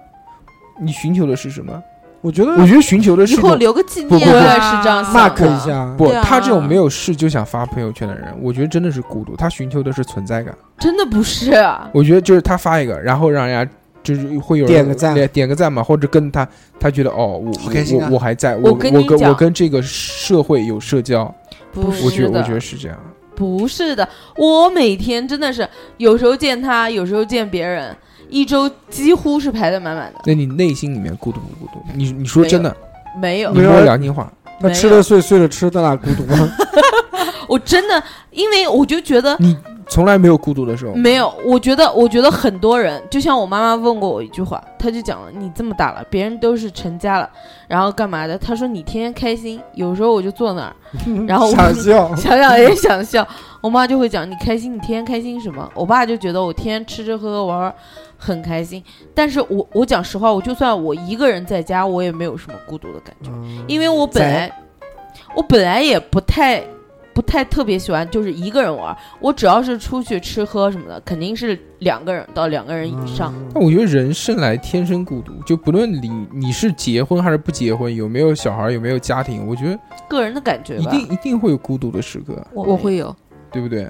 你寻求的是什么？我觉得我觉得寻求的是以一后种留个纪不念、啊不不我也是这样想 mark 一下，不对，啊他这种没有事就想发朋友圈的人，我觉得真的是孤独。他寻求的是存在感。真的不是啊。我觉得就是他发一个，然后让人家就是会有人点个赞对点个赞嘛，或者跟他他觉得哦，我好开心啊我我还在，我我跟我你跟讲我跟这个社会有社交，不我是觉的，得我觉得是这样。不是的，我每天真的是有时候见他，有时候见别人，一周几乎是排的满满的。那你内心里面孤独不孤独？你你说真的，没有，你没有说良心话，那没吃有了睡，睡了吃，咱俩孤独吗？ 我真的，因为我就觉得你从来没有孤独的时候。没有，我觉得，我觉得很多人，就像我妈妈问过我一句话，她就讲了，你这么大了，别人都是成家了，然后干嘛的？她说你天天开心，有时候我就坐那儿，然啊后我傻 笑，想想也想笑。我妈就会讲你开心，你天天开心什么？我爸就觉得我天天吃吃喝喝玩玩，很开心。但是我我讲实话，我就算我一个人在家，我也没有什么孤独的感觉，因为我本来我本来也不太不太特别喜欢就是一个人玩儿，我只要是出去吃喝什么的，肯定是两个人到两个人以嗯上。嗯那我觉得人生来天生孤独，就不论你你是结婚还是不结婚，有没有小孩，有没有家庭，我觉得个人的感觉一吧，定一定会有孤独的时刻，我我没有会有，对不对？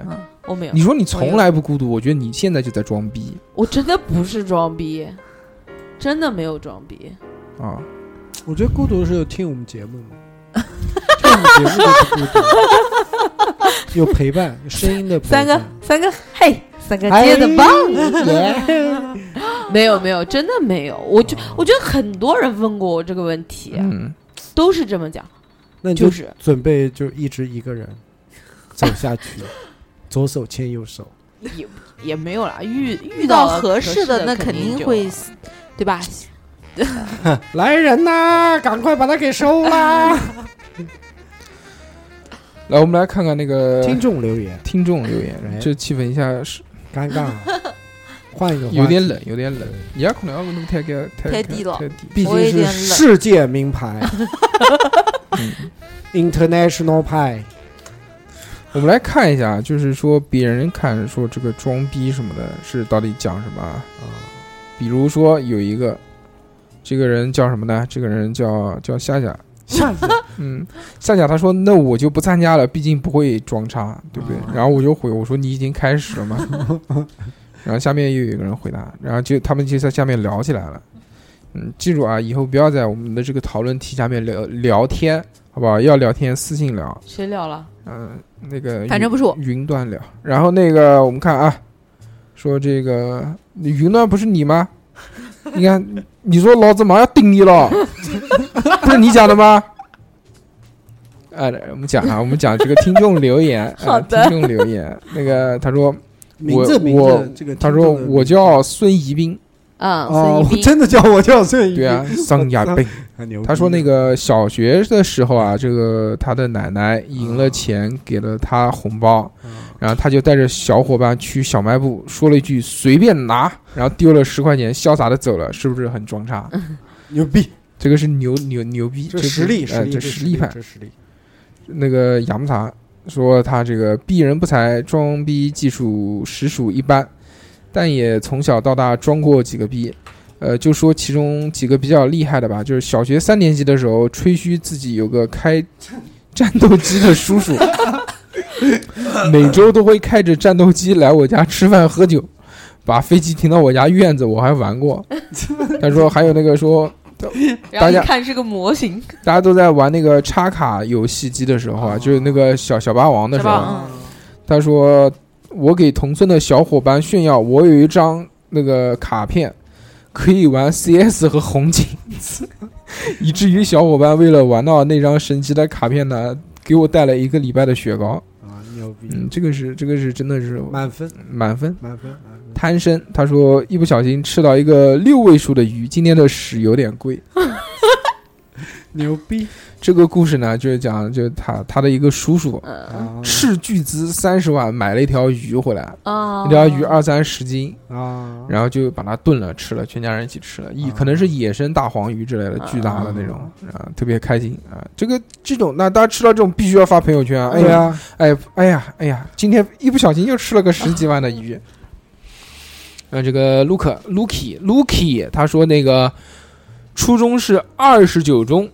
我没有你，说你从来不孤独，我觉得你现在就在装逼我真的不是装逼，真的没有装逼。啊！我觉得孤独的是有听我们节目嘛， 听我们节目就是孤独，有陪伴，有声音的陪三伴。个三个嘿，三个哎接的棒。 耶没有没有，真的没有。我就我觉得很多人问过我这个问题，嗯，都是这么讲，那你就就是准备就一直一个人走下去，左手牵右手。也也没有啦。遇遇遇到到了合适的的那肯肯定就会，对吧？来人呐，赶快把他给收 啦！来，我们来看看那个听众留言，听众留哎言，这气氛一下是尴尬，啊换一个，有点冷，，有点冷。你家空调温度太高，太低低了太低。毕我有竟是点冷世界名 牌嗯，International Pie。我们来看一下，就是说别人看说这个装逼什么的，是到底讲什么啊？哦比如说有一个，这个人叫什么呢？这个人叫叫夏夏，吓死人！嗯，夏夏他说那我就不参加了，毕竟不会装叉，对不对啊？然后我就回我说你已经开始了吗？然后下面又有一个人回答，然后就他们就在下面聊起来了。嗯，记住啊，以后不要在我们的这个讨论题下面聊聊天，好不好？要聊天私信聊，谁聊了？嗯、那个反正不是我云端聊。然后那个我们看啊，说这个云端不是你吗？你看，你说老子马上要顶你了，不是你讲的吗？哎，我们讲啊，我们讲这个听众留言，啊好的听众留言，那个他说，名字名我字，这个他听说众的我名字叫孙宜宾，嗯，哦，我孙一斌，真的叫我叫孙一斌，对啊，桑亚宾。很牛逼。他说那个小学的时候啊，这个他的奶奶赢啊了钱，给了他红包，然后他就带着小伙伴去小卖部，说了一句“随便拿”，然后丢了十块钱，潇洒的走了，是不是很装叉？牛逼，这个是牛牛牛逼，嗯这个实力，哎，力，这实实力派。这实力。那个雅木塔说他这个鄙人不才，装逼技术实属一般，但也从小到大装过几个逼。呃，就说其中几个比较厉害的吧，就是小学三年级的时候吹嘘自己有个开战斗机的叔叔，每周都会开着战斗机来我家吃饭喝酒，把飞机停到我家院子，我还玩过。他说还有那个说然后一大家看是个模型，大家都在玩那个插卡游戏机的时候啊，就是那个小小霸王的是时候，吧？他说我给同村的小伙伴炫耀，我有一张那个卡片，可以玩 CS 和红警，以至于小伙伴为了玩到那张神奇的卡片呢，给我带了一个礼拜的雪糕。啊，牛逼，嗯，这个是这个是真的是满分，满分。满分，满分。贪生，他说一不小心吃到一个六位数的鱼，今天的屎有点贵。牛逼这个故事呢，就是讲就是他他的一个叔叔，嗯啊斥巨资三十万买了一条鱼回来，啊那条鱼二三十斤，啊！然后就把它炖了吃了，全家人一起吃了，也啊可能是野生大黄鱼之类的，哦巨大的那种啊，特别开心啊。这个这种，那大家吃到这种必须要发朋友圈啊！哎对呀，啊，哎哎呀，哎呀，今天一不小心又吃了个十几万的鱼。那这个 Luke Lucky Lucky 他说那个初中是二十九中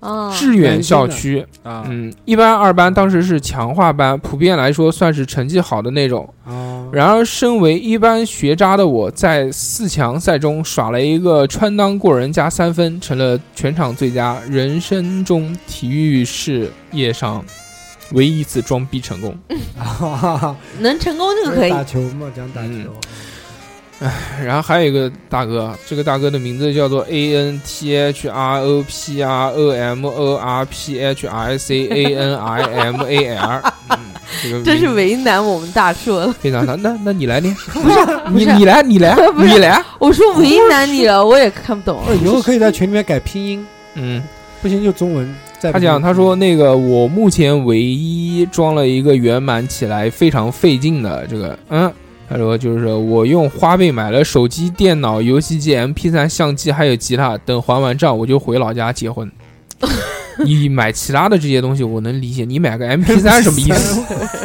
嗯啊，致远校区，啊嗯，一班、二班当时是强化班，普遍来说算是成绩好的那种。啊，然而，身为一班学渣的我，在四强赛中耍了一个穿裆过人加三分，成了全场最佳。人生中体育事业上唯一一次装逼成功。 能成功就可以。打球嘛，啊讲打球嗯，然后还有一个大哥，这个大哥的名字叫做 A N T H R O P R O M O R P H I C A N I M A L。嗯，这 个真是名字为难我们大叔了，非常难。那那你来念，不是你你来你来不是你来，啊我说为难你了，我也看不懂那哎以后可以在群里面改拼音，嗯，不行就中文。再不他行讲他说那个我目前唯一装了一个圆满起来非常费劲的这个，嗯，他说就是我用花呗买了手机、电脑、游戏机、MP 3相机还有吉他，等还完账我就回老家结婚。你买其他的这些东西我能理解，你买个 MP 3什么意思？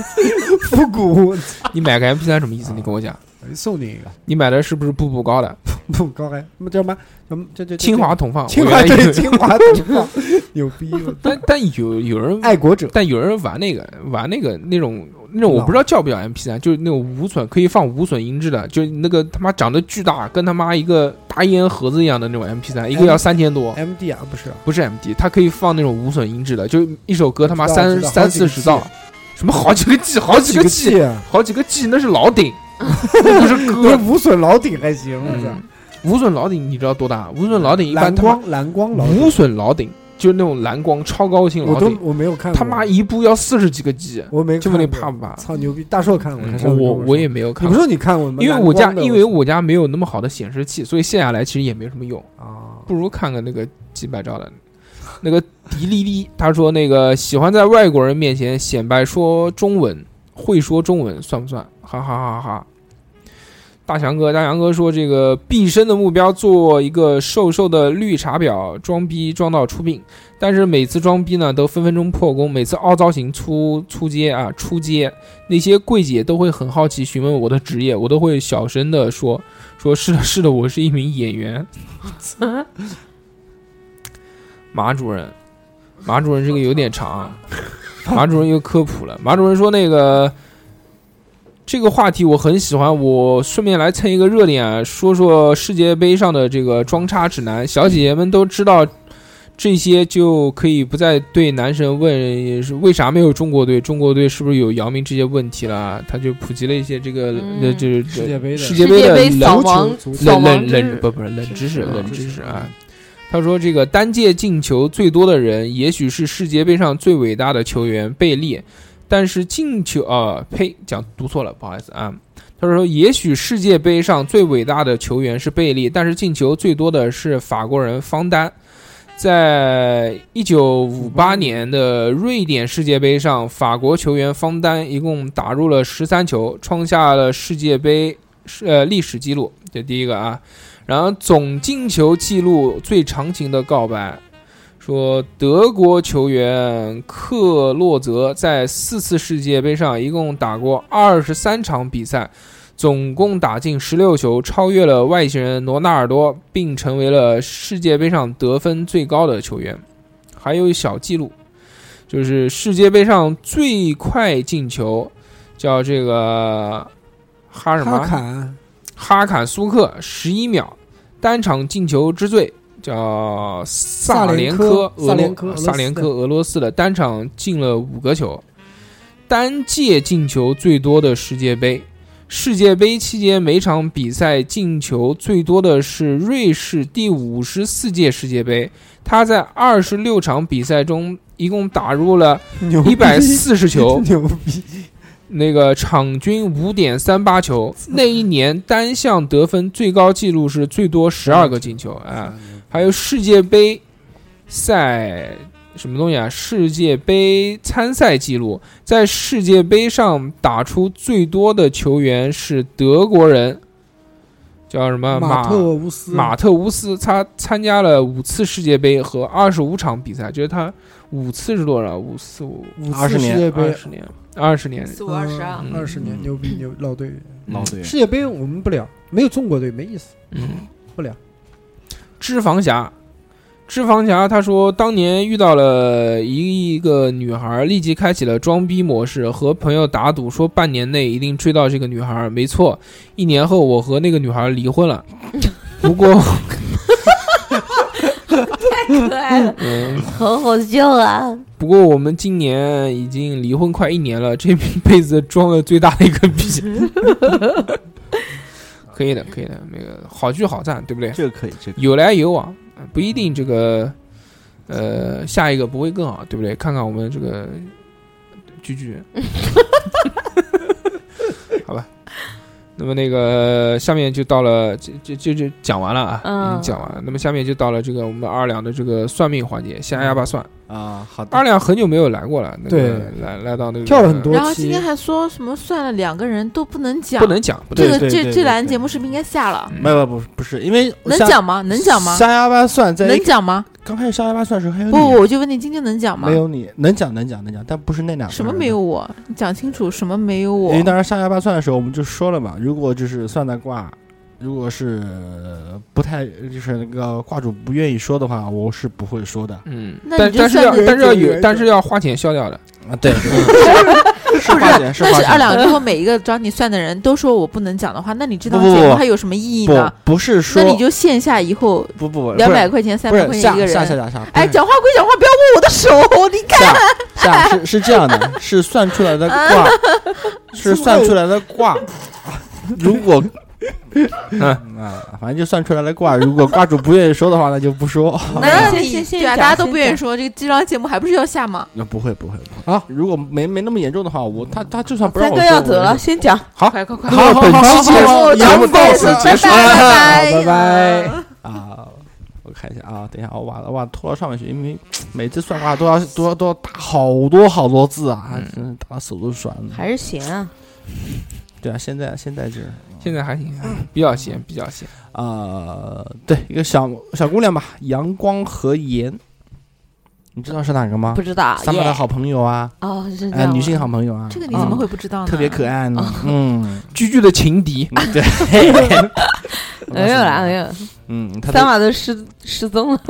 复古，你买个 MP 3什么意思？你跟我讲，送你一个， 你买的是不是步步高的不高还那叫什么？什么？这这清华铜放？清我华原来以对为清华同胞，牛逼！我但但有有人爱国者但有人玩那个玩那个那种那种我老不知道叫不叫 MP 三，就是那种无损可以放无损音质的，就是那个他妈长得巨大，跟他妈一个大烟盒子一样的那种 MP 哎三，一个要三千多， ，MD 啊，不是啊不是 MD，它可以放那种无损音质的，就一首歌他妈知道三知道三哎好几四个十兆，什么好几个 G，好几个 G， G 啊，好几个 G，那是老 顶，那不是那歌。无损老顶还行，我操嗯！无损老顶你知道多大？无损老顶一般蓝他妈光蓝光老无损老顶就是那种蓝光超高清我老都顶，我没有看过，他妈一部要四十几个 G。我没就看问你过怕不怕？操牛逼！大硕看过，嗯他上次跟我说我也没有你看不过，说你看过吗？因为我家因为我我家没有那么好的显示器，所以下下来其实也没什么用，啊不如看个那个几百兆的。那个迪丽丽她说那个喜欢在外国人面前显摆说中文，会说中文算不算？哈哈哈哈！大强哥，大强哥说这个毕生的目标做一个瘦瘦的绿茶婊，装逼装到出殡，但是每次装逼呢都分分钟破功，每次凹造型出出街啊出街，那些柜姐都会很好奇询问我的职业，我都会小声的说说是的是的，我是一名演员。马主任，马主任这个有点长，啊马主任又科普了。马主任说那个这个话题我很喜欢，我顺便来蹭一个热点啊，说说世界杯上的这个装叉指南，小姐姐们都知道。这些就可以不再对男神问是为啥没有中国队，中国队是不是有姚明这些问题啦？他就普及了一些这个，嗯呃，就是世界杯的世世界杯界的杯扫冷盲足扫冷盲冷之冷日，不不是冷知识冷冷知知识识啊。他说：“这个单届进球最多的人，也许是世界杯上最伟大的球员贝利，但是进球啊、呸，讲读错了，不好意思啊。”他说：“也许世界杯上最伟大的球员是贝利，但是进球最多的是法国人方丹。在一九五八年的瑞典世界杯上，法国球员方丹一共打入了十三球，创下了世界杯是呃历史记录。这第一个啊，然后总进球记录最长情的告白，说德国球员克洛泽在四次世界杯上一共打过二十三场比赛，总共打进十六球，超越了外星人罗纳尔多，并成为了世界杯上得分最高的球员。还有小记录，就是世界杯上最快进球，叫这个哈什么哈坎哈坎苏克十一秒，单场进球之最叫萨连科，萨连科俄罗萨萨连连科科俄罗斯的单场进了五个球，单届进球最多的世界杯。世界杯期间，每场比赛进球最多的是瑞士第五十四届世界杯，他在二十六场比赛中一共打入了牛逼，一百四十球 牛逼，那个场均五点三八球，那一年单项得分最高纪录是最多十二个进球啊！还有世界杯赛什么东西啊？世界杯参赛记录，在世界杯上打出最多的球员是德国人，叫什么马特乌斯马特乌斯他参加了五次世界杯和二十五场比赛，就是他五次是多少？五四五五20次世年界二杯十年，二十年四五二十啊，嗯二十年，牛逼牛老队。老队世界杯我们不聊，没有中国队没意思。嗯，不聊。脂肪侠，脂肪侠他说当年遇到了一个女孩，立即开启了装逼模式，和朋友打赌说半年内一定追到这个女孩。没错，一年后我和那个女孩离婚了。不过，可爱了，嗯，好好笑啊！不过我们今年已经离婚快一年了，这辈子装了最大的一个逼。可以的，可以的，那个好聚好散，对不对？这个可以，这个有来有往，呃不一定这个，呃，下一个不会更好，对不对？看看我们这个居 居，好吧。那么那个下面就到了，这这这这讲完了啊，嗯已经讲完了。那么下面就到了这个我们二两的这个算命环节，下哑巴算。啊，好的二，两很久没有来过了，那个对来来到那个跳了很嗯多然后期今天还说什么算了两个人都不能讲，不能讲，不能这讲个对对这对这对栏对节目是不是应该下了？嗯没有不不是，因为能下讲吗？能讲吗？下哑巴算在能讲吗？刚开始下哑巴算的时候还有不，你我就问你，今天能讲吗没？有你能讲能讲能讲，嗯但不是那两个什么人没有我？你讲清楚，什么没有我因？为当时上下巴算的时候，我们就说了嘛，如果就是算的卦，如果是呃不太就是那个卦主不愿意说的话，我是不会说的嗯，那但你就但是算要是但是要有有人但是要花钱消掉的，啊。对，嗯是花钱，但 花是二钱。两，如果每一个找你算的人都说我不能讲的话，那你这档不不节不目还有什么意义呢？不不是说那你就线下以后不不不两百块钱、三不百是块下钱一个下下人。下下，哎，讲话归讲话，不要握我的手， 你看下下是是这样的，是算出来的啊卦，是算出来的卦。如果嗯啊，反正就算出来的卦，如果卦主不愿意说的话，那就不说。那先你先先对啊，讲大家都不先愿意讲说这个这档节目还不是要下吗？那不会不会不会啊！如果没没那么严重的话，我他他就算不让三我哥说，要走我了，也是。先讲。好快快快！啊好好好好好，节目到此结束，啊拜拜拜拜。啊！我看一下啊，等一下，我把袜子脱到上面去，因为每次算卦都要都要都要打好多好多字啊，嗯真的打得手都酸了。还是闲啊，对啊，现在现在这现在还行，比较闲，比较闲。啊，对一个小小姑娘吧，阳光和颜，你知道是哪个吗不？知道三毛的耶好朋友啊，哦，是这哎，样女吗性好朋友啊，这个你怎么嗯哦会不知道呢？ 特别可爱呢？嗯，居居的情敌，嗯对，没有啦，没有，嗯，他三娃都失失踪了，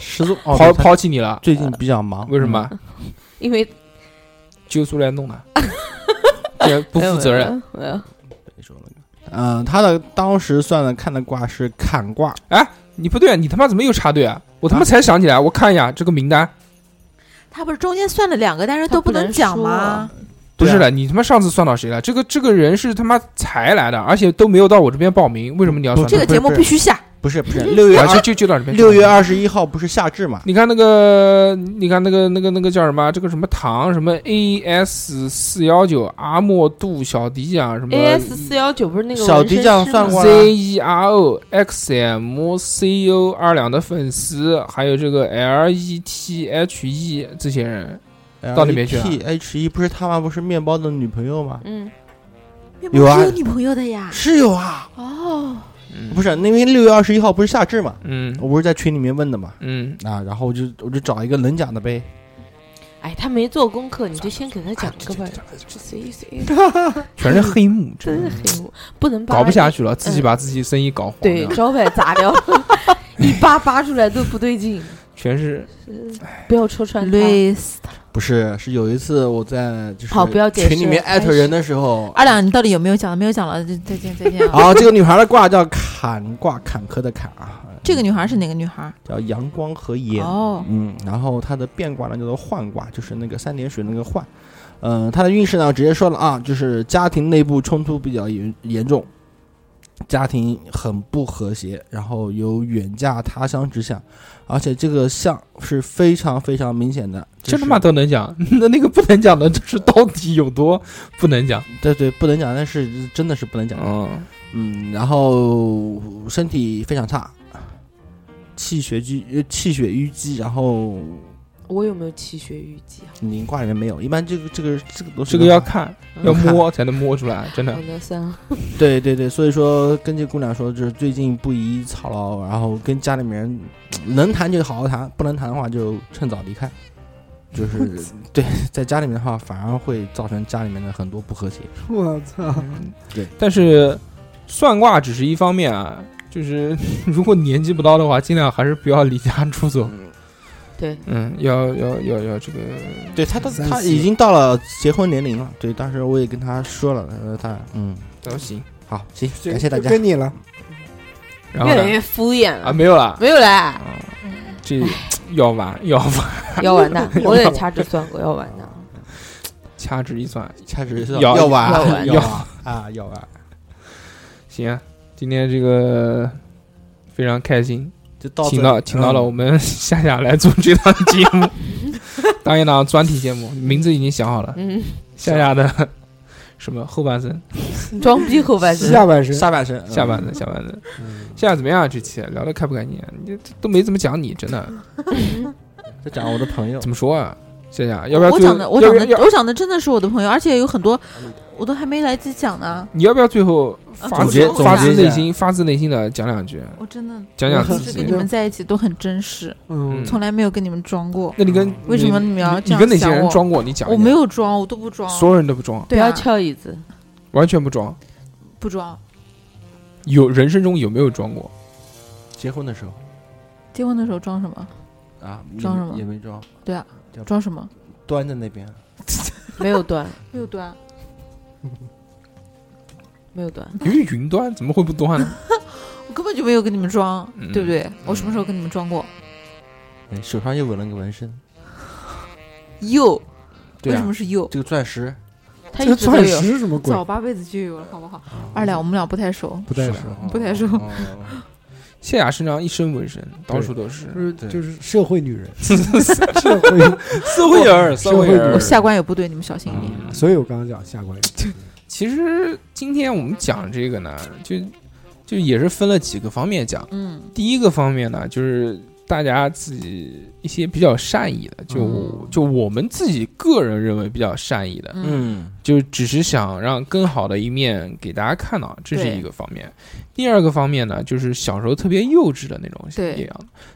失踪哦，抛他嗯抛弃你了，最近比较忙，啊为什么？因为揪出来 弄的，这不负责任。。没有没有谁说了呢？嗯，他的当时算的看的卦是坎卦，你不对，你他妈怎么又插队啊？我他妈才想起来，我看啊一下这个名单，他不是中间算了两个，但是都不能能讲说吗？不对啊是的，你他妈上次算到谁了？这个这个人是他妈才来的，而且都没有到我这边报名，为什么你要算不他？这个节目必须下，不是不 是，六月啊就二就就到这边。六月，二十一号不是夏至嘛？你看那个，你看那个那个那个叫什么？这个什么唐什么 A S 四幺九阿莫杜小迪酱什么 A S 四幺九不是那个小纹迪身酱师算吗过了 C E R O X M C U 二两的粉丝，还有这个 L E T H E 这些人，到里面去啊呃 T H E 不是他妈不是面包的女朋友吗？嗯，面有包啊是有女朋友的呀。是有啊，哦，不是，因为六月二十一号不是夏至嘛？嗯我不是在群里面问的嘛？嗯，啊，然后我就我就找一个能讲的呗。哎，他没做功课，你就先给他讲个吧，这随意随意，全是黑幕，真是黑幕，不能扒搞不下去了，自己把自己生意搞黄对，了，招牌砸掉了，一扒扒出来都不对劲，全是不要戳穿他。累死他了。不是，是有一次我在就是好不要解释哎群里面艾特人的时候，二两，你到底有没有讲了？没有讲了，就再见再 见啊！啊，这个女孩的卦叫坎卦，坎坷的坎啊，这个女孩是哪个女孩？叫阳光和炎。哦，嗯，然后它的变卦呢叫做换卦，就是那个三点水那个换。呃，它的运势呢直接说了啊，就是家庭内部冲突比较严严重，家庭很不和谐，然后有远嫁他乡之象，而且这个象是非常非常明显的。就这是他妈都能 讲，那那个不能讲的，就是到底有多不能讲？对对，不能讲，但是真的是不能讲。嗯，嗯，然后身体非常差，气血积呃气血淤积，然后我有没有气血淤积啊？你卦里面没有，一般这个这个这个东西这个要的话看，要摸才能摸出 来，真的好。的，算了，对对对，所以说跟这姑娘说，就是最近不宜操劳，然后跟家里面人能谈就好好谈，不能谈的话就趁早离开。就是 对，在家里面的话，反而会造成家里面的很多不和谐。我操！ 嗯但是算卦只是一方面啊，就是 如果年纪不到的话，尽量还是不要离家出走。对，嗯，要要要要这个，对他都，三他四已经到了结婚年龄了。对，当时我也跟他说了，呃，他嗯，都行。好，行，感谢大就家。跟你了，然后越来呢？越敷衍啊，了，没有了，没有 啦，嗯这要完要完，要完蛋，我也掐指算过要完蛋。掐指一算，掐指要要玩要玩要玩啊，要玩。行啊，今天这个非常开心，就到请这嗯到里请到了我们夏夏来做这档节 目，当一档专题节目，名字已经想好了，嗯，夏夏的什么后半生、装逼后半嗯生，下半身下半身，下半嗯生、下半生，夏夏怎么样啊？这期聊得开不开心啊？你这都没怎么讲你，真嗯的再讲我的朋友怎，么说啊？夏夏，要不要我最讲的，我讲要不要的，我讲的真的是我的朋友，而且有很多我都还没来得及讲呢。你要不要最后啊发总自结总发自结一下内心发自内心的讲两句？我真的讲讲自就是己跟你们在一起都很真实，嗯，嗯从来没有跟你们装过。那你跟嗯为什么你们要这你样跟哪些想人我装过？你讲一我讲没，有装，我都不装，所有人都不装，不对啊要翘椅子，完全不装。不装。有人生中有没有装过？结婚的时候结婚的时候装什么？啊，装也什么也没装，装什么？端在那边。没有端，没有端，没有端，因为云端怎么会不端呢？我根本就没有跟你们装，嗯啊对不对？我什么时候跟你们装过？哎手上又纹了个纹身，又对为什啊么，是又？这个钻石他这一个直都钻有。石是什么鬼？早八辈子就有了，好不好？啊二两，我们俩不太熟，不带是的，啊吧不太熟哦哦夏雅身上一身纹身，到处都是就。是对就是社会女 人，社会，社会人，社会人我下关也不对，你们小心一点。嗯所以我刚刚讲下关，其实今天我们讲这个呢，就就也是分了几个方面讲。嗯，第一个方面呢，就是大家自己一些比较善意的，就、嗯就我们自己个人认为比较善意的，嗯嗯，就只是想让更好的一面给大家看到，这是对一个方面。第二个方面呢，就是小时候特别幼稚的那种对一样，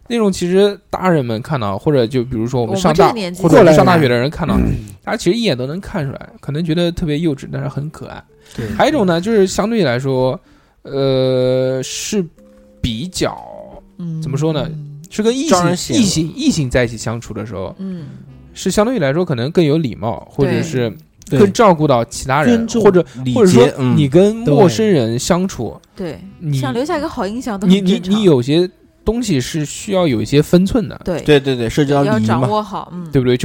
那种其实大人们看到，或者就比如说我我们们上这个大年纪或者我过来们人上大学的人看到，大家其实一眼都能看出来，可能觉得特别幼稚，但是很可爱。还有一种呢，就是相对来说，呃，是比较嗯，怎么说呢嗯是跟异招性人嫌恶异性异性在一起相处的时候，嗯，是相对于来说可能更有礼貌，或者对是更照顾到其他人尊，重或者礼或者节，说嗯，你跟陌生人相处，对，你想留下一个好印象都你很你正常嗯你有些东西是需要有一些分寸的，对，对对对，涉及到要礼仪掌嘛，握好，嗯，对不对？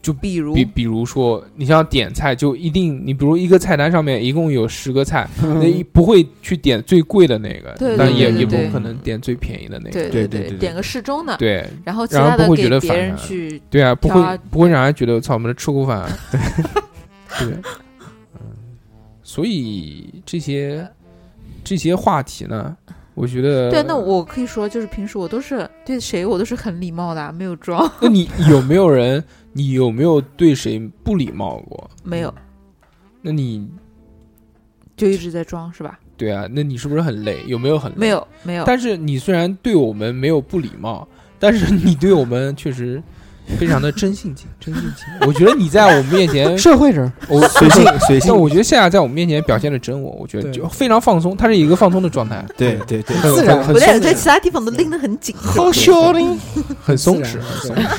就比如比比如说，你像点菜，就一定你比如一个菜单上面一共有十个菜，嗯那一不会去点最贵的那个嗯对，但对也对也不对可能点最便宜的那个对，对对对对点个适中的，对然后其然后他不的会给觉得别反人感去对啊，不挑啊会不会让人觉得操我们的吃过饭 啊，对，嗯，所以这些这些话题呢，我觉得对，那我可以说，就是平时我都是对谁我都是很礼貌的啊，没有装， 那你有没有人，你有没有对谁不礼貌过？没有，那你就一直在装是吧？对啊，那你是不是很累？有没有很累？没。有，没有，但是你虽然对我们没有不礼貌，但是你对我们确实非常的真性情， 真性情。我觉得你在我们面前社会人，我随性随性但，我觉得夏夏在我们面前表现的真我，我觉得对就非常放松，她是一个放松的状态，对对对，自然我俩在其他地方都拎得很紧，好笑的，很 松啊弛， 自然，很松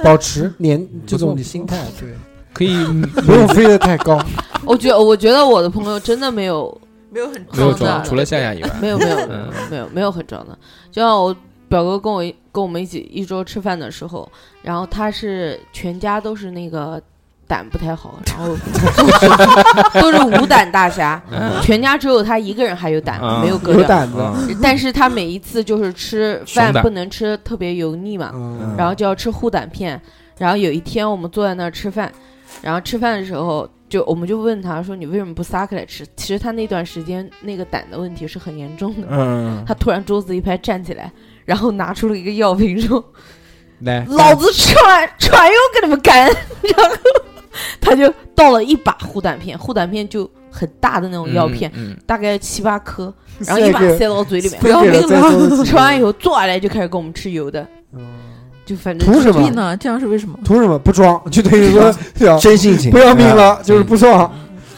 弛保持年这种心态，对，可以嗯不用飞得太高，我觉我觉得我的朋友真的没有没有很没有装的装，除了夏夏以外，没有没有没嗯有没有没有很装的，就像我表哥跟我一跟我们一起一桌吃饭的时候，然后他是全家都是那个胆不太好，然 后都是无胆大侠，嗯全家只有他一个人还有胆，嗯没有哥有俩。胆子，嗯但是他每一次就是吃熊饭胆不能吃特别油腻嘛，嗯，然后就要吃护胆片。然后有一天我们坐在那儿吃饭，然后吃饭的时候就我们就问他说：“你为什么不撒开来吃？”其实他那段时间那个胆的问题是很严重的。嗯，他突然桌子一拍站起来，然后拿出了一个药瓶说来：“，老子吃完吃完又跟你们干。” 然后他就倒了一把护胆片，护胆片就很大的那种药片，嗯，嗯大概七八颗，然后一把塞到嘴里面，不要命 了，吃完以后坐下来就开始给我们吃油的，就反正图啊什屁么？呢？这样是为 什么？图什么？不装，就等于说对啊真性情，不要命嗯了，就是不装。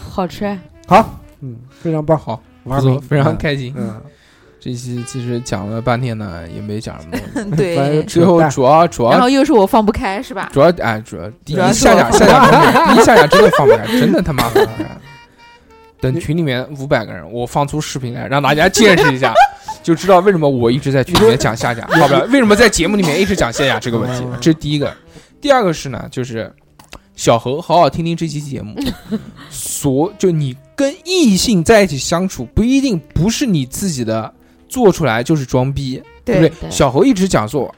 好吃啊。好，嗯，非常棒，好，不玩错，命，非常开心。嗯，这期其实讲了半天呢，也没讲什么东西。反正对，最后扯淡主要主 然要后又是我放不开是 吧？主要哎，主要第一主要下是下我下下，第一下下真的放不开，真的他妈放不开。等群里面五百个人，我放出视频来让大家见识一下，就知道为什么我一直在群里面讲下下，好不好？为什么在节目里面一直讲下下这个问题？这是第一个。第二个是呢，就是小何好好听听这期节目，所就你跟异性在一起相处，不一定不是你自己的做出来就是装逼，对不对？对小侯一直讲说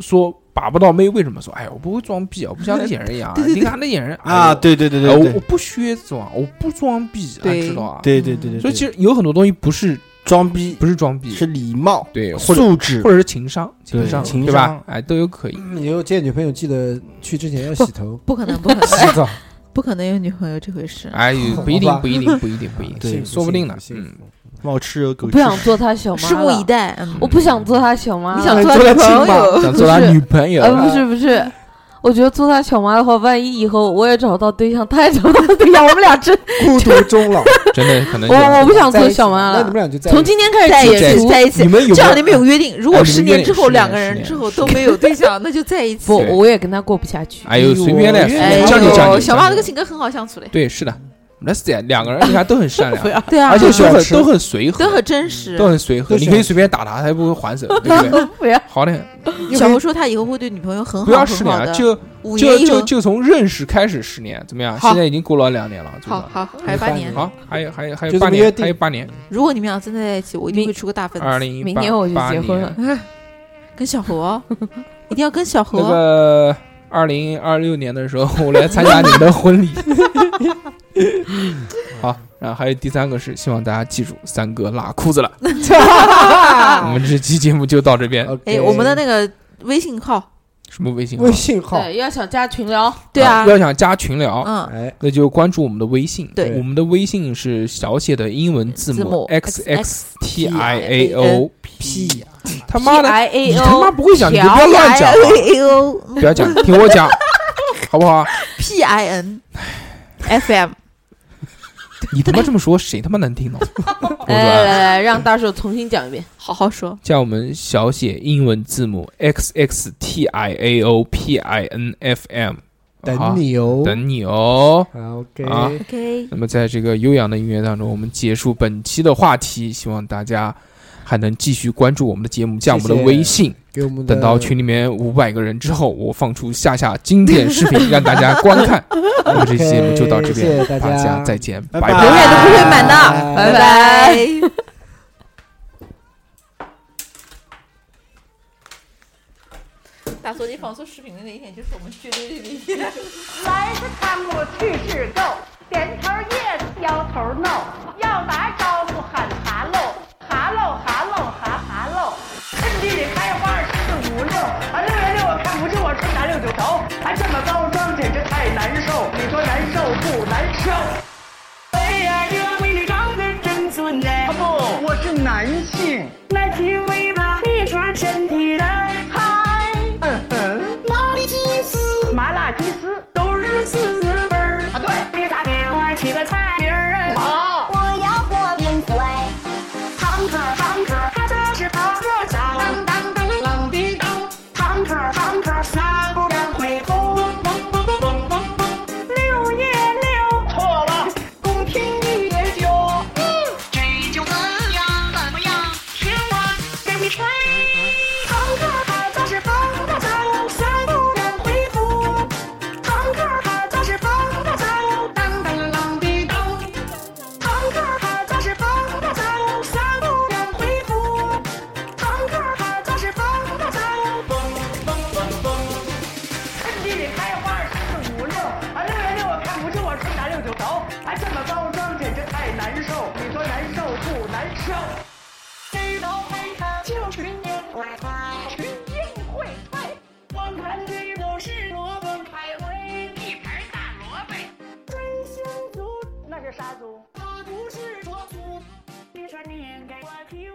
说把不到妹，为什么说？哎呀，我不会装逼啊，我不像那些人一样 啊，你看那些人哎啊，呦对对对哎对我对我不靴装，我不装逼，啊对知道啊？对对对对，所以其实实有很多东西不是装逼不是装逼，是礼貌、对，或者素质或，者是情商，对商，情对吧商？哎，都有可以。以后嗯见女朋友记得去之前要洗头、不可能，不可能，洗澡。 不可能有女朋友这回事。哎，不一定，吧不一定，不一定，不一定， 对是说不定呢。幸福嗯幸，猫吃有狗吃我不想做他小妈拭目了以，待。嗯我不想做他小妈了。呃你想做做他女朋亲妈友？想做他女朋友，呃，不是不是，我觉得做他小妈的话，万一以后我也找不到对象，他也找不到对象，我们 俩真 孤独终老，真的可能我 我不想在一做起小妈那你们了。俩就在从今天开在始一解起，除，在一起你。们有这样没你有？们有约定，哎如果你们十约年定之十后年两个十人年之后都没有对象，那 就在一起。不，我也跟他过不下去。哎呦，随便嘞，随哎便叫你叫呦，你。小叫马你这个性格很好相处嘞。对，是的，那是这样，两个人你看都很善 良，对啊，而且是都很吃都很随和，都很真实都。很随和，都是你可以随便打他，他也不会还手，对不对？不要，好的，小侯说他以后会对女朋友很好，不要失很好联，的。就五就年以就后，就从认识开始失联，怎么样？好现在已经过了两年了，对好吧？好还有八年。好，还有还有还有就这八么年约，定还有八年，如果你们俩真的在一起，我一定明会出个大分二子。零一明年我就结婚了。跟小侯 哦，一定要跟小侯那 哦。个二零二六年的时候，我来参加你们的婚礼。好，然后还有第三个是希望大家记住三哥拉裤子了。我们这期节目就到这边，哎，我们的那个微信号，什么微信号微？信号，对，要想加群聊，对啊，要想加群聊，嗯，哎，那就关注我们的微信。对我们的微信是小写的英文字字母 x x X t i a o p。他妈的， I A 你 O，他妈不会讲，你就不要乱讲 I 了， A O 不要讲，听 我讲，好不好？ P I N F M。你他妈这么说，谁他妈能听懂？我说来哎来啊来来，让大手重新讲一遍。好好说，叫我们小写英文字母 x x t i a o p i n f m，等你哦好，。等你哦。啊 OK，啊 OK，那么在这个悠扬的音乐当中，我们结束本期的话题，希望大家还能继续关注我们的节目，加我们的谢谢微信。给我们的等到群里面五百个人之后，我放出下下经典视频让大家观 看。我们这期节目就到这边，谢谢大大家家再见，拜拜拜永远都不会满的，哎拜拜拜大昨天放松视频的那一天，就是我们绝对的那一天。来个汤姆去世够，点头 yes，摇头 no，要打招呼喊哈喽，哈喽哈喽哈哈喽。趁地里开花吃个五六，啊六六六我看不住我吹打六九头，还这么包装简直太难受，你说难受不难受？哎呀，这个美女长得真俊呢！啊不，我是男性。那请为吧，你说身体的嗨，嗯嗯，麻里鸡丝，麻辣鸡丝都是四字辈儿啊。对，你咋给我起个菜名儿啊？好，我要火冰嘴，堂客堂客，他这是桃色小，当当当啷滴当，堂客堂客，杀不然会红。六月六，错了，嗯宫廷一点酒。这酒怎么样？怎么样？听我给你吹。堂客他就是风大酒，三不能回复。堂客他就是风大酒，当当啷滴当。堂客他就是风大酒，三不能回复。堂客他就是风大酒，风风风风。趁地里开花儿四五六，啊六六六我看不住我吹打六九头，还这么包装简直太难受，你说难受不难受？这道黑它就是烟火花，群英荟萃。光盘里都是萝卜开胃，一盘大萝卜。真心族那是啥族？我不是卓族。你说你给我听。哎